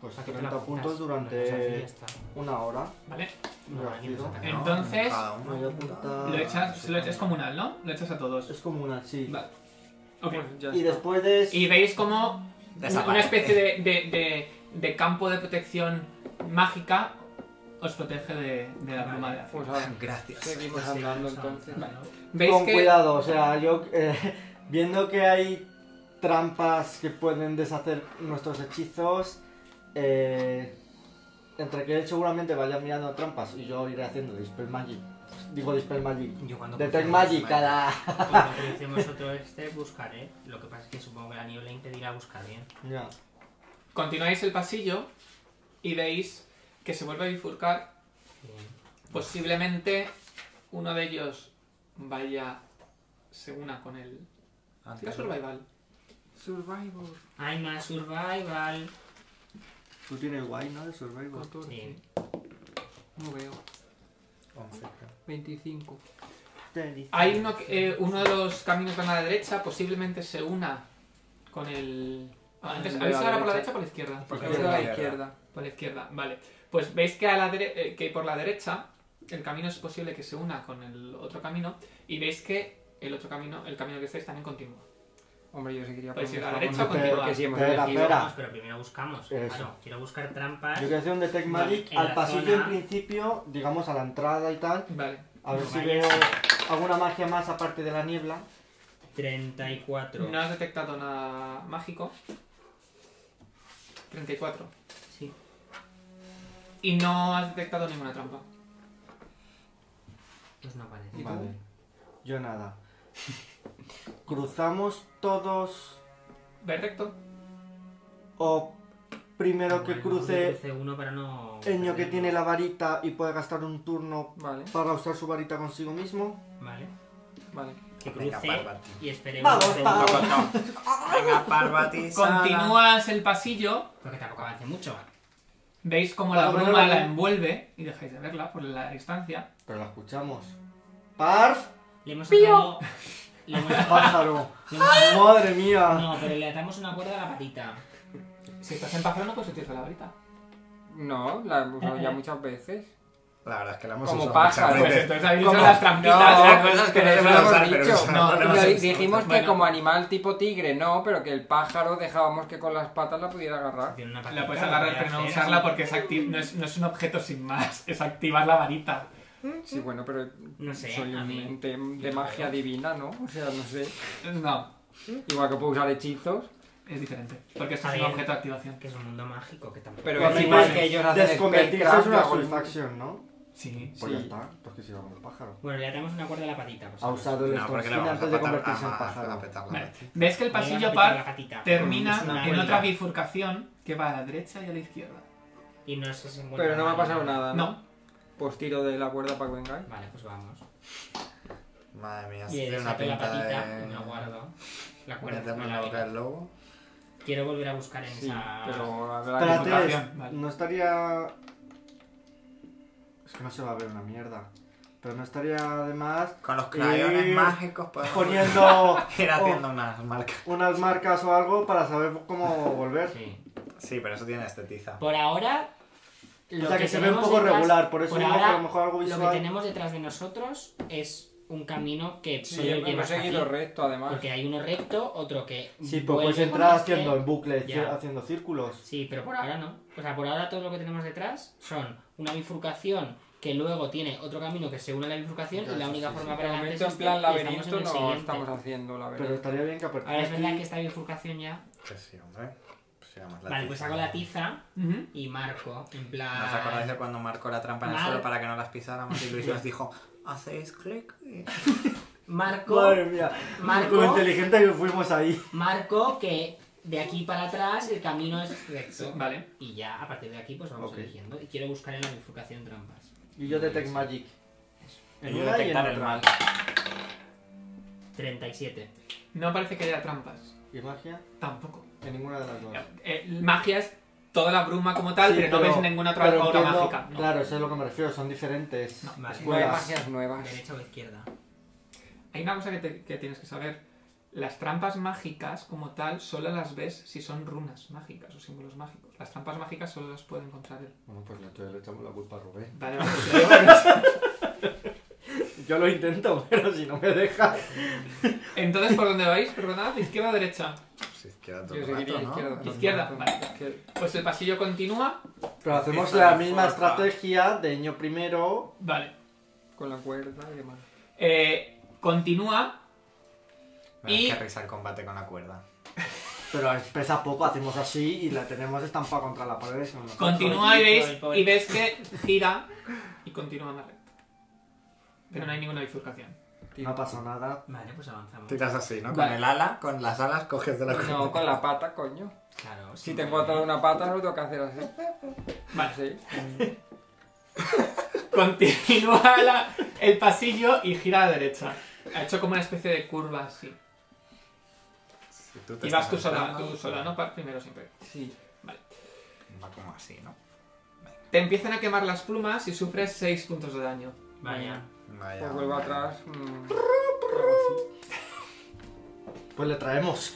[SPEAKER 3] Pues
[SPEAKER 5] aquí te la
[SPEAKER 3] 30 puntos
[SPEAKER 5] apuntas. Una cosa así y ya
[SPEAKER 3] durante
[SPEAKER 5] está.
[SPEAKER 3] una hora.
[SPEAKER 1] ¿Vale?
[SPEAKER 5] No, aquí no se
[SPEAKER 3] Rápido.
[SPEAKER 5] ataca.
[SPEAKER 1] Entonces,
[SPEAKER 4] cada uno.
[SPEAKER 3] voy a apuntar-
[SPEAKER 1] Lo echas, se lo echas comunal, ¿no? Lo echas a todos.
[SPEAKER 3] Es como una, Ah, sí.
[SPEAKER 1] Vale. Ok.
[SPEAKER 2] Pues ya
[SPEAKER 3] Y
[SPEAKER 2] está.
[SPEAKER 3] después de...
[SPEAKER 1] Y veis como
[SPEAKER 4] Desaparece.
[SPEAKER 1] una especie de, de- de- de campo de protección mágica os protege de, de la pluma de ácido.
[SPEAKER 2] Pues ahora
[SPEAKER 4] Gracias.
[SPEAKER 2] seguimos
[SPEAKER 5] Sí,
[SPEAKER 2] pues andando
[SPEAKER 5] o sea,
[SPEAKER 2] entonces.
[SPEAKER 5] ¿no?
[SPEAKER 1] ¿Veis
[SPEAKER 3] con
[SPEAKER 1] que
[SPEAKER 3] cuidado, o sea, yo eh, viendo que hay trampas que pueden deshacer nuestros hechizos, eh, entre que él seguramente vaya mirando trampas y yo iré haciendo Dispel Magic, digo Dispel Magic,
[SPEAKER 5] Yo cuando
[SPEAKER 3] Detect
[SPEAKER 5] crucemos-
[SPEAKER 3] Magic cada...
[SPEAKER 5] Cuando crucemos otro este, buscaré. Lo que pasa es que supongo que la niebla impedirá buscar bien.
[SPEAKER 3] Ya.
[SPEAKER 1] continuáis el pasillo y veis que se vuelve a bifurcar?
[SPEAKER 5] Bien.
[SPEAKER 1] Posiblemente uno de ellos vaya, se una con el...
[SPEAKER 2] Ah,
[SPEAKER 1] Tira survival.
[SPEAKER 2] Survivor.
[SPEAKER 5] Hay más survival.
[SPEAKER 3] Tú tienes guay, ¿no? De Survivor.
[SPEAKER 2] 14.
[SPEAKER 5] Bien.
[SPEAKER 2] No veo.
[SPEAKER 4] 11, creo.
[SPEAKER 2] 25.
[SPEAKER 1] Hay uno, que- eh, uno de los caminos van a la derecha, posiblemente se una con el...
[SPEAKER 2] Ah,
[SPEAKER 1] Antes,
[SPEAKER 2] el de
[SPEAKER 1] ¿Habéis
[SPEAKER 2] la
[SPEAKER 1] ahora por la derecha o
[SPEAKER 2] derecha.
[SPEAKER 1] por la izquierda?
[SPEAKER 4] Por la
[SPEAKER 2] Pues Yo veo a la izquierda.
[SPEAKER 1] Por la izquierda, vale. Pues veis que, a la dere- eh, que por la derecha el camino es posible que se una con el otro camino y veis que el otro camino, el camino que estáis también continúa.
[SPEAKER 2] Hombre, yo seguiría
[SPEAKER 1] Pues
[SPEAKER 2] por
[SPEAKER 1] ir a la
[SPEAKER 2] favor,
[SPEAKER 1] derecha o
[SPEAKER 2] no,
[SPEAKER 1] continuar.
[SPEAKER 2] porque si hemos
[SPEAKER 3] Espera,
[SPEAKER 2] elegido-
[SPEAKER 3] espera.
[SPEAKER 5] Vamos, pero primero buscamos.
[SPEAKER 3] Eso.
[SPEAKER 5] Claro, quiero buscar trampas.
[SPEAKER 3] Yo quiero hacer un Detect
[SPEAKER 5] Vale,
[SPEAKER 3] Magic
[SPEAKER 5] Ah, en
[SPEAKER 3] al
[SPEAKER 5] la
[SPEAKER 3] pasillo
[SPEAKER 5] zona-
[SPEAKER 3] en principio, digamos a la entrada y tal,
[SPEAKER 1] Vale.
[SPEAKER 3] a ver
[SPEAKER 5] No
[SPEAKER 3] si veo
[SPEAKER 5] vayas.
[SPEAKER 3] alguna magia más aparte de la niebla.
[SPEAKER 5] 34.
[SPEAKER 1] No has detectado nada mágico. 34.
[SPEAKER 5] Sí.
[SPEAKER 1] Y no has detectado ninguna trampa.
[SPEAKER 5] Pues no aparece.
[SPEAKER 2] ¿Y tú?
[SPEAKER 3] Vale. Yo nada. Cruzamos todos...
[SPEAKER 1] ¿Ves recto?
[SPEAKER 3] O primero que
[SPEAKER 5] Bueno,
[SPEAKER 3] cruce
[SPEAKER 5] cruce uno para no.
[SPEAKER 3] Eño que
[SPEAKER 5] perdernos.
[SPEAKER 3] tiene la varita y puede gastar un turno
[SPEAKER 2] Vale,
[SPEAKER 3] para usar su varita consigo mismo.
[SPEAKER 5] Vale.
[SPEAKER 2] vale.
[SPEAKER 5] Que
[SPEAKER 4] Venga,
[SPEAKER 5] cruce
[SPEAKER 4] Parvati.
[SPEAKER 5] y esperemos.
[SPEAKER 3] Vamos,
[SPEAKER 5] un segundo,
[SPEAKER 3] vamos.
[SPEAKER 4] pues
[SPEAKER 1] Ah.
[SPEAKER 4] Venga, Parvati. Sara.
[SPEAKER 1] Continúas el pasillo,
[SPEAKER 5] Porque tampoco avance mucho.
[SPEAKER 1] veis como
[SPEAKER 2] Ah,
[SPEAKER 3] Para
[SPEAKER 1] la
[SPEAKER 3] ponerlo
[SPEAKER 1] bruma
[SPEAKER 3] bien.
[SPEAKER 1] la envuelve y dejáis de verla por la distancia.
[SPEAKER 3] Pero la escuchamos. ¡Parf!
[SPEAKER 5] Le hemos atado. Le hemos
[SPEAKER 3] ¡Pájaro!
[SPEAKER 5] le hemos-
[SPEAKER 3] ¡Madre mía!
[SPEAKER 5] No, pero le atamos una cuerda a la patita.
[SPEAKER 1] Si estás en pájaro no puedes utilizar la varita.
[SPEAKER 2] No, la hemos usado ya muchas veces.
[SPEAKER 4] La verdad es que la hemos
[SPEAKER 2] Como
[SPEAKER 4] usado
[SPEAKER 2] pájaro.
[SPEAKER 4] muchas
[SPEAKER 1] Pues
[SPEAKER 4] veces.
[SPEAKER 1] entonces habéis
[SPEAKER 2] ¿Cómo?
[SPEAKER 1] hecho las trampitas.
[SPEAKER 2] No,
[SPEAKER 4] Las cosas que no
[SPEAKER 2] pero
[SPEAKER 4] se
[SPEAKER 2] eso
[SPEAKER 4] van a
[SPEAKER 2] lo
[SPEAKER 4] usar,
[SPEAKER 2] hemos
[SPEAKER 4] pero no,
[SPEAKER 2] dicho.
[SPEAKER 1] no
[SPEAKER 2] Pero
[SPEAKER 1] lo
[SPEAKER 4] hemos
[SPEAKER 1] has
[SPEAKER 2] dijimos que
[SPEAKER 1] Bueno.
[SPEAKER 2] como animal tipo tigre no, pero que el pájaro dejábamos que con las patas la pudiera agarrar.
[SPEAKER 5] Tiene una patita,
[SPEAKER 1] La puedes
[SPEAKER 5] lo
[SPEAKER 1] agarrar
[SPEAKER 5] puede
[SPEAKER 1] pero no
[SPEAKER 5] hacer
[SPEAKER 1] usarla
[SPEAKER 5] así.
[SPEAKER 1] porque es acti- no, es, no es un objeto sin más, es activar la varita.
[SPEAKER 2] Sí, bueno, pero
[SPEAKER 5] No sé,
[SPEAKER 2] soy
[SPEAKER 5] a
[SPEAKER 2] un
[SPEAKER 5] mí-
[SPEAKER 2] ente de
[SPEAKER 5] yo
[SPEAKER 2] magia
[SPEAKER 5] creo.
[SPEAKER 2] divina, ¿no? O sea, no sé.
[SPEAKER 1] No,
[SPEAKER 2] Igual que puedo usar hechizos,
[SPEAKER 1] es diferente, porque esto
[SPEAKER 5] Está
[SPEAKER 1] es un
[SPEAKER 5] bien.
[SPEAKER 1] objeto de activación.
[SPEAKER 5] Que es un mundo mágico que tampoco.
[SPEAKER 2] pero
[SPEAKER 3] Pues
[SPEAKER 2] es
[SPEAKER 3] sí,
[SPEAKER 2] igual
[SPEAKER 3] pues,
[SPEAKER 2] que ellos hacen
[SPEAKER 3] Desconvertirse
[SPEAKER 2] spellcraft,
[SPEAKER 3] es una
[SPEAKER 2] hago un-
[SPEAKER 3] sulfaction, ¿no?
[SPEAKER 1] Sí.
[SPEAKER 3] Pues ya
[SPEAKER 2] Sí.
[SPEAKER 3] está. Pues que si vamos un pájaro.
[SPEAKER 5] Bueno, le atamos una cuerda a la patita. Pues,
[SPEAKER 3] Ha usado el
[SPEAKER 4] No, porque
[SPEAKER 3] extorsión
[SPEAKER 4] le vamos a
[SPEAKER 3] antes de
[SPEAKER 4] patar-
[SPEAKER 3] convertirse en
[SPEAKER 4] a- a- a
[SPEAKER 3] pájaro.
[SPEAKER 4] petar la
[SPEAKER 1] Vale.
[SPEAKER 4] patita.
[SPEAKER 1] Ves que el
[SPEAKER 5] Le vamos a
[SPEAKER 1] pasillo
[SPEAKER 5] picar la
[SPEAKER 1] par
[SPEAKER 5] patita.
[SPEAKER 1] termina
[SPEAKER 5] Es una
[SPEAKER 1] en
[SPEAKER 5] cuerda.
[SPEAKER 1] otra bifurcación que va a la derecha y a la izquierda.
[SPEAKER 5] Y no sé si encuentra
[SPEAKER 2] Pero no me ha
[SPEAKER 5] nada.
[SPEAKER 2] pasado nada, ¿no?
[SPEAKER 1] No,
[SPEAKER 2] Pues tiro de la cuerda para que vengáis.
[SPEAKER 5] Vale, pues vamos.
[SPEAKER 4] Madre mía,
[SPEAKER 5] Y
[SPEAKER 4] tiene
[SPEAKER 5] le
[SPEAKER 4] una
[SPEAKER 5] saco la
[SPEAKER 4] pinta
[SPEAKER 5] patita
[SPEAKER 4] de...
[SPEAKER 5] y me la guardo. La cuerda.
[SPEAKER 4] Meterme
[SPEAKER 5] me
[SPEAKER 4] en
[SPEAKER 5] la
[SPEAKER 4] la boca
[SPEAKER 5] dejo.
[SPEAKER 4] del lobo.
[SPEAKER 5] Quiero volver a buscar en
[SPEAKER 2] Sí,
[SPEAKER 5] esa.
[SPEAKER 2] pero habrá que
[SPEAKER 1] Espérate.
[SPEAKER 2] buscar.
[SPEAKER 3] Espérate,
[SPEAKER 1] bifurcación, vale.
[SPEAKER 3] no estaría... Es que no se va a ver una mierda. Pero no estaría además
[SPEAKER 4] Con los crayones
[SPEAKER 3] Y-
[SPEAKER 4] mágicos podemos
[SPEAKER 3] poniendo
[SPEAKER 4] ir haciendo unas marcas.
[SPEAKER 3] unas marcas o algo para saber cómo volver.
[SPEAKER 5] Sí.
[SPEAKER 4] Sí, pero eso tiene estetiza.
[SPEAKER 5] Por ahora. lo
[SPEAKER 3] O sea, que, se ve un
[SPEAKER 5] tenemos
[SPEAKER 3] poco
[SPEAKER 5] detrás-
[SPEAKER 3] regular, por eso
[SPEAKER 5] por
[SPEAKER 3] digo que
[SPEAKER 5] ahora,
[SPEAKER 3] a lo mejor algo
[SPEAKER 5] Lo que
[SPEAKER 3] visual.
[SPEAKER 5] tenemos detrás de nosotros es un camino que
[SPEAKER 2] Sí,
[SPEAKER 5] solo lleva
[SPEAKER 2] hemos
[SPEAKER 5] hasta
[SPEAKER 2] seguido
[SPEAKER 5] aquí.
[SPEAKER 2] recto ¿eh? además.
[SPEAKER 5] Porque hay uno recto, otro que.
[SPEAKER 3] Sí, pues
[SPEAKER 5] vuelve
[SPEAKER 3] puedes
[SPEAKER 5] con
[SPEAKER 3] entrar
[SPEAKER 5] este.
[SPEAKER 3] haciendo en bucle,
[SPEAKER 5] Ya.
[SPEAKER 3] ci- haciendo círculos.
[SPEAKER 5] Sí, pero por ahora no. O sea, por ahora todo lo que tenemos detrás son una bifurcación que luego tiene otro camino que se une a la bifurcación y la
[SPEAKER 3] Entonces,
[SPEAKER 5] única
[SPEAKER 3] sí,
[SPEAKER 5] forma
[SPEAKER 2] De
[SPEAKER 5] para adelante
[SPEAKER 2] momento
[SPEAKER 5] es
[SPEAKER 2] en
[SPEAKER 5] este,
[SPEAKER 2] plan
[SPEAKER 5] y estamos
[SPEAKER 2] laberinto
[SPEAKER 5] en el
[SPEAKER 2] no
[SPEAKER 5] siguiente.
[SPEAKER 2] estamos haciendo
[SPEAKER 3] Pero
[SPEAKER 2] laberinto.
[SPEAKER 3] estaría bien que
[SPEAKER 5] Ahora es
[SPEAKER 3] apareciera
[SPEAKER 5] verdad
[SPEAKER 3] aquí.
[SPEAKER 5] que esta bifurcación ya.
[SPEAKER 4] Que sí, hombre. Si que era más la
[SPEAKER 5] Vale, pues
[SPEAKER 4] tiza.
[SPEAKER 5] saco la tiza
[SPEAKER 1] Ujú.
[SPEAKER 5] y marco, en plan...
[SPEAKER 4] ¿No os acordáis de cuando marcó la trampa en el
[SPEAKER 5] Mal.
[SPEAKER 4] suelo para que no las pisáramos y Luis nos dijo, hacéis clic? y-".
[SPEAKER 5] Marco,
[SPEAKER 3] Madre mía. Lo
[SPEAKER 5] marco,
[SPEAKER 3] inteligente que fuimos ahí.
[SPEAKER 5] marco que de aquí para atrás el camino es recto.
[SPEAKER 1] Vale.
[SPEAKER 5] Y ya, a partir de aquí, pues vamos
[SPEAKER 3] Ok.
[SPEAKER 5] eligiendo. Y quiero buscar en la bifurcación trampas.
[SPEAKER 3] Y yo Detect Magic.
[SPEAKER 4] Y
[SPEAKER 3] En
[SPEAKER 4] yo
[SPEAKER 3] una y en
[SPEAKER 4] detectar el
[SPEAKER 3] otra.
[SPEAKER 4] mal.
[SPEAKER 5] 37.
[SPEAKER 1] No parece que haya trampas.
[SPEAKER 3] ¿Y magia?
[SPEAKER 1] Tampoco.
[SPEAKER 3] En ninguna de las dos.
[SPEAKER 1] Eh, magia es toda la bruma como tal,
[SPEAKER 3] Sí,
[SPEAKER 1] pero, no ves ninguna otra
[SPEAKER 3] pero
[SPEAKER 1] aura
[SPEAKER 3] entiendo-
[SPEAKER 1] mágica. No.
[SPEAKER 3] Claro, eso es lo que me refiero, son diferentes.
[SPEAKER 5] No, vale.
[SPEAKER 2] No hay
[SPEAKER 3] escuelas.
[SPEAKER 2] magias nuevas.
[SPEAKER 5] Derecha o izquierda.
[SPEAKER 1] Hay una cosa que, te- que tienes que saber. Las trampas mágicas como tal solo las ves si son runas mágicas o símbolos mágicos. Las trampas mágicas solo las puede encontrar él.
[SPEAKER 3] Bueno, pues entonces le echamos la culpa a Rubén.
[SPEAKER 1] Vale, vale.
[SPEAKER 3] Yo lo intento, pero si no me deja.
[SPEAKER 1] Entonces, ¿por dónde vais? Perdonad, izquierda o derecha.
[SPEAKER 4] Pues izquierda todo
[SPEAKER 2] Yo
[SPEAKER 4] el
[SPEAKER 2] seguiría
[SPEAKER 4] rato, ¿no?
[SPEAKER 2] izquierda.
[SPEAKER 1] Izquierda, vale. Pues el pasillo continúa.
[SPEAKER 3] Pero hacemos
[SPEAKER 4] Esta
[SPEAKER 3] la
[SPEAKER 4] es
[SPEAKER 3] misma
[SPEAKER 4] forma.
[SPEAKER 3] estrategia de ño primero.
[SPEAKER 1] Vale.
[SPEAKER 2] Con la cuerda y demás.
[SPEAKER 1] Eh, continúa.
[SPEAKER 4] Bueno, es
[SPEAKER 1] Y-
[SPEAKER 4] que risa el combate con la cuerda.
[SPEAKER 3] Pero es pesa poco, hacemos así y la tenemos estampada contra la pared. eso no.
[SPEAKER 1] Continúa y
[SPEAKER 5] Pobrecito,
[SPEAKER 1] veis,
[SPEAKER 5] el pobre.
[SPEAKER 1] y ves que gira y continúa más recto. Pero no hay ninguna bifurcación.
[SPEAKER 3] No pasó nada.
[SPEAKER 5] Vale, pues avanzamos.
[SPEAKER 4] Tiras así, ¿no?
[SPEAKER 2] Vale.
[SPEAKER 4] Con el ala, con las alas coges de la cuerda.
[SPEAKER 2] No, con la pata, coño.
[SPEAKER 5] Claro.
[SPEAKER 2] Si
[SPEAKER 5] sí.
[SPEAKER 2] tengo atada una pata, lo tengo que hacer así.
[SPEAKER 1] Vale.
[SPEAKER 2] Sí.
[SPEAKER 1] Continúa la- el pasillo y gira a la derecha. Ha hecho como una especie de curva así.
[SPEAKER 4] Si tú te
[SPEAKER 1] Y vas
[SPEAKER 4] estás
[SPEAKER 1] tú sola,
[SPEAKER 4] entrando,
[SPEAKER 1] tú sola, ¿no? Pa- Primero siempre.
[SPEAKER 2] Sí.
[SPEAKER 4] Va como así, ¿no?
[SPEAKER 1] Te empiezan a quemar las plumas y sufres 6 puntos de daño.
[SPEAKER 5] Vaya.
[SPEAKER 4] Vaya,
[SPEAKER 2] Pues vuelvo
[SPEAKER 4] hombre.
[SPEAKER 2] atrás. mm, algo
[SPEAKER 3] Pues le traemos.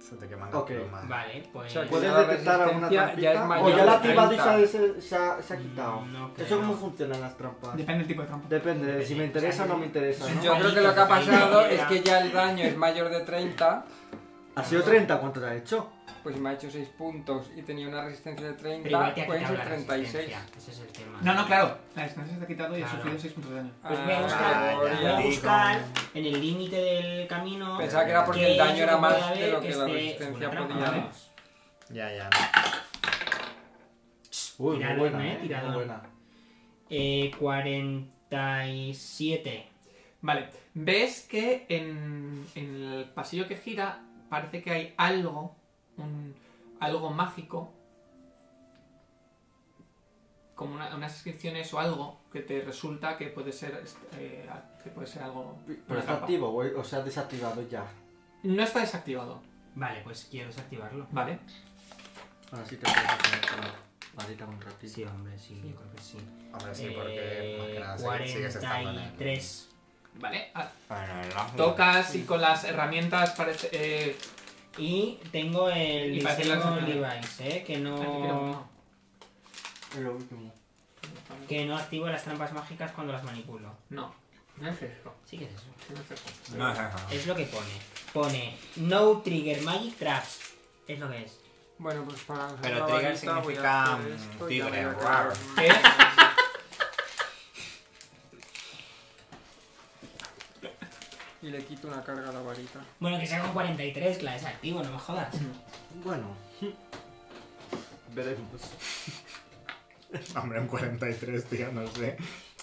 [SPEAKER 4] Se te queman
[SPEAKER 3] Ok.
[SPEAKER 4] las plumas.
[SPEAKER 5] pues, Vale, pues...
[SPEAKER 2] O sea,
[SPEAKER 3] ¿Puedes
[SPEAKER 2] Ya la
[SPEAKER 3] detectar alguna trampita?
[SPEAKER 2] resistencia ya es
[SPEAKER 3] ¿O
[SPEAKER 2] mayor
[SPEAKER 3] ya la
[SPEAKER 2] de
[SPEAKER 3] activadisa
[SPEAKER 2] 30.
[SPEAKER 3] de ese- se ha, se ha quitado?
[SPEAKER 5] No
[SPEAKER 3] ¿Eso
[SPEAKER 5] creo.
[SPEAKER 3] cómo funcionan las trampas?
[SPEAKER 1] Depende del tipo de trampa.
[SPEAKER 3] Depende de si me interesa o no me interesa,
[SPEAKER 2] así.
[SPEAKER 3] ¿no?
[SPEAKER 2] Yo creo que lo que ha pasado es que ya el daño es mayor de 30.
[SPEAKER 3] ¿Ha sido 30? ¿Cuánto te ha hecho?
[SPEAKER 2] Pues me ha hecho 6 puntos y tenía una resistencia de
[SPEAKER 5] Pero igual
[SPEAKER 2] 30,
[SPEAKER 5] te ha
[SPEAKER 2] pueden
[SPEAKER 5] quitado
[SPEAKER 2] ser
[SPEAKER 5] la
[SPEAKER 2] 36.
[SPEAKER 5] resistencia, Ese es el tema.
[SPEAKER 1] No, no, claro. La distancia se te ha quitado y has
[SPEAKER 5] Claro.
[SPEAKER 1] sufrido 6 puntos de daño.
[SPEAKER 5] Pues voy a buscar,
[SPEAKER 4] Ah, ya
[SPEAKER 5] voy a
[SPEAKER 4] digo.
[SPEAKER 5] buscar en el límite del camino.
[SPEAKER 2] Pensaba que era porque
[SPEAKER 5] qué
[SPEAKER 2] el
[SPEAKER 5] es
[SPEAKER 2] daño
[SPEAKER 5] lo
[SPEAKER 2] era
[SPEAKER 5] que puede
[SPEAKER 2] más
[SPEAKER 5] haber
[SPEAKER 2] de lo que la
[SPEAKER 5] esté-
[SPEAKER 2] resistencia
[SPEAKER 5] es una
[SPEAKER 2] podía
[SPEAKER 5] trampa,
[SPEAKER 1] ¿eh?
[SPEAKER 2] dar.
[SPEAKER 5] vamos.
[SPEAKER 4] Ya, ya.
[SPEAKER 3] Uy, muy
[SPEAKER 5] Tirador,
[SPEAKER 3] buena,
[SPEAKER 5] ¿eh?
[SPEAKER 3] ¿eh? Muy
[SPEAKER 5] Tirador.
[SPEAKER 3] buena.
[SPEAKER 5] Eh, 47.
[SPEAKER 1] Vale, ves que en, en el pasillo que gira parece que hay algo, un, algo mágico, como una- unas inscripciones o algo que te resulta que puede ser, este, eh, que puede ser algo.
[SPEAKER 3] Pero
[SPEAKER 1] una
[SPEAKER 3] está
[SPEAKER 1] trampa.
[SPEAKER 3] activo, güey, o sea, desactivado ya.
[SPEAKER 1] No está desactivado,
[SPEAKER 5] Vale, pues quiero desactivarlo.
[SPEAKER 1] ¿vale?
[SPEAKER 3] Ahora sí que puedes hacer la varita un ratito.
[SPEAKER 5] Sí, hombre, sí, yo creo que sí.
[SPEAKER 4] Hombre, sí, porque
[SPEAKER 5] Eh,
[SPEAKER 4] más que nada sí- sigues estando en el-
[SPEAKER 5] 43.
[SPEAKER 1] Vale, ah,
[SPEAKER 4] Bueno, el lazo.
[SPEAKER 1] tocas y con las herramientas parece. eh,
[SPEAKER 5] Y tengo el
[SPEAKER 1] Y para hacer la
[SPEAKER 5] diseño
[SPEAKER 1] excepción.
[SPEAKER 5] Levi's, ¿eh? Que
[SPEAKER 1] ay, creo que
[SPEAKER 5] no,
[SPEAKER 1] no.
[SPEAKER 3] Es lo último.
[SPEAKER 5] que no activo las trampas mágicas cuando las manipulo.
[SPEAKER 1] No, no es esto,
[SPEAKER 5] Sí que es eso.
[SPEAKER 1] no es esto.
[SPEAKER 4] No, no, no.
[SPEAKER 5] Es lo que pone. Pone No Trigger Magic Traps. Es lo que es.
[SPEAKER 2] Bueno, pues para usar
[SPEAKER 4] Pero
[SPEAKER 2] la
[SPEAKER 4] trigger
[SPEAKER 2] varita voy
[SPEAKER 4] significa,
[SPEAKER 2] a hacer
[SPEAKER 4] mm,
[SPEAKER 2] esto y ya
[SPEAKER 4] tigre,
[SPEAKER 2] voy a
[SPEAKER 4] guau.
[SPEAKER 2] acabar.
[SPEAKER 1] ¿Qué?
[SPEAKER 2] Y le quito una carga a la varita.
[SPEAKER 5] Bueno, que saco 43, que la desactivo, no me jodas.
[SPEAKER 3] Bueno. Veremos.
[SPEAKER 4] Hombre, un 43, tío, no sé.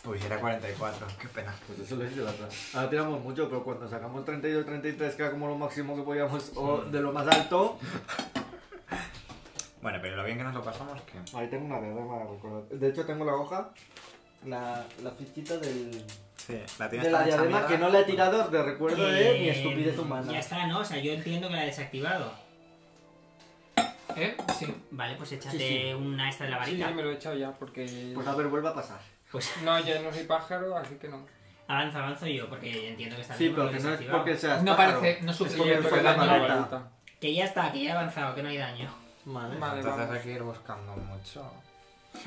[SPEAKER 4] Uy, era 44, qué pena.
[SPEAKER 3] Pues eso lo hice la otra. Ahora tiramos mucho, pero cuando sacamos 32, 33, que era como lo máximo que podíamos, o de lo más alto.
[SPEAKER 4] Bueno, pero lo bien que nos lo pasamos, que.
[SPEAKER 3] Ahí tengo una diadema de recordar. De hecho, tengo la hoja, la, la fichita del,
[SPEAKER 4] Sí, la tienes
[SPEAKER 3] de la
[SPEAKER 4] tan hecha
[SPEAKER 3] diadema
[SPEAKER 4] mierda.
[SPEAKER 3] que no la he tirado de recuerdo de mi estupidez
[SPEAKER 5] Eh,
[SPEAKER 3] humana.
[SPEAKER 5] Ya está, ¿no? O sea, yo entiendo que la he desactivado.
[SPEAKER 1] ¿Eh? Sí.
[SPEAKER 5] Vale, pues échate
[SPEAKER 3] Sí, sí.
[SPEAKER 5] una esta de la
[SPEAKER 2] Sí,
[SPEAKER 5] varita.
[SPEAKER 2] yo me lo he echado ya porque...
[SPEAKER 3] Pues a ver, vuelve a pasar.
[SPEAKER 5] Pues
[SPEAKER 2] No, ya no soy pájaro, así que no.
[SPEAKER 5] avanzo, avanzo yo, porque yo entiendo que está
[SPEAKER 3] Sí,
[SPEAKER 5] bien
[SPEAKER 3] pero
[SPEAKER 5] lo
[SPEAKER 3] que
[SPEAKER 5] he
[SPEAKER 3] no es
[SPEAKER 5] desactivado.
[SPEAKER 3] porque seas
[SPEAKER 1] No
[SPEAKER 3] pájaro.
[SPEAKER 1] parece, no
[SPEAKER 3] Es
[SPEAKER 1] sufre
[SPEAKER 3] porque
[SPEAKER 1] porque
[SPEAKER 3] fue
[SPEAKER 1] el
[SPEAKER 3] la
[SPEAKER 1] daño
[SPEAKER 5] la
[SPEAKER 3] maleta.
[SPEAKER 2] varita.
[SPEAKER 5] Que ya está, que ya he avanzado, que no hay daño.
[SPEAKER 3] Vale.
[SPEAKER 2] Vale,
[SPEAKER 4] Entonces
[SPEAKER 2] vamos.
[SPEAKER 4] hay que ir buscando mucho.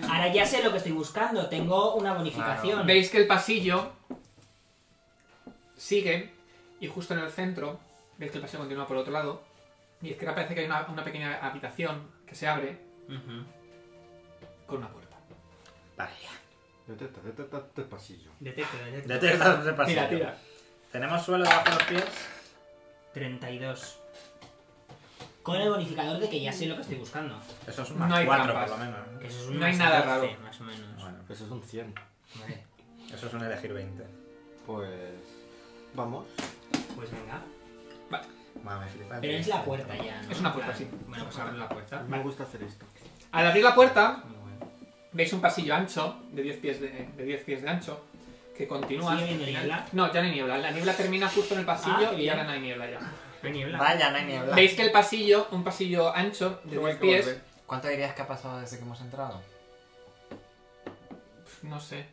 [SPEAKER 5] Ahora ya sé lo que estoy buscando, tengo una bonificación.
[SPEAKER 1] Veis que el pasillo sigue y justo en el centro, veis que el pasillo continúa por otro lado, y es que ahora parece que hay una, una pequeña habitación que se abre
[SPEAKER 5] Ujú.
[SPEAKER 1] con una puerta.
[SPEAKER 4] Vaya.
[SPEAKER 3] Detecta, detecta, detecta el pasillo.
[SPEAKER 5] Detecto, detecto.
[SPEAKER 4] Detecta ese pasillo.
[SPEAKER 1] Tira, tira.
[SPEAKER 4] Tenemos suelo debajo de los pies.
[SPEAKER 5] 32. Con el bonificador de que ya sé lo que estoy buscando.
[SPEAKER 4] Eso es un más
[SPEAKER 1] No hay
[SPEAKER 4] 4
[SPEAKER 1] trampas.
[SPEAKER 4] por lo menos. ¿eh? ¿no?
[SPEAKER 5] Que eso es un
[SPEAKER 1] No hay
[SPEAKER 5] más
[SPEAKER 1] nada
[SPEAKER 5] 12,
[SPEAKER 1] raro.
[SPEAKER 5] Más o menos.
[SPEAKER 4] Bueno,
[SPEAKER 3] Eso Pues es un 100.
[SPEAKER 5] Vale,
[SPEAKER 4] eso es un elegir 20.
[SPEAKER 3] Pues. Vamos.
[SPEAKER 5] pues venga.
[SPEAKER 4] Mamá, me flipa.
[SPEAKER 5] Pero es la puerta ya, ¿no?
[SPEAKER 1] Es una puerta,
[SPEAKER 5] Claro.
[SPEAKER 1] sí.
[SPEAKER 5] Bueno, pues abro la puerta.
[SPEAKER 3] Me gusta hacer esto.
[SPEAKER 1] Al abrir la puerta,
[SPEAKER 5] Muy bueno.
[SPEAKER 1] veis un pasillo ancho, de 10 pies de, de 10 pies de ancho, que continúa.
[SPEAKER 5] ¿Sigue habiendo
[SPEAKER 1] hasta el
[SPEAKER 5] niebla?
[SPEAKER 1] final. No, ya no hay niebla. La niebla termina justo en el
[SPEAKER 5] Ah,
[SPEAKER 1] pasillo
[SPEAKER 5] qué
[SPEAKER 1] y ahora
[SPEAKER 5] bien.
[SPEAKER 1] no hay niebla ya.
[SPEAKER 5] Hay niebla.
[SPEAKER 6] Vaya, no hay ni hablar.
[SPEAKER 1] Veis que el pasillo, un pasillo ancho de
[SPEAKER 2] Luego hay
[SPEAKER 1] 10
[SPEAKER 2] que
[SPEAKER 1] pies,
[SPEAKER 2] volver.
[SPEAKER 6] ¿Cuánto dirías que ha pasado desde que hemos entrado?
[SPEAKER 1] no sé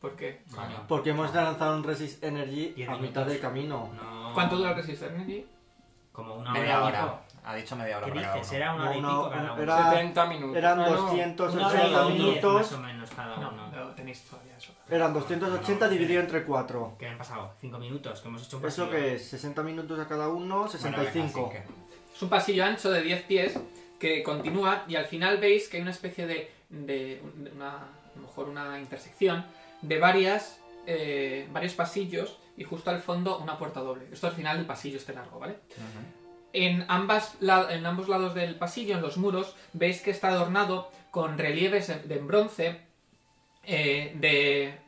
[SPEAKER 1] por qué.
[SPEAKER 5] Coño.
[SPEAKER 3] Porque hemos lanzado un Resist Energy
[SPEAKER 5] Diez
[SPEAKER 3] a
[SPEAKER 5] minutos.
[SPEAKER 3] mitad del camino.
[SPEAKER 5] No.
[SPEAKER 1] Pues, ¿Cuánto dura el Resist Energy?
[SPEAKER 5] Como una
[SPEAKER 6] Media
[SPEAKER 5] hora.
[SPEAKER 6] hora.
[SPEAKER 5] y pico.
[SPEAKER 6] Ha dicho media hora
[SPEAKER 5] ¿Qué
[SPEAKER 6] para cada
[SPEAKER 5] dices?
[SPEAKER 6] uno.
[SPEAKER 5] Era una hora y
[SPEAKER 3] No,
[SPEAKER 5] pico
[SPEAKER 3] no,
[SPEAKER 5] cada uno.
[SPEAKER 3] era- Ah,
[SPEAKER 2] 70 minutos.
[SPEAKER 3] Eran
[SPEAKER 2] Ah,
[SPEAKER 5] Una
[SPEAKER 2] no.
[SPEAKER 5] hora y
[SPEAKER 3] 280
[SPEAKER 5] dos diez, más
[SPEAKER 3] minutos.
[SPEAKER 5] o menos cada
[SPEAKER 1] No,
[SPEAKER 5] uno.
[SPEAKER 1] lo tenéis todavía eso.
[SPEAKER 3] Eran 280
[SPEAKER 5] No.
[SPEAKER 3] dividido entre 4.
[SPEAKER 5] ¿Qué han pasado? 5 minutos, que hemos hecho un
[SPEAKER 3] ¿Eso
[SPEAKER 5] pasillo.
[SPEAKER 3] que es? 60 minutos a cada uno,
[SPEAKER 6] Bueno, venga,
[SPEAKER 3] 65.
[SPEAKER 6] así que-
[SPEAKER 1] Es un pasillo ancho de 10 pies que continúa y al final veis que hay una especie de, de un- de una, a lo mejor una intersección de varias, eh, varios pasillos y justo al fondo una puerta doble. Esto al final del pasillo este largo, ¿vale?
[SPEAKER 6] Ujú.
[SPEAKER 1] En, ambas, la- en ambos lados del pasillo, en los muros, veis que está adornado con relieves en- de en bronce eh, de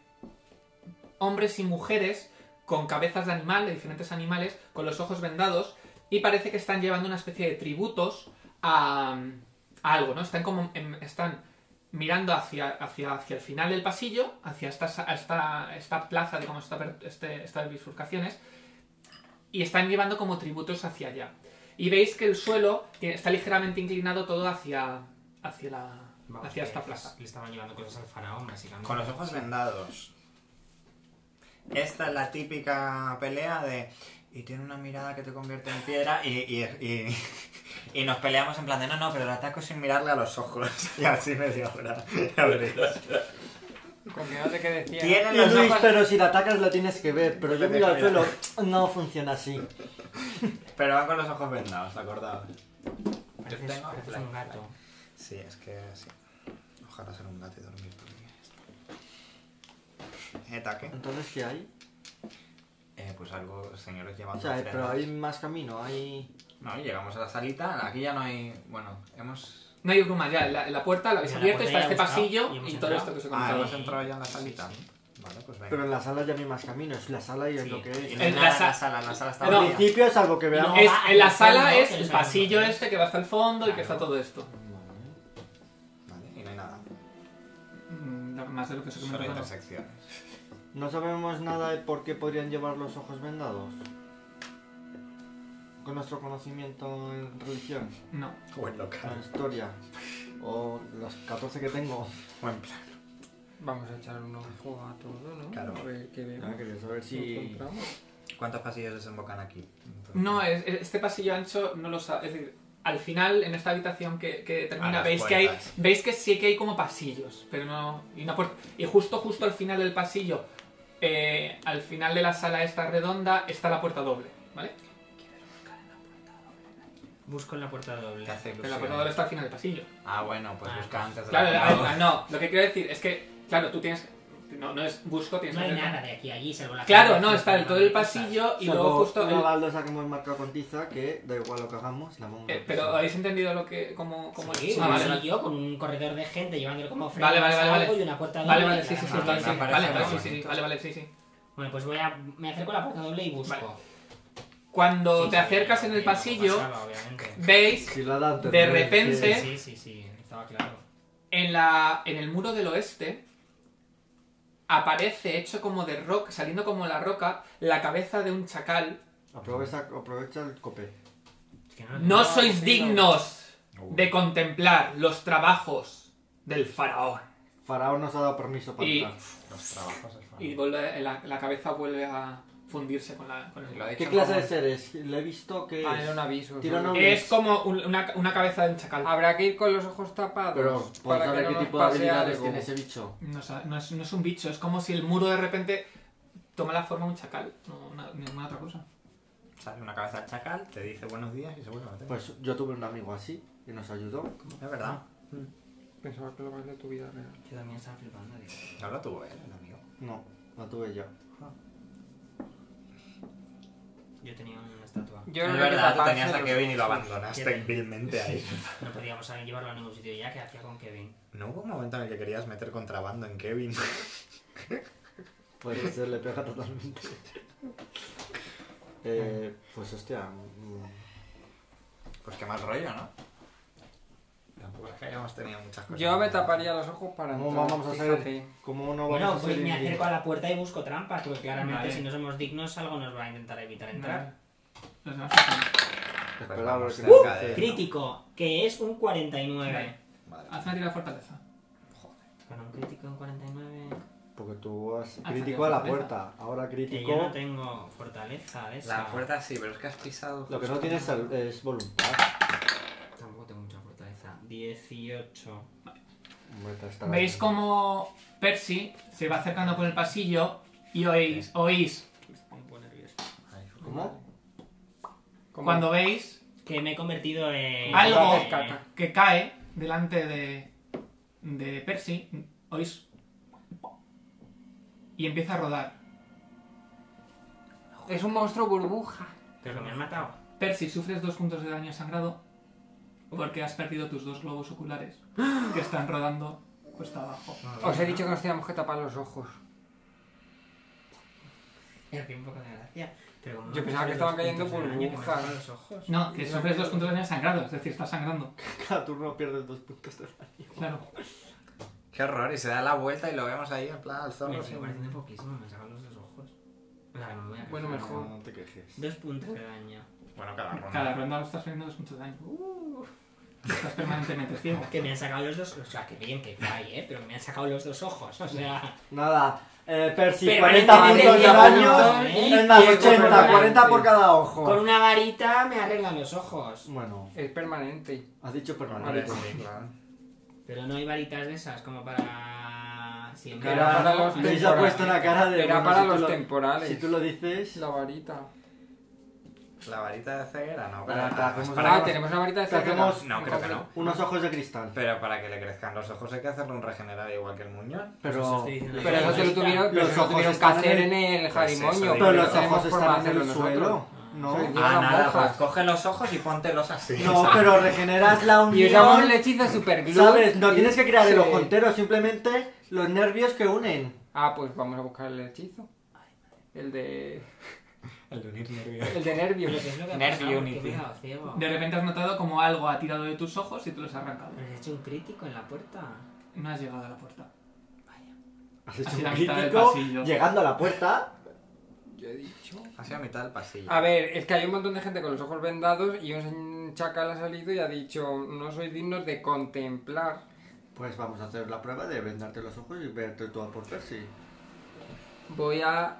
[SPEAKER 1] hombres y mujeres con cabezas de animal, de diferentes animales, con los ojos vendados, y parece que están llevando una especie de tributos a, a algo, ¿no? Están como en- están mirando hacia, hacia, hacia el final del pasillo, hacia esta, sa- esta, esta plaza, digamos, esta, per- este- estas bifurcaciones, y están llevando como tributos hacia allá. Y veis que el suelo tiene- está ligeramente inclinado todo hacia, hacia, la,
[SPEAKER 5] Vamos,
[SPEAKER 1] hacia
[SPEAKER 5] que
[SPEAKER 1] esta
[SPEAKER 5] les-
[SPEAKER 1] plaza.
[SPEAKER 5] Le estaban llevando cosas al faraón, básicamente.
[SPEAKER 4] Con los ojos vendados. Esta es la típica pelea de. Y tiene una mirada que te convierte en piedra y, y, y- y nos peleamos en plan de no, no, pero lo ataco sin mirarle a los ojos. Y así media hora. Ya veréis.
[SPEAKER 2] Con miedo de que decía.
[SPEAKER 4] Tienen
[SPEAKER 3] Y
[SPEAKER 4] los
[SPEAKER 3] Luis,
[SPEAKER 4] ojos.
[SPEAKER 3] pero si la atacas la tienes que ver, pero yo miro al suelo, no funciona así.
[SPEAKER 4] Pero van con los ojos vendados, acordados.
[SPEAKER 5] Pareces,
[SPEAKER 4] tengo
[SPEAKER 5] pareces
[SPEAKER 4] flash.
[SPEAKER 5] un gato.
[SPEAKER 4] Sí, es que sí. Ojalá ser un gato y dormir también. ¿Ataque?
[SPEAKER 3] Entonces, ¿qué hay?
[SPEAKER 4] Eh, pues algo, señores,
[SPEAKER 3] O
[SPEAKER 4] llevando
[SPEAKER 3] sea,
[SPEAKER 4] frenos.
[SPEAKER 3] pero hay más camino, hay...
[SPEAKER 4] No, llegamos a la salita, aquí ya no hay... Bueno, hemos...
[SPEAKER 1] No hay bruma ya, la, la puerta la habéis
[SPEAKER 5] La
[SPEAKER 1] abierto,
[SPEAKER 5] puerta
[SPEAKER 1] está
[SPEAKER 5] ya
[SPEAKER 1] este
[SPEAKER 5] hemos entrado
[SPEAKER 1] pasillo
[SPEAKER 5] y hemos
[SPEAKER 1] y, todo
[SPEAKER 5] entrado.
[SPEAKER 1] esto que os he
[SPEAKER 4] Ah,
[SPEAKER 1] comentado.
[SPEAKER 4] hemos entrado ya en la salita. Vale, pues venga.
[SPEAKER 3] Pero en la sala ya no hay más camino, es la sala y es
[SPEAKER 5] Sí.
[SPEAKER 3] lo que
[SPEAKER 4] Y
[SPEAKER 3] es.
[SPEAKER 4] no hay
[SPEAKER 1] en la
[SPEAKER 4] nada en la
[SPEAKER 1] sa-
[SPEAKER 4] sala, en la sala está
[SPEAKER 1] No.
[SPEAKER 3] En
[SPEAKER 4] vacía.
[SPEAKER 3] principio, salvo que veamos...
[SPEAKER 5] No,
[SPEAKER 1] Es-
[SPEAKER 5] va
[SPEAKER 1] en la
[SPEAKER 5] al
[SPEAKER 1] sala
[SPEAKER 5] fondo,
[SPEAKER 1] es
[SPEAKER 5] que
[SPEAKER 1] el
[SPEAKER 5] es la
[SPEAKER 1] pasillo
[SPEAKER 5] misma.
[SPEAKER 1] este que va hasta el fondo y que está
[SPEAKER 5] Claro.
[SPEAKER 1] todo esto.
[SPEAKER 4] Vale, y no hay nada.
[SPEAKER 1] Mm, no, Más de lo que os he
[SPEAKER 4] Solo
[SPEAKER 1] comentado. no.
[SPEAKER 4] intersecciones.
[SPEAKER 3] No sabemos nada de por qué podrían llevar los ojos vendados. Con nuestro conocimiento en religión,
[SPEAKER 1] No.
[SPEAKER 4] O en
[SPEAKER 3] en
[SPEAKER 4] local.
[SPEAKER 3] historia, o los 14 que tengo.
[SPEAKER 4] O en plan.
[SPEAKER 2] Vamos a echar un ojo a todo, ¿no?
[SPEAKER 4] Claro.
[SPEAKER 2] A ver qué vemos.
[SPEAKER 3] Ah, quería saber
[SPEAKER 2] ¿Qué
[SPEAKER 3] si...
[SPEAKER 2] encontramos?
[SPEAKER 4] ¿Cuántos pasillos desembocan aquí? Entonces-
[SPEAKER 1] No, es- es- este pasillo ancho no lo sabe. Es decir, al final, en esta habitación que, que
[SPEAKER 4] A
[SPEAKER 1] termina,
[SPEAKER 4] las
[SPEAKER 1] veis que, hay,
[SPEAKER 4] puertas.
[SPEAKER 1] veis que sí que hay como pasillos, pero no. Y, una puerta. y justo, justo al final del pasillo, eh, al final de la sala esta redonda, está la puerta doble, ¿vale?
[SPEAKER 5] Busco en la puerta doble.
[SPEAKER 4] Te hace
[SPEAKER 1] Pero la
[SPEAKER 4] ilusión.
[SPEAKER 1] puerta doble está al final del pasillo.
[SPEAKER 4] Ah, bueno, pues
[SPEAKER 5] Ah.
[SPEAKER 4] busca antes de
[SPEAKER 1] Claro, ah,
[SPEAKER 4] la
[SPEAKER 1] a ver, no, lo que quiero decir es que, claro, tú tienes. No, no es busco, tienes
[SPEAKER 5] No hay
[SPEAKER 1] que. hacer-
[SPEAKER 5] nada de aquí a allí, salvo la pues,
[SPEAKER 1] Claro,
[SPEAKER 5] gente
[SPEAKER 1] no,
[SPEAKER 5] que
[SPEAKER 1] está el todo el pasillo y luego justo.
[SPEAKER 3] la
[SPEAKER 1] el-
[SPEAKER 3] baldosa que hemos marcado con tiza, que da igual lo que hagamos, la monga.
[SPEAKER 1] eh, pero habéis entendido lo que. como. como
[SPEAKER 5] Sí,
[SPEAKER 1] ah,
[SPEAKER 5] un
[SPEAKER 1] vale, vale.
[SPEAKER 5] pasillo con un corredor de gente llevándolo como freno
[SPEAKER 1] Vale, vale, vale,
[SPEAKER 5] algo
[SPEAKER 1] vale.
[SPEAKER 5] y una puerta doble.
[SPEAKER 1] Vale, vale,
[SPEAKER 5] y
[SPEAKER 1] sí, sí, sí,
[SPEAKER 5] claramente-
[SPEAKER 1] vale,
[SPEAKER 4] me
[SPEAKER 1] sí,
[SPEAKER 4] parece
[SPEAKER 1] vale,
[SPEAKER 4] muy
[SPEAKER 1] vale, sí,
[SPEAKER 4] bonito.
[SPEAKER 1] sí, vale, vale, sí, sí.
[SPEAKER 5] Bueno, pues voy a... me acerco a la puerta doble y busco.
[SPEAKER 1] Vale. Cuando
[SPEAKER 5] Sí,
[SPEAKER 1] te
[SPEAKER 5] sí,
[SPEAKER 1] acercas en el
[SPEAKER 5] sí, no
[SPEAKER 1] pasillo,
[SPEAKER 5] pasaba, obviamente.
[SPEAKER 1] veis
[SPEAKER 3] Si la das, te
[SPEAKER 1] de
[SPEAKER 3] ves,
[SPEAKER 1] repente-
[SPEAKER 3] que-
[SPEAKER 5] Sí, sí, sí, estaba claro.
[SPEAKER 1] en la. en el muro del oeste. Aparece hecho como de roca, saliendo como la roca, la cabeza de un chacal.
[SPEAKER 3] Aprovecha, aprovecha el copé.
[SPEAKER 5] Es que Ah, no,
[SPEAKER 1] No sois
[SPEAKER 2] sí, no.
[SPEAKER 1] dignos
[SPEAKER 4] Uh.
[SPEAKER 1] de contemplar los trabajos del faraón.
[SPEAKER 3] Faraón nos ha dado permiso para
[SPEAKER 1] Y-
[SPEAKER 3] entrar.
[SPEAKER 4] Los trabajos
[SPEAKER 1] Y
[SPEAKER 4] es fácil.
[SPEAKER 1] vuelve, eh, la, la cabeza vuelve a fundirse con, la, con el
[SPEAKER 4] Lo ha dicho
[SPEAKER 3] ¿Qué clase
[SPEAKER 4] como-
[SPEAKER 3] de seres? Le he visto que
[SPEAKER 2] Ah,
[SPEAKER 3] es-
[SPEAKER 2] era un aviso.
[SPEAKER 3] Tira
[SPEAKER 2] ¿no?
[SPEAKER 3] una-
[SPEAKER 1] Es como un- una, una cabeza de un chacal. Ah,
[SPEAKER 2] Habrá que ir con los ojos tapados.
[SPEAKER 3] Pero, ¿puedes
[SPEAKER 2] para que
[SPEAKER 3] saber
[SPEAKER 2] no
[SPEAKER 3] qué
[SPEAKER 2] nos
[SPEAKER 3] tipo de
[SPEAKER 2] pase
[SPEAKER 3] habilidades
[SPEAKER 2] algo.
[SPEAKER 3] tiene ese bicho?
[SPEAKER 1] No, sa- no es, no es un bicho, es como si el muro de repente toma la forma de un chacal, no una- ninguna otra cosa.
[SPEAKER 4] Sale una cabeza de chacal, te dice buenos días y se vuelve a meter.
[SPEAKER 3] Pues yo tuve un amigo así, que nos ayudó.
[SPEAKER 4] Es verdad.
[SPEAKER 2] Pensaba que lo más de tu vida real.
[SPEAKER 5] Yo también estaba flipando. digo.
[SPEAKER 4] Ahora tuvo él, el amigo.
[SPEAKER 3] No, la tuve yo.
[SPEAKER 5] Yo tenía una estatua.
[SPEAKER 2] Yo
[SPEAKER 4] Es
[SPEAKER 2] creo
[SPEAKER 4] verdad,
[SPEAKER 2] que
[SPEAKER 4] tú
[SPEAKER 2] taparse
[SPEAKER 4] tenías a
[SPEAKER 2] los-
[SPEAKER 4] Kevin y lo
[SPEAKER 2] sí.
[SPEAKER 4] abandonaste
[SPEAKER 5] Kevin.
[SPEAKER 4] vilmente ahí.
[SPEAKER 5] No podíamos llevarlo a ningún sitio ya. ¿Qué hacía con Kevin?
[SPEAKER 4] ¿No hubo un momento en el que querías meter contrabando en Kevin?
[SPEAKER 3] Pues se le pega totalmente. Eh, pues hostia. mm,
[SPEAKER 4] Pues qué mal rollo, ¿no? Tampoco es que hayamos tenido muchas cosas.
[SPEAKER 2] Yo me taparía los ojos para
[SPEAKER 3] ¿Cómo
[SPEAKER 2] entrar.
[SPEAKER 3] vamos a hacer?
[SPEAKER 2] fíjate.
[SPEAKER 3] ¿Cómo no vamos
[SPEAKER 5] Bueno,
[SPEAKER 3] a
[SPEAKER 5] pues
[SPEAKER 3] ser
[SPEAKER 5] me
[SPEAKER 3] indignos?
[SPEAKER 5] acerco a la puerta y busco trampas, porque claramente
[SPEAKER 1] Vale.
[SPEAKER 5] si no somos dignos algo nos va a intentar evitar entrar.
[SPEAKER 1] Los demás hacen-
[SPEAKER 3] Espera, a ver qué
[SPEAKER 4] Cerca
[SPEAKER 3] hace.
[SPEAKER 4] de-
[SPEAKER 5] Crítico, que es un 49.
[SPEAKER 1] Vale.
[SPEAKER 4] Madre mía.
[SPEAKER 1] Haz una tirada de fortaleza.
[SPEAKER 5] Con un crítico en 49...
[SPEAKER 3] Porque tú has
[SPEAKER 1] Ah,
[SPEAKER 3] crítico a la
[SPEAKER 1] fortaleza.
[SPEAKER 3] puerta. Ahora
[SPEAKER 5] Que yo no
[SPEAKER 3] crítico.
[SPEAKER 5] tengo fortaleza de esa.
[SPEAKER 4] La puerta sí, pero es que has pisado.
[SPEAKER 3] Lo que no
[SPEAKER 4] justo-
[SPEAKER 3] tienes sal- es voluntad.
[SPEAKER 5] Tampoco tengo mucha fortaleza. 18.
[SPEAKER 3] Hombre, te estará
[SPEAKER 1] Veis
[SPEAKER 3] bien.
[SPEAKER 1] como Percy se va acercando por el pasillo y oís, oís.
[SPEAKER 4] Ay,
[SPEAKER 3] ¿Cómo?
[SPEAKER 2] Como-
[SPEAKER 1] Cuando veis
[SPEAKER 5] Que me he convertido en...
[SPEAKER 1] algo
[SPEAKER 2] haces caca.
[SPEAKER 1] que cae delante de, de Percy, oís y empieza a rodar.
[SPEAKER 2] Es un monstruo burbuja.
[SPEAKER 5] Creo que me han matado.
[SPEAKER 1] Percy, sufres dos puntos de daño sangrado porque has perdido tus dos globos oculares que están rodando cuesta abajo.
[SPEAKER 2] Os he dicho que nos teníamos que tapar los ojos.
[SPEAKER 5] Me hacía un poco de gracia. Pero como
[SPEAKER 2] Yo
[SPEAKER 5] no
[SPEAKER 2] pensaba que
[SPEAKER 5] sé
[SPEAKER 2] estaban
[SPEAKER 5] los
[SPEAKER 2] cayendo
[SPEAKER 5] puntos de daño que me
[SPEAKER 2] burbujas.
[SPEAKER 5] matan los ojos.
[SPEAKER 1] No, que sufres dos puntos de daño sangrado, es decir, estás sangrando.
[SPEAKER 3] Cada turno pierdes dos puntos de daño.
[SPEAKER 1] Claro.
[SPEAKER 4] Qué horror, y se da la vuelta y lo vemos ahí en plan al
[SPEAKER 5] Me
[SPEAKER 4] zorro.
[SPEAKER 5] estoy
[SPEAKER 4] sin-
[SPEAKER 5] pareciendo poquísimo, me sacan los dos ojos. O sea, me voy a
[SPEAKER 2] Bueno,
[SPEAKER 5] quejar.
[SPEAKER 2] mejor.
[SPEAKER 3] Ah, No te quejes.
[SPEAKER 5] Dos puntos de daño.
[SPEAKER 4] Bueno, cada ronda.
[SPEAKER 1] Cada ronda lo estás perdiendo dos puntos de daño. Estás permanentemente ciego.
[SPEAKER 5] Que me han sacado los dos. O sea, que bien, que guay, ¿eh? Pero me han sacado los dos ojos. O sea,
[SPEAKER 3] Nada, eh, Percy,
[SPEAKER 5] Pero este
[SPEAKER 3] 40
[SPEAKER 5] vale,
[SPEAKER 3] puntos de
[SPEAKER 5] vale,
[SPEAKER 3] daño,
[SPEAKER 5] vale,
[SPEAKER 3] es
[SPEAKER 5] vale.
[SPEAKER 3] más
[SPEAKER 2] Y es
[SPEAKER 3] 80,
[SPEAKER 2] permanente.
[SPEAKER 3] 40 por cada ojo.
[SPEAKER 5] con una varita me arreglan los ojos.
[SPEAKER 3] Bueno,
[SPEAKER 2] Es permanente.
[SPEAKER 3] has dicho
[SPEAKER 4] Hombre,
[SPEAKER 3] permanente.
[SPEAKER 4] sí, claro.
[SPEAKER 5] Pero no hay varitas de esas como para. Siempre.
[SPEAKER 2] Era para los
[SPEAKER 3] Te ha puesto
[SPEAKER 2] temporales.
[SPEAKER 3] la cara de.
[SPEAKER 2] Era
[SPEAKER 3] bueno,
[SPEAKER 2] para
[SPEAKER 3] si tú
[SPEAKER 2] los
[SPEAKER 3] lo-
[SPEAKER 2] temporales.
[SPEAKER 3] Si tú lo dices,
[SPEAKER 2] La varita.
[SPEAKER 4] La varita de ceguera, no.
[SPEAKER 3] Ahora te hacemos
[SPEAKER 4] para,
[SPEAKER 2] Ah,
[SPEAKER 3] que-
[SPEAKER 2] tenemos una varita de
[SPEAKER 3] te
[SPEAKER 2] cerca.
[SPEAKER 3] hacemos-
[SPEAKER 4] No, creo que no.
[SPEAKER 3] unos ojos de cristal.
[SPEAKER 5] Pues
[SPEAKER 4] pero para que le crezcan los ojos hay que hacerle un regenerar igual que el muñón.
[SPEAKER 5] Eso
[SPEAKER 3] Pero.
[SPEAKER 5] estoy diciendo yo.
[SPEAKER 2] Pero eso te lo tuvieron, pero
[SPEAKER 3] Los
[SPEAKER 2] eso lo
[SPEAKER 3] ojos
[SPEAKER 2] tuvieron que
[SPEAKER 3] están
[SPEAKER 2] hacer
[SPEAKER 3] en
[SPEAKER 2] en el
[SPEAKER 4] Pues eso
[SPEAKER 2] jarimoño.
[SPEAKER 4] digo.
[SPEAKER 3] Pero
[SPEAKER 4] no
[SPEAKER 3] los
[SPEAKER 2] tenemos
[SPEAKER 3] ojos
[SPEAKER 2] forma de
[SPEAKER 3] están en
[SPEAKER 2] hacerlo
[SPEAKER 3] el
[SPEAKER 2] nosotros.
[SPEAKER 3] suelo. No.
[SPEAKER 2] Sí.
[SPEAKER 4] Ah,
[SPEAKER 2] las
[SPEAKER 4] nada,
[SPEAKER 2] monjas.
[SPEAKER 4] pues coge los ojos y póntelos así.
[SPEAKER 3] No, pero regeneras la
[SPEAKER 2] Y usamos el
[SPEAKER 3] unión.
[SPEAKER 2] hechizo superglue.
[SPEAKER 3] ¿Sabes? No
[SPEAKER 2] y-
[SPEAKER 3] tienes que crear el
[SPEAKER 2] Sí.
[SPEAKER 3] ojo entero, simplemente los nervios que unen.
[SPEAKER 2] Ah, pues vamos a buscar el hechizo. El de.
[SPEAKER 4] El de unir nervios.
[SPEAKER 2] El de
[SPEAKER 5] Pero
[SPEAKER 2] nervios.
[SPEAKER 5] ¿qué es lo que ha
[SPEAKER 4] Nerf
[SPEAKER 5] pasado? ¿Por
[SPEAKER 4] Unity.
[SPEAKER 5] qué me he quedado ciego?
[SPEAKER 1] De repente has notado como algo ha tirado de tus ojos y tú los has arrancado.
[SPEAKER 5] ¿Pero has hecho un crítico en la puerta?
[SPEAKER 1] No has llegado a la puerta.
[SPEAKER 3] Has hecho
[SPEAKER 1] Así
[SPEAKER 3] un
[SPEAKER 1] la mitad del
[SPEAKER 3] crítico,
[SPEAKER 1] pasillo.
[SPEAKER 3] llegando a la puerta.
[SPEAKER 2] Yo he dicho.
[SPEAKER 4] Ha sido a mitad del pasillo.
[SPEAKER 2] A ver, es que hay un montón de gente con los ojos vendados y un chacal ha salido y ha dicho: No soy digno de contemplar.
[SPEAKER 3] Pues vamos a hacer la prueba de vendarte los ojos y verte tú a por Percy.
[SPEAKER 2] Voy a.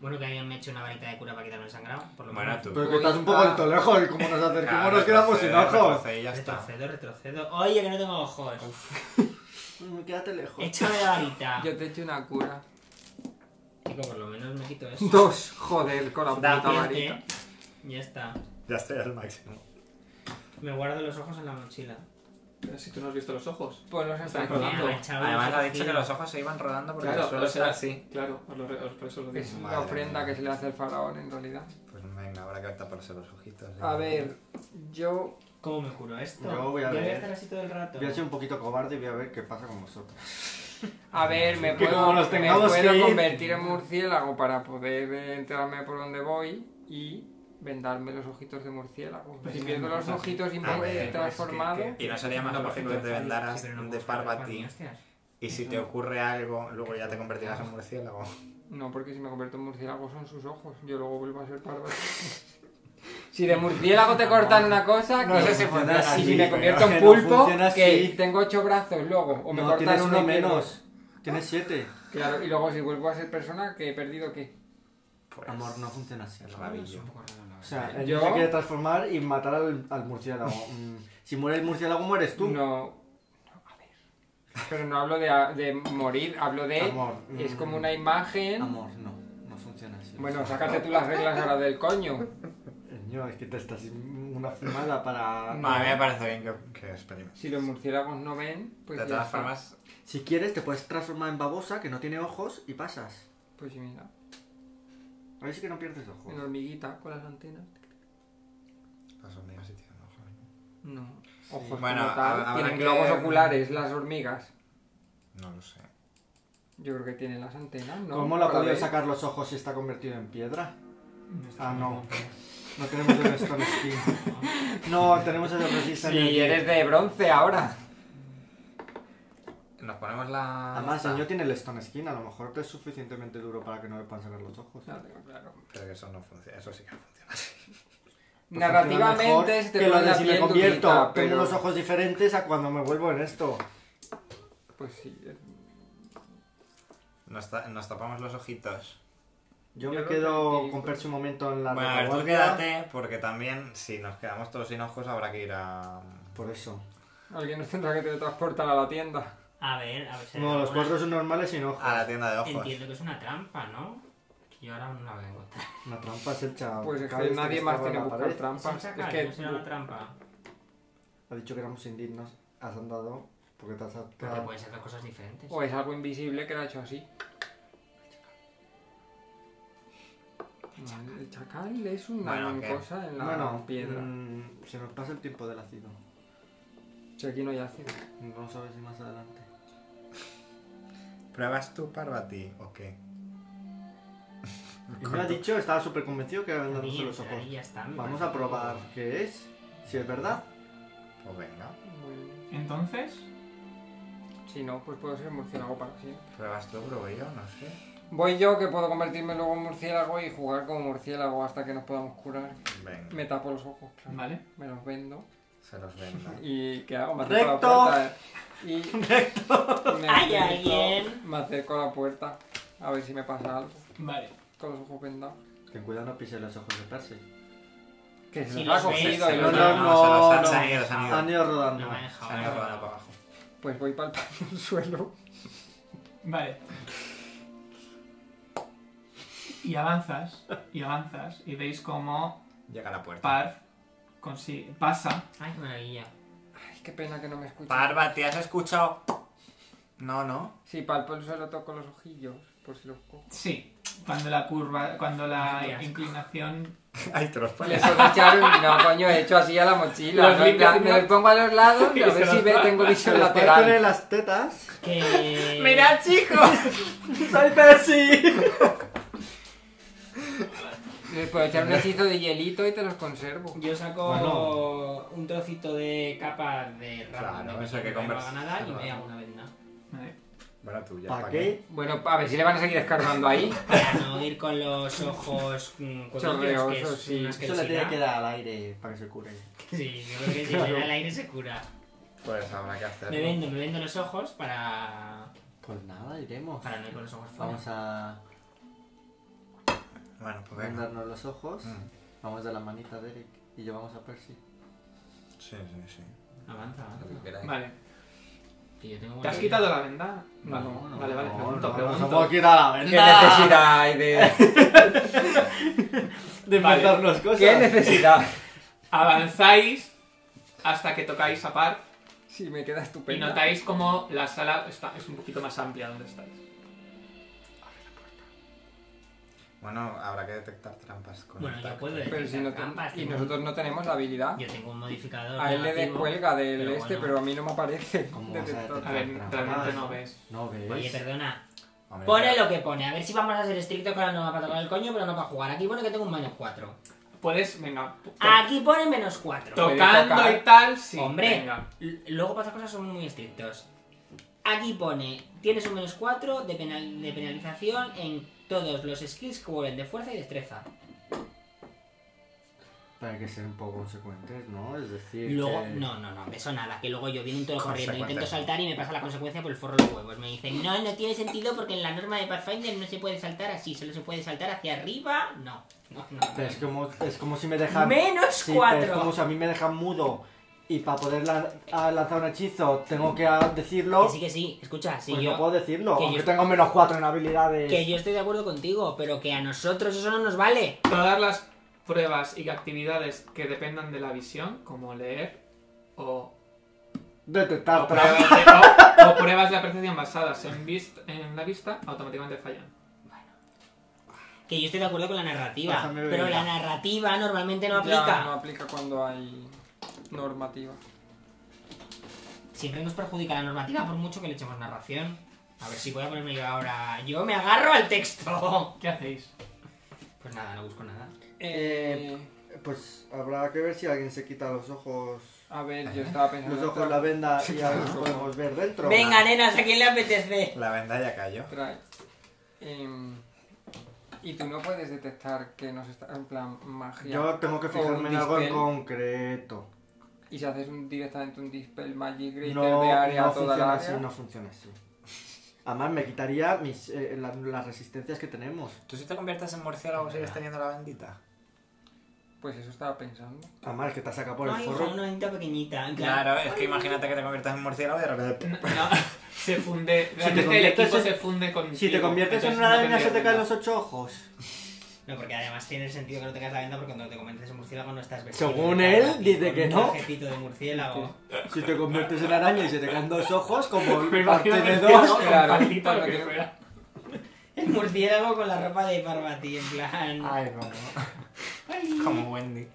[SPEAKER 5] Bueno, que alguien me eche una varita de cura para quitarme el sangrado. Por lo
[SPEAKER 4] Bueno,
[SPEAKER 5] menos.
[SPEAKER 4] tú.
[SPEAKER 3] Pero que estás un poco
[SPEAKER 2] Ah.
[SPEAKER 3] de lejos y como nos acercamos nos quedamos sin
[SPEAKER 4] retrocede,
[SPEAKER 3] ojos.
[SPEAKER 4] retrocede y ya está.
[SPEAKER 5] Retrocedo, retrocedo. Oye, que no tengo ojos.
[SPEAKER 3] Mm, Quédate lejos.
[SPEAKER 5] Échame la varita.
[SPEAKER 2] Yo te echo una cura.
[SPEAKER 5] Chico, por lo menos me quito eso.
[SPEAKER 2] Dos, joder, con la
[SPEAKER 5] Da
[SPEAKER 2] puta
[SPEAKER 5] siete.
[SPEAKER 2] varita.
[SPEAKER 5] Ya está.
[SPEAKER 4] Ya estoy al máximo.
[SPEAKER 5] Me guardo los ojos en la mochila.
[SPEAKER 1] Pero si tú no has visto los ojos.
[SPEAKER 2] Pues los
[SPEAKER 1] Están
[SPEAKER 2] está
[SPEAKER 1] rodando.
[SPEAKER 5] Mira, chaval,
[SPEAKER 4] Además
[SPEAKER 5] no
[SPEAKER 4] ha
[SPEAKER 5] sé
[SPEAKER 4] dicho
[SPEAKER 5] qué.
[SPEAKER 4] que los ojos se iban rodando porque
[SPEAKER 1] Claro,
[SPEAKER 4] el suelo
[SPEAKER 1] o sea-
[SPEAKER 4] está así.
[SPEAKER 1] Claro, os lo, os- por eso lo
[SPEAKER 2] Es
[SPEAKER 1] digo.
[SPEAKER 2] una
[SPEAKER 4] Madre
[SPEAKER 2] ofrenda
[SPEAKER 4] mía.
[SPEAKER 2] que se le hace al faraón en realidad.
[SPEAKER 4] Pues venga, habrá que taparse los ojitos. ¿eh?
[SPEAKER 2] A ver, yo.
[SPEAKER 5] ¿Cómo me curo esto?
[SPEAKER 3] Yo voy a
[SPEAKER 5] voy
[SPEAKER 3] ver.
[SPEAKER 5] estar así todo el rato.
[SPEAKER 3] Voy a ser un poquito cobarde y voy a ver qué pasa con vosotros.
[SPEAKER 2] A ver, me
[SPEAKER 3] Que
[SPEAKER 2] puedo,
[SPEAKER 3] como nos
[SPEAKER 2] me
[SPEAKER 3] tengamos
[SPEAKER 2] puedo
[SPEAKER 3] que ir.
[SPEAKER 2] convertir en murciélago para poder eh, enterarme por dónde voy y vendarme los ojitos de murciélago.
[SPEAKER 1] Pues
[SPEAKER 2] si
[SPEAKER 1] sí,
[SPEAKER 2] pierdo
[SPEAKER 1] no
[SPEAKER 2] los
[SPEAKER 1] pasa.
[SPEAKER 2] ojitos
[SPEAKER 3] Ah,
[SPEAKER 2] y
[SPEAKER 4] A
[SPEAKER 2] me
[SPEAKER 4] ver,
[SPEAKER 2] he
[SPEAKER 3] pues,
[SPEAKER 4] es
[SPEAKER 2] transformado.
[SPEAKER 4] Y no sería más lógico que te vendaras
[SPEAKER 5] Sí, pero no
[SPEAKER 4] de
[SPEAKER 5] puedo jugar con
[SPEAKER 4] Parvati
[SPEAKER 5] mi hostias.
[SPEAKER 4] y si te ocurre algo, luego ya te convertirás en murciélago.
[SPEAKER 2] No, porque si me convierto en murciélago son sus ojos. Yo luego vuelvo a ser parvo. si de murciélago te cortan una cosa,
[SPEAKER 3] No,
[SPEAKER 2] que
[SPEAKER 3] no
[SPEAKER 2] se
[SPEAKER 3] funciona
[SPEAKER 2] funciona.
[SPEAKER 3] así,
[SPEAKER 2] Si me convierto
[SPEAKER 3] que
[SPEAKER 2] en
[SPEAKER 3] no
[SPEAKER 2] pulpo,
[SPEAKER 3] funciona
[SPEAKER 2] que
[SPEAKER 3] así.
[SPEAKER 2] tengo ocho brazos luego. O me
[SPEAKER 3] No,
[SPEAKER 2] cortan
[SPEAKER 3] tienes
[SPEAKER 2] uno
[SPEAKER 3] uno
[SPEAKER 2] y pierdo.
[SPEAKER 3] menos. Tienes siete.
[SPEAKER 2] Claro, y luego si vuelvo a ser persona, que he perdido qué.
[SPEAKER 4] Pues,
[SPEAKER 3] Amor, no funciona así.
[SPEAKER 4] el rabillo.
[SPEAKER 3] O sea,
[SPEAKER 2] Yo-
[SPEAKER 3] él se quiere transformar y matar al, al murciélago. Mm, si muere el murciélago, mueres tú.
[SPEAKER 2] No. no, a ver. Pero no hablo de, a- de morir, hablo de.
[SPEAKER 3] Amor,
[SPEAKER 2] ¿Eh? Es
[SPEAKER 3] mm.
[SPEAKER 2] como una imagen.
[SPEAKER 3] Amor, no. No funciona así.
[SPEAKER 2] Bueno, sácate tú las reglas ahora del coño.
[SPEAKER 3] Niño, es que te estás una fumada para...
[SPEAKER 4] No, a mí me parece bien que, que experimentes.
[SPEAKER 2] Si los murciélagos no ven, pues.
[SPEAKER 4] de
[SPEAKER 2] ya
[SPEAKER 4] todas
[SPEAKER 2] está.
[SPEAKER 4] formas,
[SPEAKER 3] Si quieres, te puedes transformar en babosa que no tiene ojos y pasas.
[SPEAKER 2] Pues mira.
[SPEAKER 3] A ver si que no pierdes ojos.
[SPEAKER 2] En hormiguita, con las antenas.
[SPEAKER 4] Las hormigas sí tienen ojos. ¿no?
[SPEAKER 2] No. Ojos
[SPEAKER 4] Bueno,
[SPEAKER 2] como tal.
[SPEAKER 4] ha- habrá
[SPEAKER 2] tienen
[SPEAKER 4] que-
[SPEAKER 2] globos oculares, las hormigas.
[SPEAKER 4] No lo sé.
[SPEAKER 2] Yo creo que tienen las antenas, ¿no?
[SPEAKER 3] ¿Cómo lo ha
[SPEAKER 2] Para
[SPEAKER 3] podido
[SPEAKER 2] ver.
[SPEAKER 3] sacar los ojos si está convertido en piedra?
[SPEAKER 1] está
[SPEAKER 3] Ah, no.
[SPEAKER 1] bien.
[SPEAKER 3] No tenemos el Stone Skin. No, tenemos el Resistance
[SPEAKER 2] Sí, eres de bronce ahora.
[SPEAKER 4] Nos ponemos la.
[SPEAKER 3] Además, el
[SPEAKER 4] esta.
[SPEAKER 3] niño tiene el Stone Skin. A lo mejor te es suficientemente duro para que no le puedan sacar los ojos.
[SPEAKER 2] No tengo claro.
[SPEAKER 4] Pero que eso no funciona. Eso sí que no funciona.
[SPEAKER 3] Pues funciona
[SPEAKER 2] Narrativamente
[SPEAKER 3] mejor
[SPEAKER 2] es de
[SPEAKER 3] que lo
[SPEAKER 2] poner
[SPEAKER 3] de
[SPEAKER 2] la
[SPEAKER 3] si me
[SPEAKER 2] piel
[SPEAKER 3] convierto
[SPEAKER 2] durita,
[SPEAKER 3] tengo
[SPEAKER 2] pero...
[SPEAKER 3] unos ojos diferentes a cuando me vuelvo en esto.
[SPEAKER 2] Pues sí. es-
[SPEAKER 4] Nos, ta- nos tapamos los ojitos.
[SPEAKER 3] Yo,
[SPEAKER 2] Yo
[SPEAKER 3] me
[SPEAKER 2] lo
[SPEAKER 3] quedo
[SPEAKER 2] sentí-
[SPEAKER 3] con Percy un momento en la
[SPEAKER 4] Bueno, a ver, tú
[SPEAKER 3] retaguardia.
[SPEAKER 4] quédate, porque también si nos quedamos todos sin ojos habrá que ir a.
[SPEAKER 3] Por eso.
[SPEAKER 2] Alguien nos tendrá que teletransportar a la tienda.
[SPEAKER 5] A ver, a ver si hay
[SPEAKER 3] No, los
[SPEAKER 5] alguna-
[SPEAKER 3] cuatro son normales sin ojos.
[SPEAKER 4] A la tienda de ojos.
[SPEAKER 5] Entiendo que es una trampa, ¿no? Que yo ahora no la voy a encontrar.
[SPEAKER 3] La trampa es el este chavo.
[SPEAKER 2] Pues es que nadie más tiene que buscar
[SPEAKER 5] Son
[SPEAKER 2] trampas. Es
[SPEAKER 5] chacales,
[SPEAKER 2] que
[SPEAKER 5] no será una trampa.
[SPEAKER 3] Ha dicho que éramos indignos. Has andado porque te has
[SPEAKER 5] Porque
[SPEAKER 3] atado.
[SPEAKER 5] pueden sacar cosas diferentes.
[SPEAKER 2] O es algo invisible que lo ha hecho así. El chacal es una
[SPEAKER 4] Bueno, ¿qué?
[SPEAKER 2] cosa en la
[SPEAKER 3] Bueno,
[SPEAKER 2] piedra.
[SPEAKER 3] mm, se nos pasa el tiempo del ácido.
[SPEAKER 2] Si aquí no hay ácido.
[SPEAKER 3] No sabes si más adelante.
[SPEAKER 4] ¿Pruebas tú, Parvati, o qué?
[SPEAKER 3] Y me ha dicho, estaba súper convencido que era vendándose
[SPEAKER 5] Bien,
[SPEAKER 3] los
[SPEAKER 5] pero ahí
[SPEAKER 3] ojos.
[SPEAKER 5] ya está, me
[SPEAKER 3] Vamos
[SPEAKER 5] parece
[SPEAKER 3] a probar qué es, si es verdad.
[SPEAKER 4] Pues venga.
[SPEAKER 2] Bueno,
[SPEAKER 1] Entonces,
[SPEAKER 2] Si no, pues puedo ser murciélago para siempre.
[SPEAKER 4] ¿Pruebas tú, pruebo yo? No sé.
[SPEAKER 2] Voy yo que puedo convertirme luego en murciélago y jugar como murciélago hasta que nos podamos curar.
[SPEAKER 4] Venga.
[SPEAKER 2] Me tapo los ojos, claro.
[SPEAKER 1] vale.
[SPEAKER 2] Me los vendo.
[SPEAKER 4] Se los venda.
[SPEAKER 2] ¿Y qué hago? Me a la
[SPEAKER 3] ¡Recto!
[SPEAKER 2] puerta. eh, Y Me
[SPEAKER 5] ¿Hay
[SPEAKER 2] acerco-
[SPEAKER 5] alguien?
[SPEAKER 2] Me acerco a la puerta a ver si me pasa algo.
[SPEAKER 1] Vale.
[SPEAKER 2] Con los ojos vendados.
[SPEAKER 3] Ten cuidado, no pises los ojos de Percy.
[SPEAKER 2] Que
[SPEAKER 5] Si
[SPEAKER 2] se los ha
[SPEAKER 5] los ves,
[SPEAKER 2] cogido
[SPEAKER 5] se
[SPEAKER 2] y
[SPEAKER 3] No,
[SPEAKER 2] los
[SPEAKER 3] no,
[SPEAKER 2] ha-
[SPEAKER 3] no,
[SPEAKER 4] se los han,
[SPEAKER 3] no.
[SPEAKER 4] se han ido, se han ido.
[SPEAKER 3] Han ido rodando.
[SPEAKER 5] No me ha
[SPEAKER 4] Se han
[SPEAKER 5] dejado. ¿eh?
[SPEAKER 4] ido
[SPEAKER 5] nada.
[SPEAKER 4] rodando para abajo.
[SPEAKER 2] Pues voy palpando el suelo.
[SPEAKER 1] Vale. Y avanzas, y avanzas, y veis como
[SPEAKER 4] Llega a la puerta.
[SPEAKER 1] Parv consigue, pasa.
[SPEAKER 5] Ay, qué maravilla.
[SPEAKER 2] Ay, qué pena que no me escuche.
[SPEAKER 4] Parvati, ¿has escuchado? No, no.
[SPEAKER 2] Si palpo el suelo toco los ojillos, por si los cojo.
[SPEAKER 1] Sí, cuando la curva, cuando la
[SPEAKER 5] Gracias.
[SPEAKER 1] inclinación.
[SPEAKER 4] Ay, te los
[SPEAKER 3] Pues
[SPEAKER 4] pones.
[SPEAKER 2] Eso de Charu, no, coño, he hecho así a la mochila.
[SPEAKER 1] Los
[SPEAKER 2] ¿no? En plan,
[SPEAKER 1] limpias y
[SPEAKER 2] me
[SPEAKER 1] no-
[SPEAKER 2] los pongo a los lados y
[SPEAKER 1] y
[SPEAKER 2] a
[SPEAKER 1] se
[SPEAKER 2] ver si
[SPEAKER 1] los
[SPEAKER 2] ve,
[SPEAKER 1] tapa.
[SPEAKER 2] tengo visión
[SPEAKER 3] Después pone
[SPEAKER 2] lateral.
[SPEAKER 3] las tetas.
[SPEAKER 5] Que...
[SPEAKER 4] chicos!
[SPEAKER 3] ¡Soy Percy!
[SPEAKER 2] Les puedo echar un hechizo de hielito y te los conservo.
[SPEAKER 5] Yo saco
[SPEAKER 3] Bueno.
[SPEAKER 5] un trocito de capa de rama
[SPEAKER 4] Claro,
[SPEAKER 5] de
[SPEAKER 4] eso hay que
[SPEAKER 5] no me
[SPEAKER 4] convers-
[SPEAKER 5] haga nada y
[SPEAKER 4] claro.
[SPEAKER 5] me hago una venda.
[SPEAKER 1] Vale.
[SPEAKER 4] Bueno, tú ya.
[SPEAKER 3] ¿Para qué?
[SPEAKER 2] Bueno, a ver si le van a seguir escarbando ahí.
[SPEAKER 5] Para no ir con los ojos mm, cuadrillos, que
[SPEAKER 2] Chorreosos,
[SPEAKER 5] es
[SPEAKER 2] sí.
[SPEAKER 5] una
[SPEAKER 2] Eso
[SPEAKER 3] Eso le tiene
[SPEAKER 5] asquerosidad.
[SPEAKER 3] que dar al aire para que se cure.
[SPEAKER 5] Sí, yo creo que si
[SPEAKER 2] Claro.
[SPEAKER 5] le da el aire se cura.
[SPEAKER 4] Pues habrá que hacerlo.
[SPEAKER 5] Me vendo, me vendo los ojos para,
[SPEAKER 3] Pues nada, iremos.
[SPEAKER 5] para no ir con los ojos fuera.
[SPEAKER 3] Vamos a
[SPEAKER 4] Bueno, pues venga.
[SPEAKER 3] vendarnos los ojos.
[SPEAKER 4] Mm.
[SPEAKER 3] Vamos de la manita de Eric y llevamos a Percy.
[SPEAKER 4] Sí, sí, sí.
[SPEAKER 5] Avanza, avanza.
[SPEAKER 4] Lo que queráis.
[SPEAKER 1] Vale.
[SPEAKER 5] Que yo tengo
[SPEAKER 1] ¿Te has
[SPEAKER 5] una-
[SPEAKER 1] quitado la venda?
[SPEAKER 2] No,
[SPEAKER 1] Vale,
[SPEAKER 2] no,
[SPEAKER 1] vale, vale.
[SPEAKER 3] No,
[SPEAKER 1] Pregunto,
[SPEAKER 3] no,
[SPEAKER 1] pregunto.
[SPEAKER 3] Nos hemos quitado la
[SPEAKER 2] ¿Qué
[SPEAKER 3] venda.
[SPEAKER 2] necesidad hay de.?
[SPEAKER 3] De
[SPEAKER 1] Vale.
[SPEAKER 3] inventarnos cosas.
[SPEAKER 2] ¿Qué necesidad?
[SPEAKER 1] Avanzáis hasta que tocáis a Parv
[SPEAKER 2] Si me queda
[SPEAKER 1] y
[SPEAKER 2] estupendo.
[SPEAKER 1] notáis como la sala está, es un poquito más amplia donde estáis.
[SPEAKER 4] Bueno, habrá que detectar trampas con
[SPEAKER 5] Bueno,
[SPEAKER 4] el
[SPEAKER 5] yo
[SPEAKER 4] tacto.
[SPEAKER 5] puedo
[SPEAKER 2] Pero si no
[SPEAKER 5] detectar trampas,
[SPEAKER 2] te- Y
[SPEAKER 5] tengo un-
[SPEAKER 2] nosotros no tenemos la habilidad.
[SPEAKER 5] Yo tengo un modificador
[SPEAKER 2] A él le
[SPEAKER 5] negativo,
[SPEAKER 2] descuelga del
[SPEAKER 5] pero
[SPEAKER 2] este,
[SPEAKER 5] bueno.
[SPEAKER 2] pero a mí no me aparece.
[SPEAKER 3] ¿Cómo vas a
[SPEAKER 2] detector.
[SPEAKER 1] A ver, realmente no ves.
[SPEAKER 3] No ves.
[SPEAKER 5] Oye, perdona,
[SPEAKER 4] Hombre,
[SPEAKER 5] pone lo que pone. A ver si vamos a ser estrictos con la nueva para tocar el coño, pero no para jugar. Aquí pone que tengo un menos 4.
[SPEAKER 1] Puedes, venga. to-
[SPEAKER 5] Aquí pone menos 4.
[SPEAKER 2] Toc.
[SPEAKER 1] Tocando
[SPEAKER 2] tocar.
[SPEAKER 1] y tal, sí.
[SPEAKER 5] Ah, Hombre,
[SPEAKER 1] venga.
[SPEAKER 5] L- Luego para otras cosas son muy estrictos. Aquí pone, tienes un menos 4 de, penal- de penalización en todos los skills que vuelven de fuerza y destreza.
[SPEAKER 3] Pero hay que ser un poco consecuentes, ¿no? Es decir,
[SPEAKER 5] Luego,
[SPEAKER 3] que-
[SPEAKER 5] no, no, no, de eso nada, que luego yo viene un toro corriendo,
[SPEAKER 4] Consecuencias.
[SPEAKER 5] intento saltar y me pasa la consecuencia por el forro de los huevos. Me dicen, no, no tiene sentido porque en la norma de Pathfinder no se puede saltar así, solo se puede saltar hacia arriba. No, no, no.
[SPEAKER 3] Pero es como, es como si me dejan...
[SPEAKER 5] Menos
[SPEAKER 3] Sí, pero es como
[SPEAKER 5] cuatro.
[SPEAKER 3] si a mí me dejan mudo y para poder la- a lanzar un hechizo tengo que a- decirlo,
[SPEAKER 5] Que sí, que sí, escucha, si
[SPEAKER 3] pues
[SPEAKER 5] yo...
[SPEAKER 3] no puedo decirlo.
[SPEAKER 5] que
[SPEAKER 3] aunque
[SPEAKER 5] yo-
[SPEAKER 3] tengo menos cuatro en habilidades.
[SPEAKER 5] Que yo estoy de acuerdo contigo, pero que a nosotros eso no nos vale.
[SPEAKER 1] Todas las pruebas y actividades que dependan de la visión, como leer o,
[SPEAKER 3] Detectar
[SPEAKER 1] o
[SPEAKER 3] trampa.
[SPEAKER 1] pruebas, de, o- o pruebas de apreciación basadas en, vist- en la vista, automáticamente fallan.
[SPEAKER 5] que yo estoy de acuerdo con la narrativa,
[SPEAKER 3] Pásame
[SPEAKER 5] pero
[SPEAKER 3] bebida.
[SPEAKER 5] la narrativa normalmente no
[SPEAKER 2] Ya,
[SPEAKER 5] aplica.
[SPEAKER 2] no aplica cuando hay normativa.
[SPEAKER 5] Siempre nos perjudica la normativa por mucho que le echemos narración. A ver si voy a ponerme yo ahora. Yo me agarro al texto.
[SPEAKER 1] ¿Qué hacéis?
[SPEAKER 5] Pues nada, no busco nada.
[SPEAKER 2] Eh,
[SPEAKER 3] Pues habrá que ver si alguien se quita los ojos,
[SPEAKER 2] a ver, yo estaba pensando.
[SPEAKER 3] los ojos, la venda y a ver si
[SPEAKER 2] claro.
[SPEAKER 3] podemos ver dentro.
[SPEAKER 5] Venga, nenas, ¿a quién le apetece?
[SPEAKER 4] La venda ya cayó.
[SPEAKER 2] Trae. Em, y tú no puedes detectar que nos está en plan magia.
[SPEAKER 3] Yo tengo que
[SPEAKER 2] O
[SPEAKER 3] fijarme
[SPEAKER 2] un
[SPEAKER 3] en algo en
[SPEAKER 2] dispel.
[SPEAKER 3] concreto.
[SPEAKER 2] Y si haces un- directamente un dispel magic greater
[SPEAKER 3] No,
[SPEAKER 2] de área a
[SPEAKER 3] no
[SPEAKER 2] toda
[SPEAKER 3] funciona
[SPEAKER 2] la
[SPEAKER 3] así,
[SPEAKER 2] área.
[SPEAKER 3] no funciona así. Además, me quitaría mis, eh, la- las resistencias que tenemos.
[SPEAKER 4] ¿Tú si te conviertes en murciélago sigues teniendo la bendita?
[SPEAKER 2] Pues eso estaba pensando.
[SPEAKER 3] Además, que te saca por el
[SPEAKER 5] Ay,
[SPEAKER 3] forro.
[SPEAKER 5] una venta pequeñita. en plan,
[SPEAKER 4] Claro, es que imagínate que te conviertes en murciélago y de repente...
[SPEAKER 1] No, no, se funde. Realmente el
[SPEAKER 3] conviertes
[SPEAKER 1] equipo
[SPEAKER 3] en-
[SPEAKER 1] se funde con.
[SPEAKER 3] Si te conviertes en una araña, se te caen los ocho ojos.
[SPEAKER 5] No, porque además tiene sentido que no tengas la venda porque cuando te conviertes en murciélago no estás vestido.
[SPEAKER 3] Según
[SPEAKER 5] de
[SPEAKER 3] él,
[SPEAKER 5] narrativa,
[SPEAKER 3] dice
[SPEAKER 5] con
[SPEAKER 3] que
[SPEAKER 5] un
[SPEAKER 3] no.
[SPEAKER 5] tarjetito de murciélago.
[SPEAKER 3] Si te conviertes en araña y se te caen dos ojos, como
[SPEAKER 1] Me
[SPEAKER 3] parte
[SPEAKER 1] imagino
[SPEAKER 3] de
[SPEAKER 1] que
[SPEAKER 3] dos.
[SPEAKER 2] claro,
[SPEAKER 1] claro, palito,
[SPEAKER 2] para
[SPEAKER 1] lo que
[SPEAKER 2] que-
[SPEAKER 1] fuera.
[SPEAKER 5] El murciélago con la ropa de Parvati, en plan.
[SPEAKER 4] Ay, no. Como Wendy.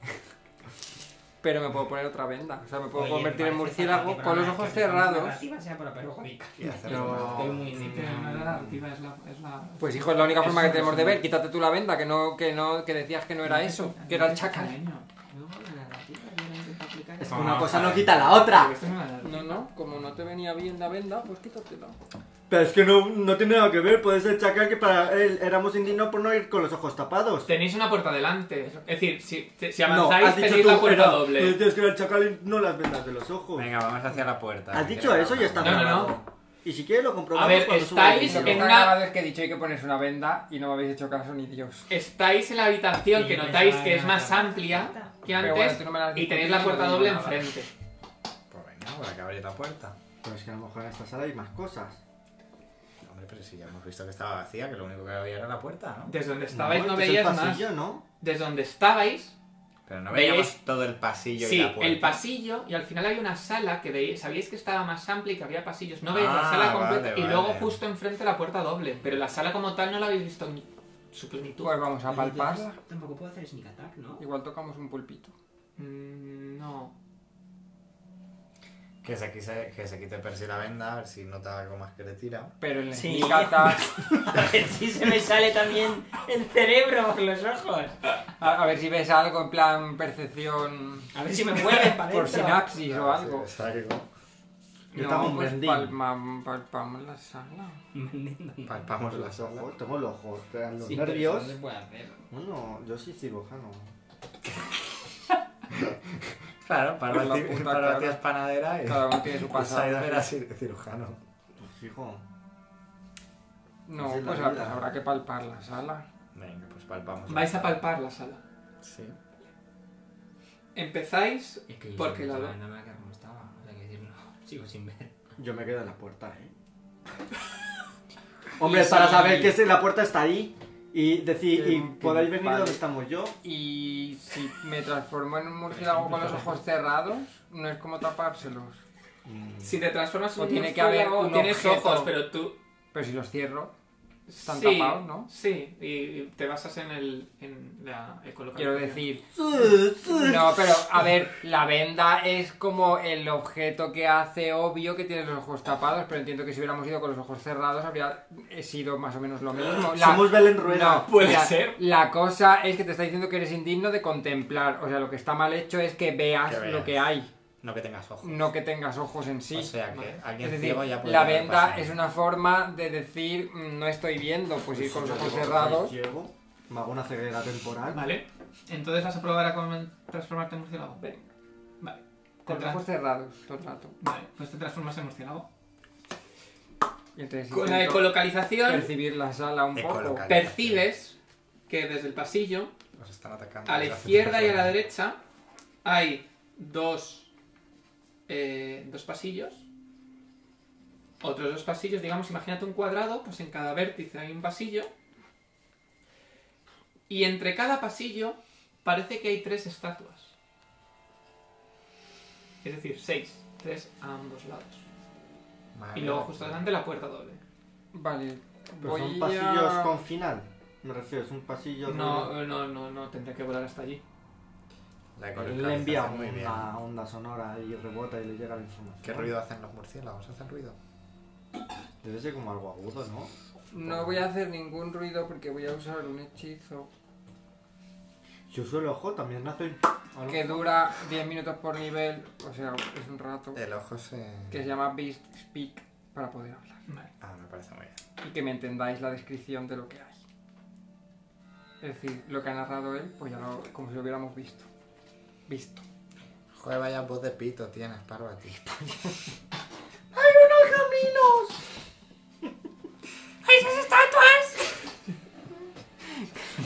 [SPEAKER 2] Pero me puedo poner otra venda. O sea, me puedo
[SPEAKER 5] Oye,
[SPEAKER 2] convertir en
[SPEAKER 5] parece
[SPEAKER 2] murciélago
[SPEAKER 5] fatal que
[SPEAKER 2] con los
[SPEAKER 5] para
[SPEAKER 2] ojos
[SPEAKER 5] que la
[SPEAKER 2] cerrados.
[SPEAKER 5] narrativa sea properjódica.
[SPEAKER 4] Y hacer
[SPEAKER 3] Pero-
[SPEAKER 4] mal.
[SPEAKER 5] Estoy muy
[SPEAKER 1] Sí, pero no
[SPEAKER 5] indignado.
[SPEAKER 1] era la narrativa, es la. Es la...
[SPEAKER 2] Pues hijo, es la única
[SPEAKER 1] Es
[SPEAKER 2] forma que
[SPEAKER 1] un
[SPEAKER 2] tenemos de ver.
[SPEAKER 1] resumen.
[SPEAKER 2] Quítate tú la venda, que no, que no, que decías que no era eso, que era el chacal.
[SPEAKER 1] Cariño, luego la narrativa, yo la intento aplicar.
[SPEAKER 3] Es que
[SPEAKER 1] Ah,
[SPEAKER 3] una
[SPEAKER 4] Ah,
[SPEAKER 3] cosa
[SPEAKER 4] vale.
[SPEAKER 3] no quita la otra.
[SPEAKER 1] esto no es la narrativa.
[SPEAKER 2] No, no, como no te venía bien la venda, pues quítatela.
[SPEAKER 3] Pero es que no, no tiene nada que ver. Puede ser chacal que para él éramos indignos por no ir con los ojos tapados.
[SPEAKER 1] Tenéis una puerta delante. Es decir, si, te- si
[SPEAKER 3] No,
[SPEAKER 1] avanzáis, tenéis la puerta
[SPEAKER 3] era-
[SPEAKER 1] doble.
[SPEAKER 3] Decías que era el chacal y no las vendas de los ojos.
[SPEAKER 4] Venga, vamos hacia la puerta.
[SPEAKER 3] Has dicho eso y está
[SPEAKER 1] No, no, no.
[SPEAKER 3] grabado. Y si quieres lo comprobamos
[SPEAKER 1] A ver,
[SPEAKER 3] cuando suba
[SPEAKER 1] estáis
[SPEAKER 3] el vídeo.
[SPEAKER 2] Lo que
[SPEAKER 1] en
[SPEAKER 2] está
[SPEAKER 1] una-
[SPEAKER 2] grabado es que he dicho hay que ponerse una venda y no me habéis hecho caso ni Dios.
[SPEAKER 1] Estáis en la habitación
[SPEAKER 5] Sí,
[SPEAKER 1] que
[SPEAKER 5] me
[SPEAKER 1] notáis
[SPEAKER 5] suena
[SPEAKER 1] que es
[SPEAKER 5] la
[SPEAKER 1] más
[SPEAKER 5] puerta.
[SPEAKER 1] amplia que
[SPEAKER 2] Pero
[SPEAKER 1] antes
[SPEAKER 2] bueno, tú no me la has
[SPEAKER 1] y tenéis
[SPEAKER 2] discutido,
[SPEAKER 1] la puerta
[SPEAKER 2] no
[SPEAKER 1] doble
[SPEAKER 2] digo nada.
[SPEAKER 1] enfrente.
[SPEAKER 4] Pues venga, voy a que abrir la puerta.
[SPEAKER 3] Pero es que a lo mejor en esta sala hay más cosas.
[SPEAKER 4] Hombre, pero si ya hemos visto que estaba vacía, que lo único que había era la puerta, ¿no?
[SPEAKER 1] Desde donde estabais no,
[SPEAKER 3] este es el
[SPEAKER 1] veías más.
[SPEAKER 3] pasillo, ¿no?
[SPEAKER 1] Desde donde estabais,
[SPEAKER 4] Pero no
[SPEAKER 1] ¿Veis?
[SPEAKER 4] veíamos todo el pasillo y
[SPEAKER 1] sí,
[SPEAKER 4] la puerta.
[SPEAKER 1] el pasillo y al final había una sala que veíais, sabíais que estaba más amplia y que había pasillos. No veis la
[SPEAKER 4] Ah,
[SPEAKER 1] sala
[SPEAKER 4] vale,
[SPEAKER 1] completa y
[SPEAKER 4] vale.
[SPEAKER 1] luego justo enfrente la puerta doble. Pero la sala como tal no la habéis visto en su plenitud.
[SPEAKER 2] Pues vamos a palparla.
[SPEAKER 5] Entonces, Tampoco puedo hacer sneak attack, ¿no?
[SPEAKER 2] Igual tocamos un pulpito.
[SPEAKER 1] Mm, no.
[SPEAKER 4] Que se, quise- que se quite Percy la venda, a ver si nota algo más que le tira.
[SPEAKER 2] Pero el
[SPEAKER 5] Sí.
[SPEAKER 2] sneak attack-
[SPEAKER 5] A ver si se me sale también el cerebro por los ojos.
[SPEAKER 2] a, a ver si ves algo en plan percepción
[SPEAKER 5] A ver si me mueven para
[SPEAKER 2] por sinapsis o algo.
[SPEAKER 4] Ah, Sí, algo.
[SPEAKER 3] Yo estaba un
[SPEAKER 2] pues
[SPEAKER 3] blendín.
[SPEAKER 2] palma- palpamos la sala.
[SPEAKER 4] Palpamos
[SPEAKER 3] Los
[SPEAKER 4] los ojos.
[SPEAKER 3] ojos, tengo los ojos, te dan los nervios.
[SPEAKER 5] se puede hacer.
[SPEAKER 3] Bueno, yo soy cirujano.
[SPEAKER 4] Claro, para
[SPEAKER 2] Por la
[SPEAKER 4] ti
[SPEAKER 2] puta
[SPEAKER 4] para
[SPEAKER 2] cara.
[SPEAKER 4] ti es panadera y
[SPEAKER 2] Cada uno tiene su
[SPEAKER 4] y Saidon
[SPEAKER 2] pasado.
[SPEAKER 4] era cir- cirujano.
[SPEAKER 3] Pues hijo,
[SPEAKER 2] No,
[SPEAKER 3] Esa es la
[SPEAKER 2] pues habrá,
[SPEAKER 3] vida.
[SPEAKER 2] habrá que palpar la sala.
[SPEAKER 4] Venga, pues palpamos.
[SPEAKER 1] Vais a palpar la sala.
[SPEAKER 4] Sí.
[SPEAKER 1] Empezáis
[SPEAKER 5] Es que yo
[SPEAKER 1] Porque
[SPEAKER 5] no
[SPEAKER 1] la-
[SPEAKER 5] estaba, no me acuerdo cómo estaba. O sea, que decir, no, sigo sin ver.
[SPEAKER 3] yo me quedo en la puerta, ¿eh? Hombre,
[SPEAKER 5] Y
[SPEAKER 3] para
[SPEAKER 5] si-
[SPEAKER 3] saber que si la puerta está ahí y decir,
[SPEAKER 2] Que-
[SPEAKER 3] y
[SPEAKER 1] Eh,
[SPEAKER 2] que-
[SPEAKER 3] podáis venir
[SPEAKER 2] vale.
[SPEAKER 3] donde estamos yo.
[SPEAKER 2] Y si me transformo en un
[SPEAKER 3] Pues
[SPEAKER 2] murciélago con los ojos cerrados, no es como tapárselos.
[SPEAKER 1] Si te transformas en
[SPEAKER 2] O
[SPEAKER 1] un
[SPEAKER 2] tiene que haber
[SPEAKER 1] murciélago,
[SPEAKER 2] un
[SPEAKER 1] tienes
[SPEAKER 2] objeto.
[SPEAKER 1] ojos, pero tú
[SPEAKER 2] Pero si los cierro, están
[SPEAKER 1] Sí,
[SPEAKER 2] tapados, ¿no?
[SPEAKER 1] Sí, y y te basas en el en la
[SPEAKER 3] Pues
[SPEAKER 1] ecolocación.
[SPEAKER 2] Quiero decir. No, pero a ver, la venda es como el objeto que hace obvio que tienes los ojos tapados, pero entiendo que si hubiéramos ido con los ojos cerrados habría eh, sido más o menos lo mismo. La-
[SPEAKER 3] Somos Belén
[SPEAKER 2] No,
[SPEAKER 3] Rueda.
[SPEAKER 1] puede
[SPEAKER 2] la-
[SPEAKER 1] ser.
[SPEAKER 2] La cosa es que te está diciendo que eres indigno de contemplar. O sea, lo que está mal hecho es que
[SPEAKER 4] Que
[SPEAKER 2] veas,
[SPEAKER 4] veas. Pues
[SPEAKER 2] lo que hay,
[SPEAKER 4] No que tengas ojos.
[SPEAKER 2] no que tengas ojos en sí.
[SPEAKER 4] O sea que alguien
[SPEAKER 2] Es decir,
[SPEAKER 4] ciego ya puede
[SPEAKER 2] la
[SPEAKER 4] ver
[SPEAKER 2] venda
[SPEAKER 4] pasando.
[SPEAKER 2] es una forma de decir mm, no estoy viendo, pues ir con los ojos
[SPEAKER 3] Yo
[SPEAKER 2] cerrados.
[SPEAKER 3] Llego, me hago una ceguera temporal.
[SPEAKER 1] Vale. Entonces vas a probar a com- transformarte en murciélago.
[SPEAKER 2] Venga.
[SPEAKER 1] Vale. Te
[SPEAKER 2] Con los
[SPEAKER 1] tra-
[SPEAKER 2] ojos cerrados todo el rato.
[SPEAKER 1] Vale, pues te transformas en murciélago.
[SPEAKER 2] Y entonces
[SPEAKER 1] Con la
[SPEAKER 2] intento
[SPEAKER 1] ecolocalización
[SPEAKER 2] percibir la sala un poco.
[SPEAKER 4] Ecolocal.
[SPEAKER 1] percibes que desde el pasillo,
[SPEAKER 4] Nos están atacando.
[SPEAKER 1] a la
[SPEAKER 4] desde hace
[SPEAKER 1] izquierda y a
[SPEAKER 4] mucho
[SPEAKER 1] la
[SPEAKER 4] tiempo.
[SPEAKER 1] derecha, hay dos, eh, dos pasillos. Otros dos pasillos, digamos, imagínate un cuadrado, pues en cada vértice hay un pasillo. Y entre cada pasillo parece que hay tres estatuas. Es decir, seis. Tres a ambos lados.
[SPEAKER 4] Madre
[SPEAKER 1] Y luego
[SPEAKER 4] mía.
[SPEAKER 1] justo delante la puerta doble.
[SPEAKER 2] Vale.
[SPEAKER 3] Pero
[SPEAKER 2] Voy
[SPEAKER 3] son pasillos
[SPEAKER 2] a...
[SPEAKER 3] con final. Me refiero, es un pasillo.
[SPEAKER 1] No,
[SPEAKER 3] duro.
[SPEAKER 1] eh, no, no, no, tendré que volar hasta allí.
[SPEAKER 4] La
[SPEAKER 3] le envía
[SPEAKER 4] muy bien.
[SPEAKER 3] una onda sonora y rebota y le llega la información.
[SPEAKER 4] ¿Qué ruido hacen los murciélagos? ¿Hacen ruido?
[SPEAKER 3] Debe ser como algo agudo, ¿no?
[SPEAKER 2] No voy a hacer ningún ruido porque voy a usar un hechizo
[SPEAKER 3] Si uso el ojo, también hace. algo.
[SPEAKER 2] que dura 10 minutos por nivel, o sea, es un rato,
[SPEAKER 4] El ojo se...
[SPEAKER 2] que se llama Beast Speak para poder hablar
[SPEAKER 1] Vale.
[SPEAKER 4] Ah, me parece muy bien.
[SPEAKER 2] y que me entendáis la descripción de lo que hay. Es decir, lo que ha narrado él, pues ya lo, como si lo hubiéramos visto. Visto.
[SPEAKER 4] Joder, vaya voz de pito tienes, Parvati.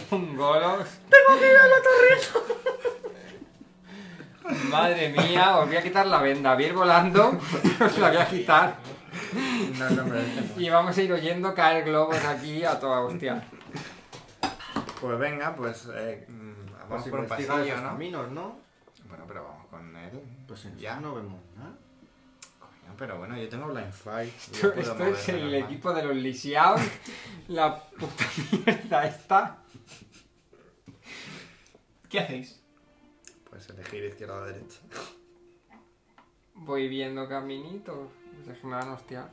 [SPEAKER 2] Mongolos. ¡Tengo que ir a la torre! Madre mía, os voy a quitar la venda. Voy a ir volando, os la voy a quitar.
[SPEAKER 4] No, no, pero es que-
[SPEAKER 2] Y vamos a ir oyendo caer globos aquí a toda hostia.
[SPEAKER 4] Pues venga, pues... eh, mm, vamos
[SPEAKER 3] Pues
[SPEAKER 4] por un
[SPEAKER 3] investiga
[SPEAKER 4] pasillo,
[SPEAKER 3] esos
[SPEAKER 4] ¿no?
[SPEAKER 3] caminos, ¿no?
[SPEAKER 4] Bueno, pero vamos con él.
[SPEAKER 3] Pues en
[SPEAKER 4] ya.
[SPEAKER 3] ya no vemos nada.
[SPEAKER 4] Coño, Pero bueno, yo tengo blind fight.
[SPEAKER 2] Esto, esto es el equipo de los lisiados. La puta mierda esta.
[SPEAKER 1] ¿Qué hacéis?
[SPEAKER 4] Pues elegir izquierda o derecha.
[SPEAKER 2] Voy viendo caminitos. Pues es que me van a hostiar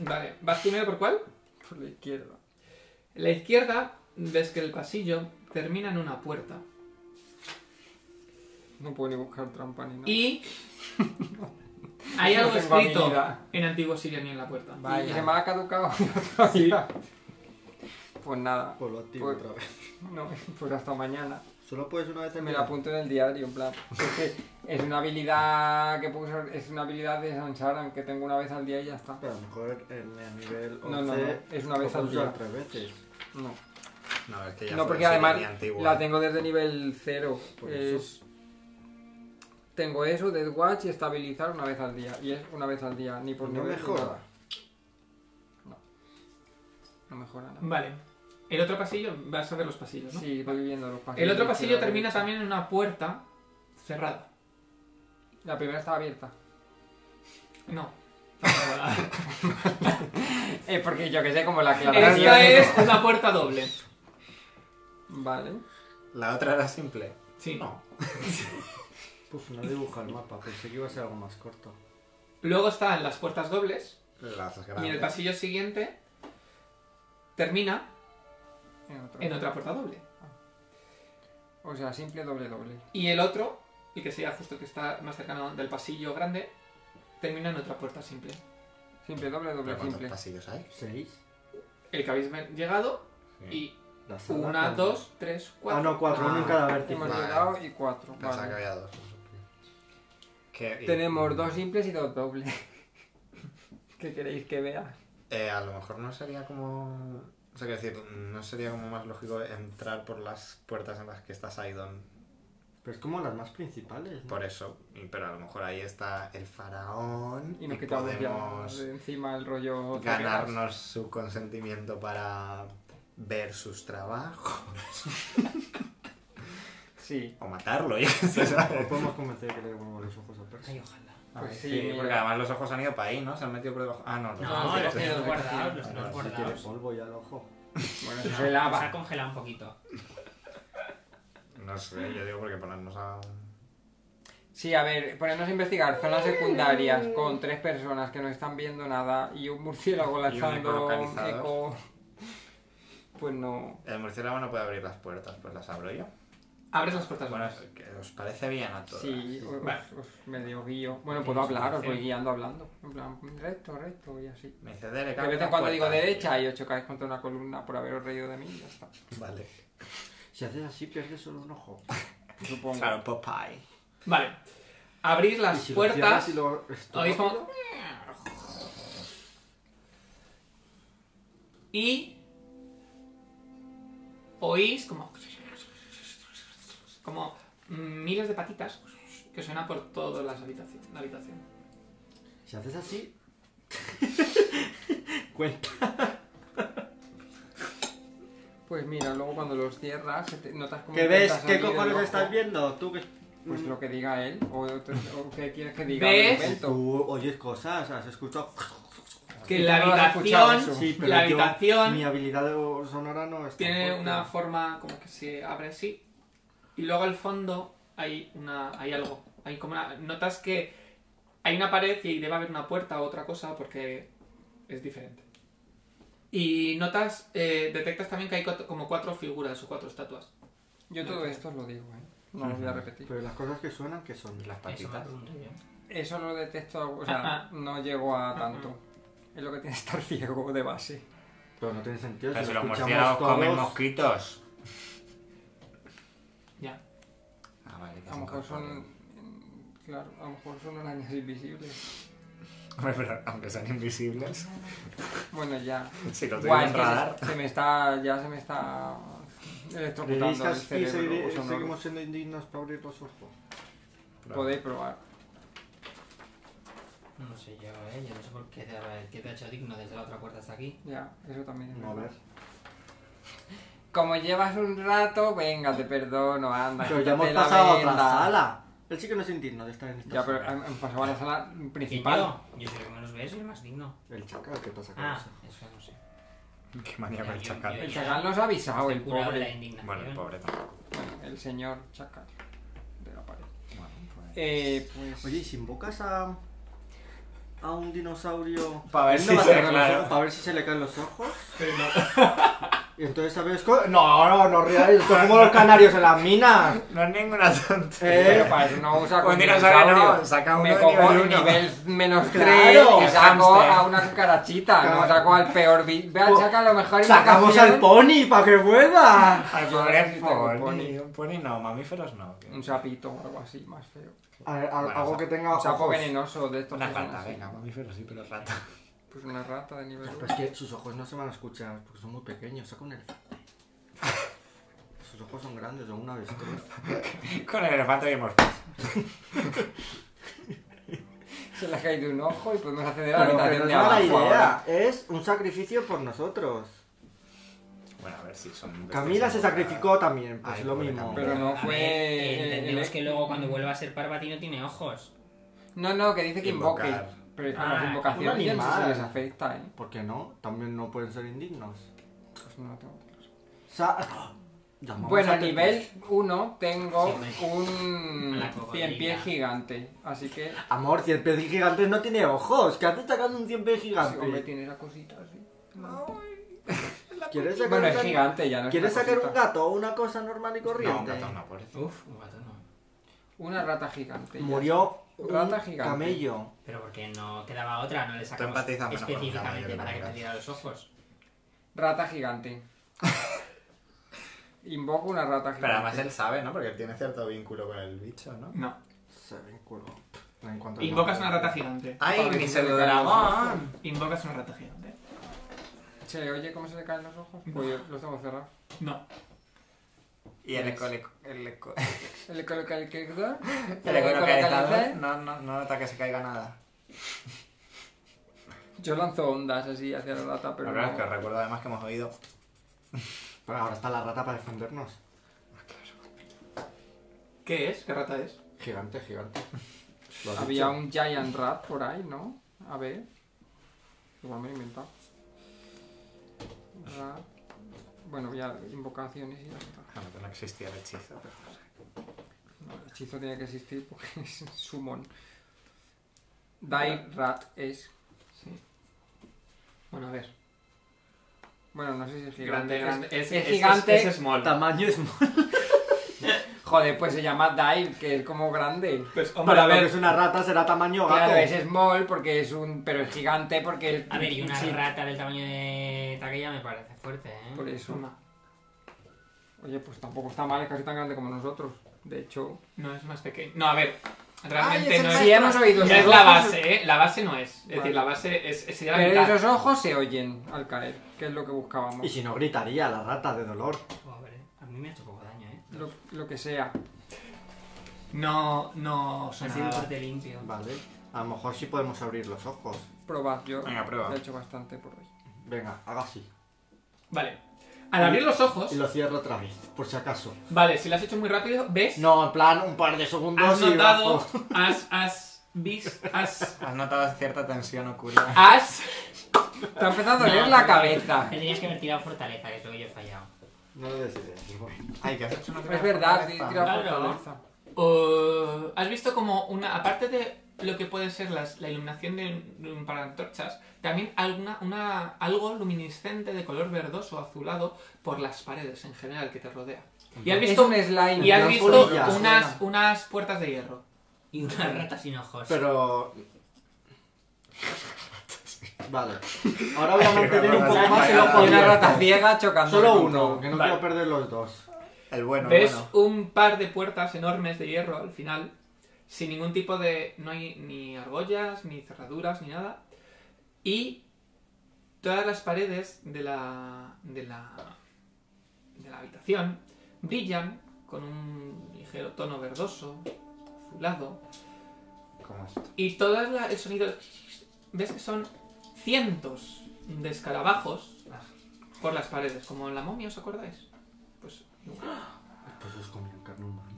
[SPEAKER 1] Vale, ¿vas primero por cuál?
[SPEAKER 2] por la izquierda.
[SPEAKER 1] La izquierda, ves que el pasillo termina en una puerta.
[SPEAKER 2] No puedo ni buscar trampa ni nada.
[SPEAKER 1] Y hay
[SPEAKER 2] No
[SPEAKER 1] algo
[SPEAKER 2] tengo
[SPEAKER 1] escrito
[SPEAKER 2] habilidad.
[SPEAKER 1] en antiguo sirio en la puerta.
[SPEAKER 2] Y
[SPEAKER 4] Vaya.
[SPEAKER 2] se me ha caducado otra
[SPEAKER 1] Sí.
[SPEAKER 2] vida. Pues nada.
[SPEAKER 3] Pues lo activo
[SPEAKER 2] Pues-
[SPEAKER 3] otra vez.
[SPEAKER 2] No, pues hasta mañana.
[SPEAKER 3] Solo puedes una vez
[SPEAKER 2] Me la apunto en el diario, en plan. porque es una habilidad que puedo usar, es una habilidad de Sansaran que tengo una vez al día y ya está.
[SPEAKER 3] Pero a lo mejor en el nivel 11
[SPEAKER 2] No, no, no, es una
[SPEAKER 3] lo
[SPEAKER 2] vez
[SPEAKER 3] puedo
[SPEAKER 2] al día.
[SPEAKER 3] usar tres veces.
[SPEAKER 2] No,
[SPEAKER 4] No, es que ya
[SPEAKER 2] no
[SPEAKER 4] fue
[SPEAKER 2] porque
[SPEAKER 4] el
[SPEAKER 2] además
[SPEAKER 4] Siri antiguo.
[SPEAKER 2] la tengo desde nivel 0.
[SPEAKER 3] ¿eh? Por
[SPEAKER 2] Es...
[SPEAKER 3] eso.
[SPEAKER 2] Tengo eso, Death Watch y estabilizar una vez al día. Y es una vez al día, ni por
[SPEAKER 3] No
[SPEAKER 2] nivel ni
[SPEAKER 3] mejora.
[SPEAKER 2] nada. No. No mejora nada.
[SPEAKER 1] Vale. El otro pasillo, vas a ver los pasillos, ¿no?
[SPEAKER 2] Sí, voy viendo los pasillos.
[SPEAKER 1] El otro
[SPEAKER 2] de
[SPEAKER 1] pasillo
[SPEAKER 2] izquierda a
[SPEAKER 1] termina
[SPEAKER 2] derecha.
[SPEAKER 1] también en una puerta cerrada.
[SPEAKER 2] La primera está abierta.
[SPEAKER 1] No.
[SPEAKER 2] Eh, porque yo que sé, como la
[SPEAKER 1] Esta
[SPEAKER 2] aclaración.
[SPEAKER 1] es una puerta doble.
[SPEAKER 2] Vale.
[SPEAKER 4] La otra era simple.
[SPEAKER 1] Sí.
[SPEAKER 4] No.
[SPEAKER 3] Puf, no dibuja el mapa, pensé que iba a ser algo más corto.
[SPEAKER 1] Luego están las puertas dobles.
[SPEAKER 4] Las
[SPEAKER 1] Y en el
[SPEAKER 4] grandes.
[SPEAKER 1] pasillo siguiente termina
[SPEAKER 2] En otra.
[SPEAKER 1] en otra puerta doble.
[SPEAKER 2] O sea, simple doble doble.
[SPEAKER 1] Y el otro, el que sea justo que está más cercano del pasillo grande, termina en otra puerta simple.
[SPEAKER 2] Simple doble doble
[SPEAKER 4] ¿Pero ¿Cuántos
[SPEAKER 2] simple.
[SPEAKER 4] pasillos hay?
[SPEAKER 3] ¿Seis?
[SPEAKER 1] El que habéis ven- llegado
[SPEAKER 4] Sí.
[SPEAKER 1] y
[SPEAKER 3] La sala,
[SPEAKER 1] una,
[SPEAKER 3] ¿cuánto?
[SPEAKER 1] dos, tres, cuatro.
[SPEAKER 3] Ah, no, cuatro, uno en
[SPEAKER 4] Ah.
[SPEAKER 3] cada
[SPEAKER 2] Hemos
[SPEAKER 3] vértice.
[SPEAKER 4] Vale.
[SPEAKER 2] llegado y cuatro.
[SPEAKER 4] Pensaba
[SPEAKER 2] vale.
[SPEAKER 4] que había dos. Que- y-
[SPEAKER 2] Tenemos dos simples y dos dobles. ¿Qué queréis que vea?
[SPEAKER 4] Eh, a lo mejor no sería como... O sea, quiero decir, no sería como más lógico entrar por las puertas en las que está Saidon.
[SPEAKER 3] Pero es como las más principales. ¿no?
[SPEAKER 4] Por eso. Y- Pero a lo mejor ahí está el faraón
[SPEAKER 2] Y nos quitamos
[SPEAKER 4] podemos
[SPEAKER 2] ya de encima el rollo. de veras.
[SPEAKER 4] ganarnos su consentimiento para ver sus trabajos.
[SPEAKER 2] Sí.
[SPEAKER 4] o matarlo, ya se sabe.
[SPEAKER 3] O podemos convencer que le devuelvo los ojos a Percy.
[SPEAKER 5] Ay, ojalá.
[SPEAKER 2] Pues
[SPEAKER 4] Ay,
[SPEAKER 2] sí,
[SPEAKER 4] sí,
[SPEAKER 2] mira.
[SPEAKER 4] porque además los ojos han ido para ahí, ¿no? Se han metido por debajo. Ah, no,
[SPEAKER 5] No,
[SPEAKER 2] sí,
[SPEAKER 5] los
[SPEAKER 2] sí,
[SPEAKER 5] tenemos
[SPEAKER 2] sí,
[SPEAKER 5] guardados,
[SPEAKER 2] sí,
[SPEAKER 5] los
[SPEAKER 2] sí,
[SPEAKER 5] tenemos
[SPEAKER 4] sí,
[SPEAKER 3] Si tiene
[SPEAKER 5] guardados.
[SPEAKER 3] polvo ya el ojo.
[SPEAKER 2] Bueno, eso
[SPEAKER 5] No,
[SPEAKER 2] se
[SPEAKER 5] Se ha
[SPEAKER 2] lava.
[SPEAKER 5] congelado un poquito.
[SPEAKER 4] No sé, yo digo porque ponernos a.
[SPEAKER 2] Sí, a ver, ponernos a investigar zonas secundarias con tres personas que no están viendo nada y un murciélago
[SPEAKER 4] Y un eco
[SPEAKER 2] lanzando
[SPEAKER 4] localizador.
[SPEAKER 2] eco. Pues no.
[SPEAKER 4] El murciélago no puede abrir las puertas, pues las abro yo.
[SPEAKER 1] Abres las puertas
[SPEAKER 4] Bueno,
[SPEAKER 1] buenas.
[SPEAKER 4] que ¿os parece bien a todos?
[SPEAKER 2] Pues Sí, os,
[SPEAKER 1] Vale.
[SPEAKER 2] os medio guío. Bueno, puedo hablar, os voy guiando hablando. En plan, recto, recto y así.
[SPEAKER 4] Me dice, Dere,
[SPEAKER 2] Que de vez
[SPEAKER 4] cambia
[SPEAKER 2] en cuando digo
[SPEAKER 4] puerta".
[SPEAKER 2] derecha y os chocáis contra una columna por haberos reído de mí y ya está.
[SPEAKER 4] Vale.
[SPEAKER 3] Si haces así, pierdes solo un ojo.
[SPEAKER 2] Supongo.
[SPEAKER 4] Claro, Popeye.
[SPEAKER 1] Vale. Abrís
[SPEAKER 3] Y
[SPEAKER 1] las
[SPEAKER 3] si lo
[SPEAKER 1] puertas.
[SPEAKER 3] cierras y lo- esto-
[SPEAKER 1] Oís como- Y oís como como mm, miles de patitas que suena por toda las habitación, la habitación.
[SPEAKER 3] Si haces así. Cuenta.
[SPEAKER 2] Pues mira, luego cuando los cierras, se te- notas como.
[SPEAKER 3] ¿Qué ves? ¿Qué
[SPEAKER 2] intenta salir el
[SPEAKER 3] cojones
[SPEAKER 2] ojo.
[SPEAKER 3] estás viendo? Tú Mm, que.
[SPEAKER 2] Pues lo que diga
[SPEAKER 3] pues
[SPEAKER 2] él, o, otro- o qué quieres que diga.
[SPEAKER 1] ¿Ves?
[SPEAKER 2] Lo invento.
[SPEAKER 3] Tú oyes cosas, has escuchado.
[SPEAKER 1] que
[SPEAKER 2] Y
[SPEAKER 1] la
[SPEAKER 2] tú no has escuchado
[SPEAKER 1] habitación,
[SPEAKER 2] eso.
[SPEAKER 3] Sí, pero
[SPEAKER 1] la
[SPEAKER 3] yo-
[SPEAKER 1] habitación
[SPEAKER 3] mi habilidad de sonora no es. tan
[SPEAKER 1] tiene
[SPEAKER 3] fuerte.
[SPEAKER 1] una forma como que se abre así y luego al fondo hay una hay algo hay como una- notas que hay una pared y debe haber una puerta o otra cosa porque es diferente y notas eh, detectas también que hay cuatro- como cuatro figuras o cuatro estatuas
[SPEAKER 2] Yo todo esto os lo digo, ¿eh? No lo voy a repetir.
[SPEAKER 3] Pero las cosas que suenan, que son?
[SPEAKER 6] Las
[SPEAKER 5] Eso me
[SPEAKER 6] patitas.
[SPEAKER 5] pregunto yo.
[SPEAKER 2] Eso lo detesto, o sea,
[SPEAKER 1] Ajá.
[SPEAKER 2] no llego a tanto. Es lo que tiene estar ciego de base.
[SPEAKER 3] Pero no tiene sentido.
[SPEAKER 4] Pero si
[SPEAKER 3] lo
[SPEAKER 4] los
[SPEAKER 3] escuchamos
[SPEAKER 4] murciélagos comen
[SPEAKER 3] todos-
[SPEAKER 4] mosquitos.
[SPEAKER 1] ya
[SPEAKER 6] Ah, vale, que
[SPEAKER 2] A lo mejor
[SPEAKER 6] se incorporen.
[SPEAKER 2] son. Claro, a lo mejor son arañas invisibles.
[SPEAKER 4] Hombre, pero aunque sean invisibles,
[SPEAKER 2] Bueno, ya.
[SPEAKER 4] si lo
[SPEAKER 2] Guau,
[SPEAKER 4] tuvieran
[SPEAKER 2] es que
[SPEAKER 4] radar.
[SPEAKER 2] Se, se me está. Ya se me está. Electrocutando el
[SPEAKER 3] Reviscas y
[SPEAKER 2] cerebro.
[SPEAKER 3] segui-
[SPEAKER 2] sonoro.
[SPEAKER 3] seguimos siendo indignos para abrir los ojos.
[SPEAKER 2] Podéis probar.
[SPEAKER 5] No sé yo, eh. Yo no sé por qué te, qué te ha hecho digno desde la otra puerta hasta aquí.
[SPEAKER 2] Ya, eso también es
[SPEAKER 3] No
[SPEAKER 2] verdad.
[SPEAKER 3] ver.
[SPEAKER 2] Como llevas un rato, venga, te perdono, anda.
[SPEAKER 3] Pero ya hemos
[SPEAKER 2] quítate la
[SPEAKER 3] pasado a otra
[SPEAKER 2] venda.
[SPEAKER 3] sala. Él sí que no es indigno de estar en esta
[SPEAKER 2] Ya, pero
[SPEAKER 3] sala.
[SPEAKER 2] han, han pasado a la sala
[SPEAKER 5] ¿Quién
[SPEAKER 2] principal.
[SPEAKER 5] yo? Yo soy el que menos ve, soy el más digno.
[SPEAKER 3] El chacal, ¿qué pasa con
[SPEAKER 5] Ah,
[SPEAKER 3] eso?
[SPEAKER 5] eso no sé.
[SPEAKER 4] Qué manía con el
[SPEAKER 2] El
[SPEAKER 4] chacal.
[SPEAKER 2] chacal nos ha avisado,
[SPEAKER 5] Estoy
[SPEAKER 2] el
[SPEAKER 5] curado de la
[SPEAKER 2] pobre.
[SPEAKER 5] indignación.
[SPEAKER 4] Bueno, el pobre tampoco.
[SPEAKER 2] Bueno, el señor chacal de la pared.
[SPEAKER 6] Bueno, pues-
[SPEAKER 2] Eh, pues.
[SPEAKER 3] Oye, ¿y si invocas a. a un dinosaurio.
[SPEAKER 4] Pa' ver
[SPEAKER 3] él no
[SPEAKER 4] si
[SPEAKER 3] va a
[SPEAKER 4] se-
[SPEAKER 3] cerrar los
[SPEAKER 4] claro.
[SPEAKER 3] ojos, pa' ver si se le caen los ojos? Y entonces sabes. co- No, no, no ríais. Esto es como los canarios en las minas.
[SPEAKER 4] No es ninguna tontería.
[SPEAKER 2] Pero
[SPEAKER 3] Eh,
[SPEAKER 2] para eso no usa
[SPEAKER 4] Un
[SPEAKER 2] con
[SPEAKER 4] dinosaurio no,
[SPEAKER 2] dinosaurio.
[SPEAKER 4] saca uno
[SPEAKER 2] Me
[SPEAKER 4] de
[SPEAKER 2] cojo
[SPEAKER 4] nivel
[SPEAKER 2] el
[SPEAKER 4] uno.
[SPEAKER 2] nivel menos 3
[SPEAKER 3] Claro,
[SPEAKER 2] y saco
[SPEAKER 4] hamster.
[SPEAKER 2] a una carachita. No
[SPEAKER 3] Claro.
[SPEAKER 2] saco al peor. vi- Ve a
[SPEAKER 3] Po-
[SPEAKER 2] sacar a lo mejor.
[SPEAKER 3] sacamos al
[SPEAKER 2] invocación.
[SPEAKER 3] pony para que vuelva.
[SPEAKER 4] Ay, pobre
[SPEAKER 2] Yo pues, no sé si tengo
[SPEAKER 4] pony. Un pony no, mamíferos no.
[SPEAKER 2] Un sapito o algo así, más feo.
[SPEAKER 3] A- a-
[SPEAKER 4] Bueno,
[SPEAKER 3] algo
[SPEAKER 4] sa-
[SPEAKER 3] que tenga
[SPEAKER 2] Un sapo
[SPEAKER 3] ojos. eh.
[SPEAKER 2] venenoso de estos.
[SPEAKER 4] Una
[SPEAKER 2] que son
[SPEAKER 4] rata,
[SPEAKER 2] así.
[SPEAKER 4] venga, mamíferos sí, pero rata.
[SPEAKER 2] Pues una rata de nivel
[SPEAKER 3] Pero es que sus ojos no se van a escuchar porque son muy pequeños. Saca un elefante. Sus ojos son grandes, son una avestruz.
[SPEAKER 4] Con el elefante vimos.
[SPEAKER 2] 1. Se le ha caído un ojo y podemos acceder a la
[SPEAKER 3] Pero que no es
[SPEAKER 2] habitación de
[SPEAKER 3] mala
[SPEAKER 2] abajo.
[SPEAKER 3] idea,
[SPEAKER 2] ahora.
[SPEAKER 3] es un sacrificio por nosotros.
[SPEAKER 4] Bueno, a ver si son. bestias
[SPEAKER 3] Camila se
[SPEAKER 4] invocadas.
[SPEAKER 3] sacrificó también, pues
[SPEAKER 4] Ay,
[SPEAKER 3] lo
[SPEAKER 4] pobre
[SPEAKER 3] mismo.
[SPEAKER 4] Camila.
[SPEAKER 2] Pero no
[SPEAKER 5] A
[SPEAKER 2] fue.
[SPEAKER 5] ver, eh, entendemos
[SPEAKER 2] el-
[SPEAKER 5] que luego cuando vuelva a ser Parvati no tiene ojos.
[SPEAKER 2] No, no, que dice que invoque.
[SPEAKER 4] Invocar.
[SPEAKER 2] Pero es que
[SPEAKER 5] Ah,
[SPEAKER 2] las
[SPEAKER 3] un
[SPEAKER 2] invocaciones no sé si
[SPEAKER 3] animal.
[SPEAKER 2] les afecta, ¿eh?
[SPEAKER 3] ¿Por qué no? También no pueden ser indignos.
[SPEAKER 2] Pues no tengo.
[SPEAKER 3] Sa- Llamamos
[SPEAKER 2] Bueno,
[SPEAKER 3] a pues,
[SPEAKER 2] a nivel 1 tengo
[SPEAKER 5] Sí,
[SPEAKER 2] un
[SPEAKER 5] La cocodrila.
[SPEAKER 2] cien pies gigante, así que
[SPEAKER 3] Amor, cien pies gigantes no tiene ojos. ¿Qué haces sacando un cien pies
[SPEAKER 2] sí, hombre
[SPEAKER 3] gigante?
[SPEAKER 2] tiene esa cosita así.
[SPEAKER 3] ¿Quieres sacar,
[SPEAKER 2] Bueno, es
[SPEAKER 3] un, gato?
[SPEAKER 2] gigante ya, no es
[SPEAKER 3] ¿Quieres
[SPEAKER 2] una
[SPEAKER 3] sacar un
[SPEAKER 2] cosita.
[SPEAKER 3] gato o una cosa normal y
[SPEAKER 4] No, un
[SPEAKER 3] corriente?
[SPEAKER 4] gato no, pobrecito.
[SPEAKER 5] Uf, un gato no.
[SPEAKER 2] Una rata gigante. ya
[SPEAKER 3] Murió un
[SPEAKER 2] Rata gigante.
[SPEAKER 3] camello.
[SPEAKER 5] Pero porque no quedaba otra, no le sacamos
[SPEAKER 4] empatizas menos con un
[SPEAKER 5] específicamente
[SPEAKER 4] caballo
[SPEAKER 5] para
[SPEAKER 4] que
[SPEAKER 5] que
[SPEAKER 4] con
[SPEAKER 5] te
[SPEAKER 4] un
[SPEAKER 5] diera los ojos.
[SPEAKER 2] está. Rata gigante. Invoco una rata gigante.
[SPEAKER 4] Pero además él sabe, ¿no? Porque él tiene cierto vínculo con el bicho, ¿no?
[SPEAKER 1] no
[SPEAKER 3] Se ve en culo. En cuanto al
[SPEAKER 1] invocas
[SPEAKER 3] nombre.
[SPEAKER 1] una rata gigante
[SPEAKER 4] ¡Ay,
[SPEAKER 2] Porque
[SPEAKER 4] mi
[SPEAKER 2] se le caen
[SPEAKER 4] pseudodragón!
[SPEAKER 1] invocas una rata gigante
[SPEAKER 2] ¿Se oye cómo se le caen los ojos? Pues yo los tengo cerrados.
[SPEAKER 1] no
[SPEAKER 4] Y el eco, el eco, el eco.
[SPEAKER 2] El ecolocalizador.
[SPEAKER 4] El ecolocalizador. No, no, no nota que se caiga nada.
[SPEAKER 2] Yo lanzo ondas así hacia la rata,
[SPEAKER 4] Pero
[SPEAKER 2] pero
[SPEAKER 4] claro, es que os
[SPEAKER 2] no.
[SPEAKER 4] recuerdo además que hemos oído.
[SPEAKER 3] Pero ahora está la rata para defendernos.
[SPEAKER 1] qué es qué rata es
[SPEAKER 3] Gigante, gigante. Lo has
[SPEAKER 2] Había
[SPEAKER 3] dicho.
[SPEAKER 2] un giant rat por ahí, ¿no? A ver. Igual me lo he inventado. Rat. Bueno, ya invocaciones y ya está.
[SPEAKER 4] Ah, no, que no existía el hechizo. pero-
[SPEAKER 2] No, el hechizo tiene que existir porque es summon. Die rat es.
[SPEAKER 1] sí bueno a ver
[SPEAKER 2] Bueno, no sé si es
[SPEAKER 1] grande
[SPEAKER 2] gigante.
[SPEAKER 1] grande
[SPEAKER 2] Es,
[SPEAKER 1] es,
[SPEAKER 2] es
[SPEAKER 1] es-
[SPEAKER 2] gigante.
[SPEAKER 1] es, es small
[SPEAKER 3] Tamaño es muy...
[SPEAKER 2] Joder, pues se llama Die, que es como grande.
[SPEAKER 1] pues hombre
[SPEAKER 3] Para
[SPEAKER 1] a
[SPEAKER 3] ver,
[SPEAKER 1] ver
[SPEAKER 3] es una rata será tamaño gato.
[SPEAKER 2] Claro, es small porque es un. Pero es gigante porque. el-
[SPEAKER 5] A ver, y una
[SPEAKER 2] sí,
[SPEAKER 5] rata del tamaño de Taquilla me parece fuerte, ¿eh?
[SPEAKER 2] Por eso.
[SPEAKER 1] Una.
[SPEAKER 2] Oye, pues tampoco está mal, es casi tan grande como nosotros. De hecho.
[SPEAKER 1] No, es más pequeño. No, a ver, realmente
[SPEAKER 4] es el
[SPEAKER 1] no,
[SPEAKER 2] Si
[SPEAKER 1] es,
[SPEAKER 2] hemos oído
[SPEAKER 1] no
[SPEAKER 2] esos
[SPEAKER 1] es la
[SPEAKER 2] ojos,
[SPEAKER 1] base, ¿eh? La base no es. Es
[SPEAKER 2] Vale.
[SPEAKER 1] decir, la base es, es la
[SPEAKER 2] Pero
[SPEAKER 1] mitad.
[SPEAKER 2] esos Eh, ojos se oyen al caer, que es lo que
[SPEAKER 3] Y
[SPEAKER 2] buscábamos.
[SPEAKER 3] si no, gritaría la rata de dolor.
[SPEAKER 5] Pobre, a mí me ha hecho poco daño, ¿eh?
[SPEAKER 2] Lo, lo que sea.
[SPEAKER 1] No, no
[SPEAKER 5] Ha
[SPEAKER 1] son
[SPEAKER 5] sido un
[SPEAKER 1] nada.
[SPEAKER 5] corte limpio.
[SPEAKER 3] Vale. A lo mejor sí podemos abrir los ojos.
[SPEAKER 2] Probad, yo
[SPEAKER 4] Venga, prueba.
[SPEAKER 2] he hecho bastante por hoy.
[SPEAKER 3] Venga, haga así.
[SPEAKER 1] Vale. Al abrir los ojos,
[SPEAKER 3] Y lo cierro otra vez, por si acaso.
[SPEAKER 1] vale, si lo has hecho muy rápido, ves,
[SPEAKER 3] No, en plan, un par de segundos
[SPEAKER 1] has
[SPEAKER 3] y
[SPEAKER 1] notado,
[SPEAKER 3] bajo.
[SPEAKER 1] has, has visto, has,
[SPEAKER 4] Has notado cierta tensión ocular.
[SPEAKER 1] has
[SPEAKER 2] Está empezando a doler la cabeza.
[SPEAKER 5] Tendrías que haber tirado fortaleza, que es lo que yo he fallado.
[SPEAKER 3] No lo decides. Bueno.
[SPEAKER 4] Ay, que has hecho una
[SPEAKER 2] Es verdad,
[SPEAKER 4] fortaleza.
[SPEAKER 2] tira
[SPEAKER 5] Claro.
[SPEAKER 2] fortaleza.
[SPEAKER 1] O- ¿Has visto como una, aparte de lo que puede ser las- la iluminación de, un- para antorchas, también alguna, una, algo luminiscente de color verdoso azulado por las paredes en general que te rodea? Y has
[SPEAKER 2] Es
[SPEAKER 1] visto,
[SPEAKER 2] un slime.
[SPEAKER 1] y has
[SPEAKER 3] una
[SPEAKER 1] visto
[SPEAKER 3] polilla.
[SPEAKER 1] unas, unas puertas de hierro.
[SPEAKER 5] Y una rata sin ojos.
[SPEAKER 3] Pero. Vale. Ahora voy a mantener un poco más el
[SPEAKER 2] Y
[SPEAKER 3] ojo
[SPEAKER 2] una rata
[SPEAKER 3] abierto.
[SPEAKER 2] ciega chocando.
[SPEAKER 3] Solo
[SPEAKER 2] con
[SPEAKER 3] uno,
[SPEAKER 2] todo.
[SPEAKER 3] que no
[SPEAKER 1] Vale.
[SPEAKER 3] quiero perder los dos.
[SPEAKER 4] El bueno, el
[SPEAKER 1] Ves
[SPEAKER 4] bueno.
[SPEAKER 1] un par de puertas enormes de hierro al final, sin ningún tipo de... No hay ni argollas, ni cerraduras, ni nada. Y todas las paredes de la... de la... de la habitación brillan con un ligero tono verdoso, azulado.
[SPEAKER 6] ¿Cómo esto?
[SPEAKER 1] Y todas la- el sonido... Ves que son cientos de escarabajos por las paredes, como en la momia, ¿os acordáis? Pues
[SPEAKER 3] Pues es como un carne humana.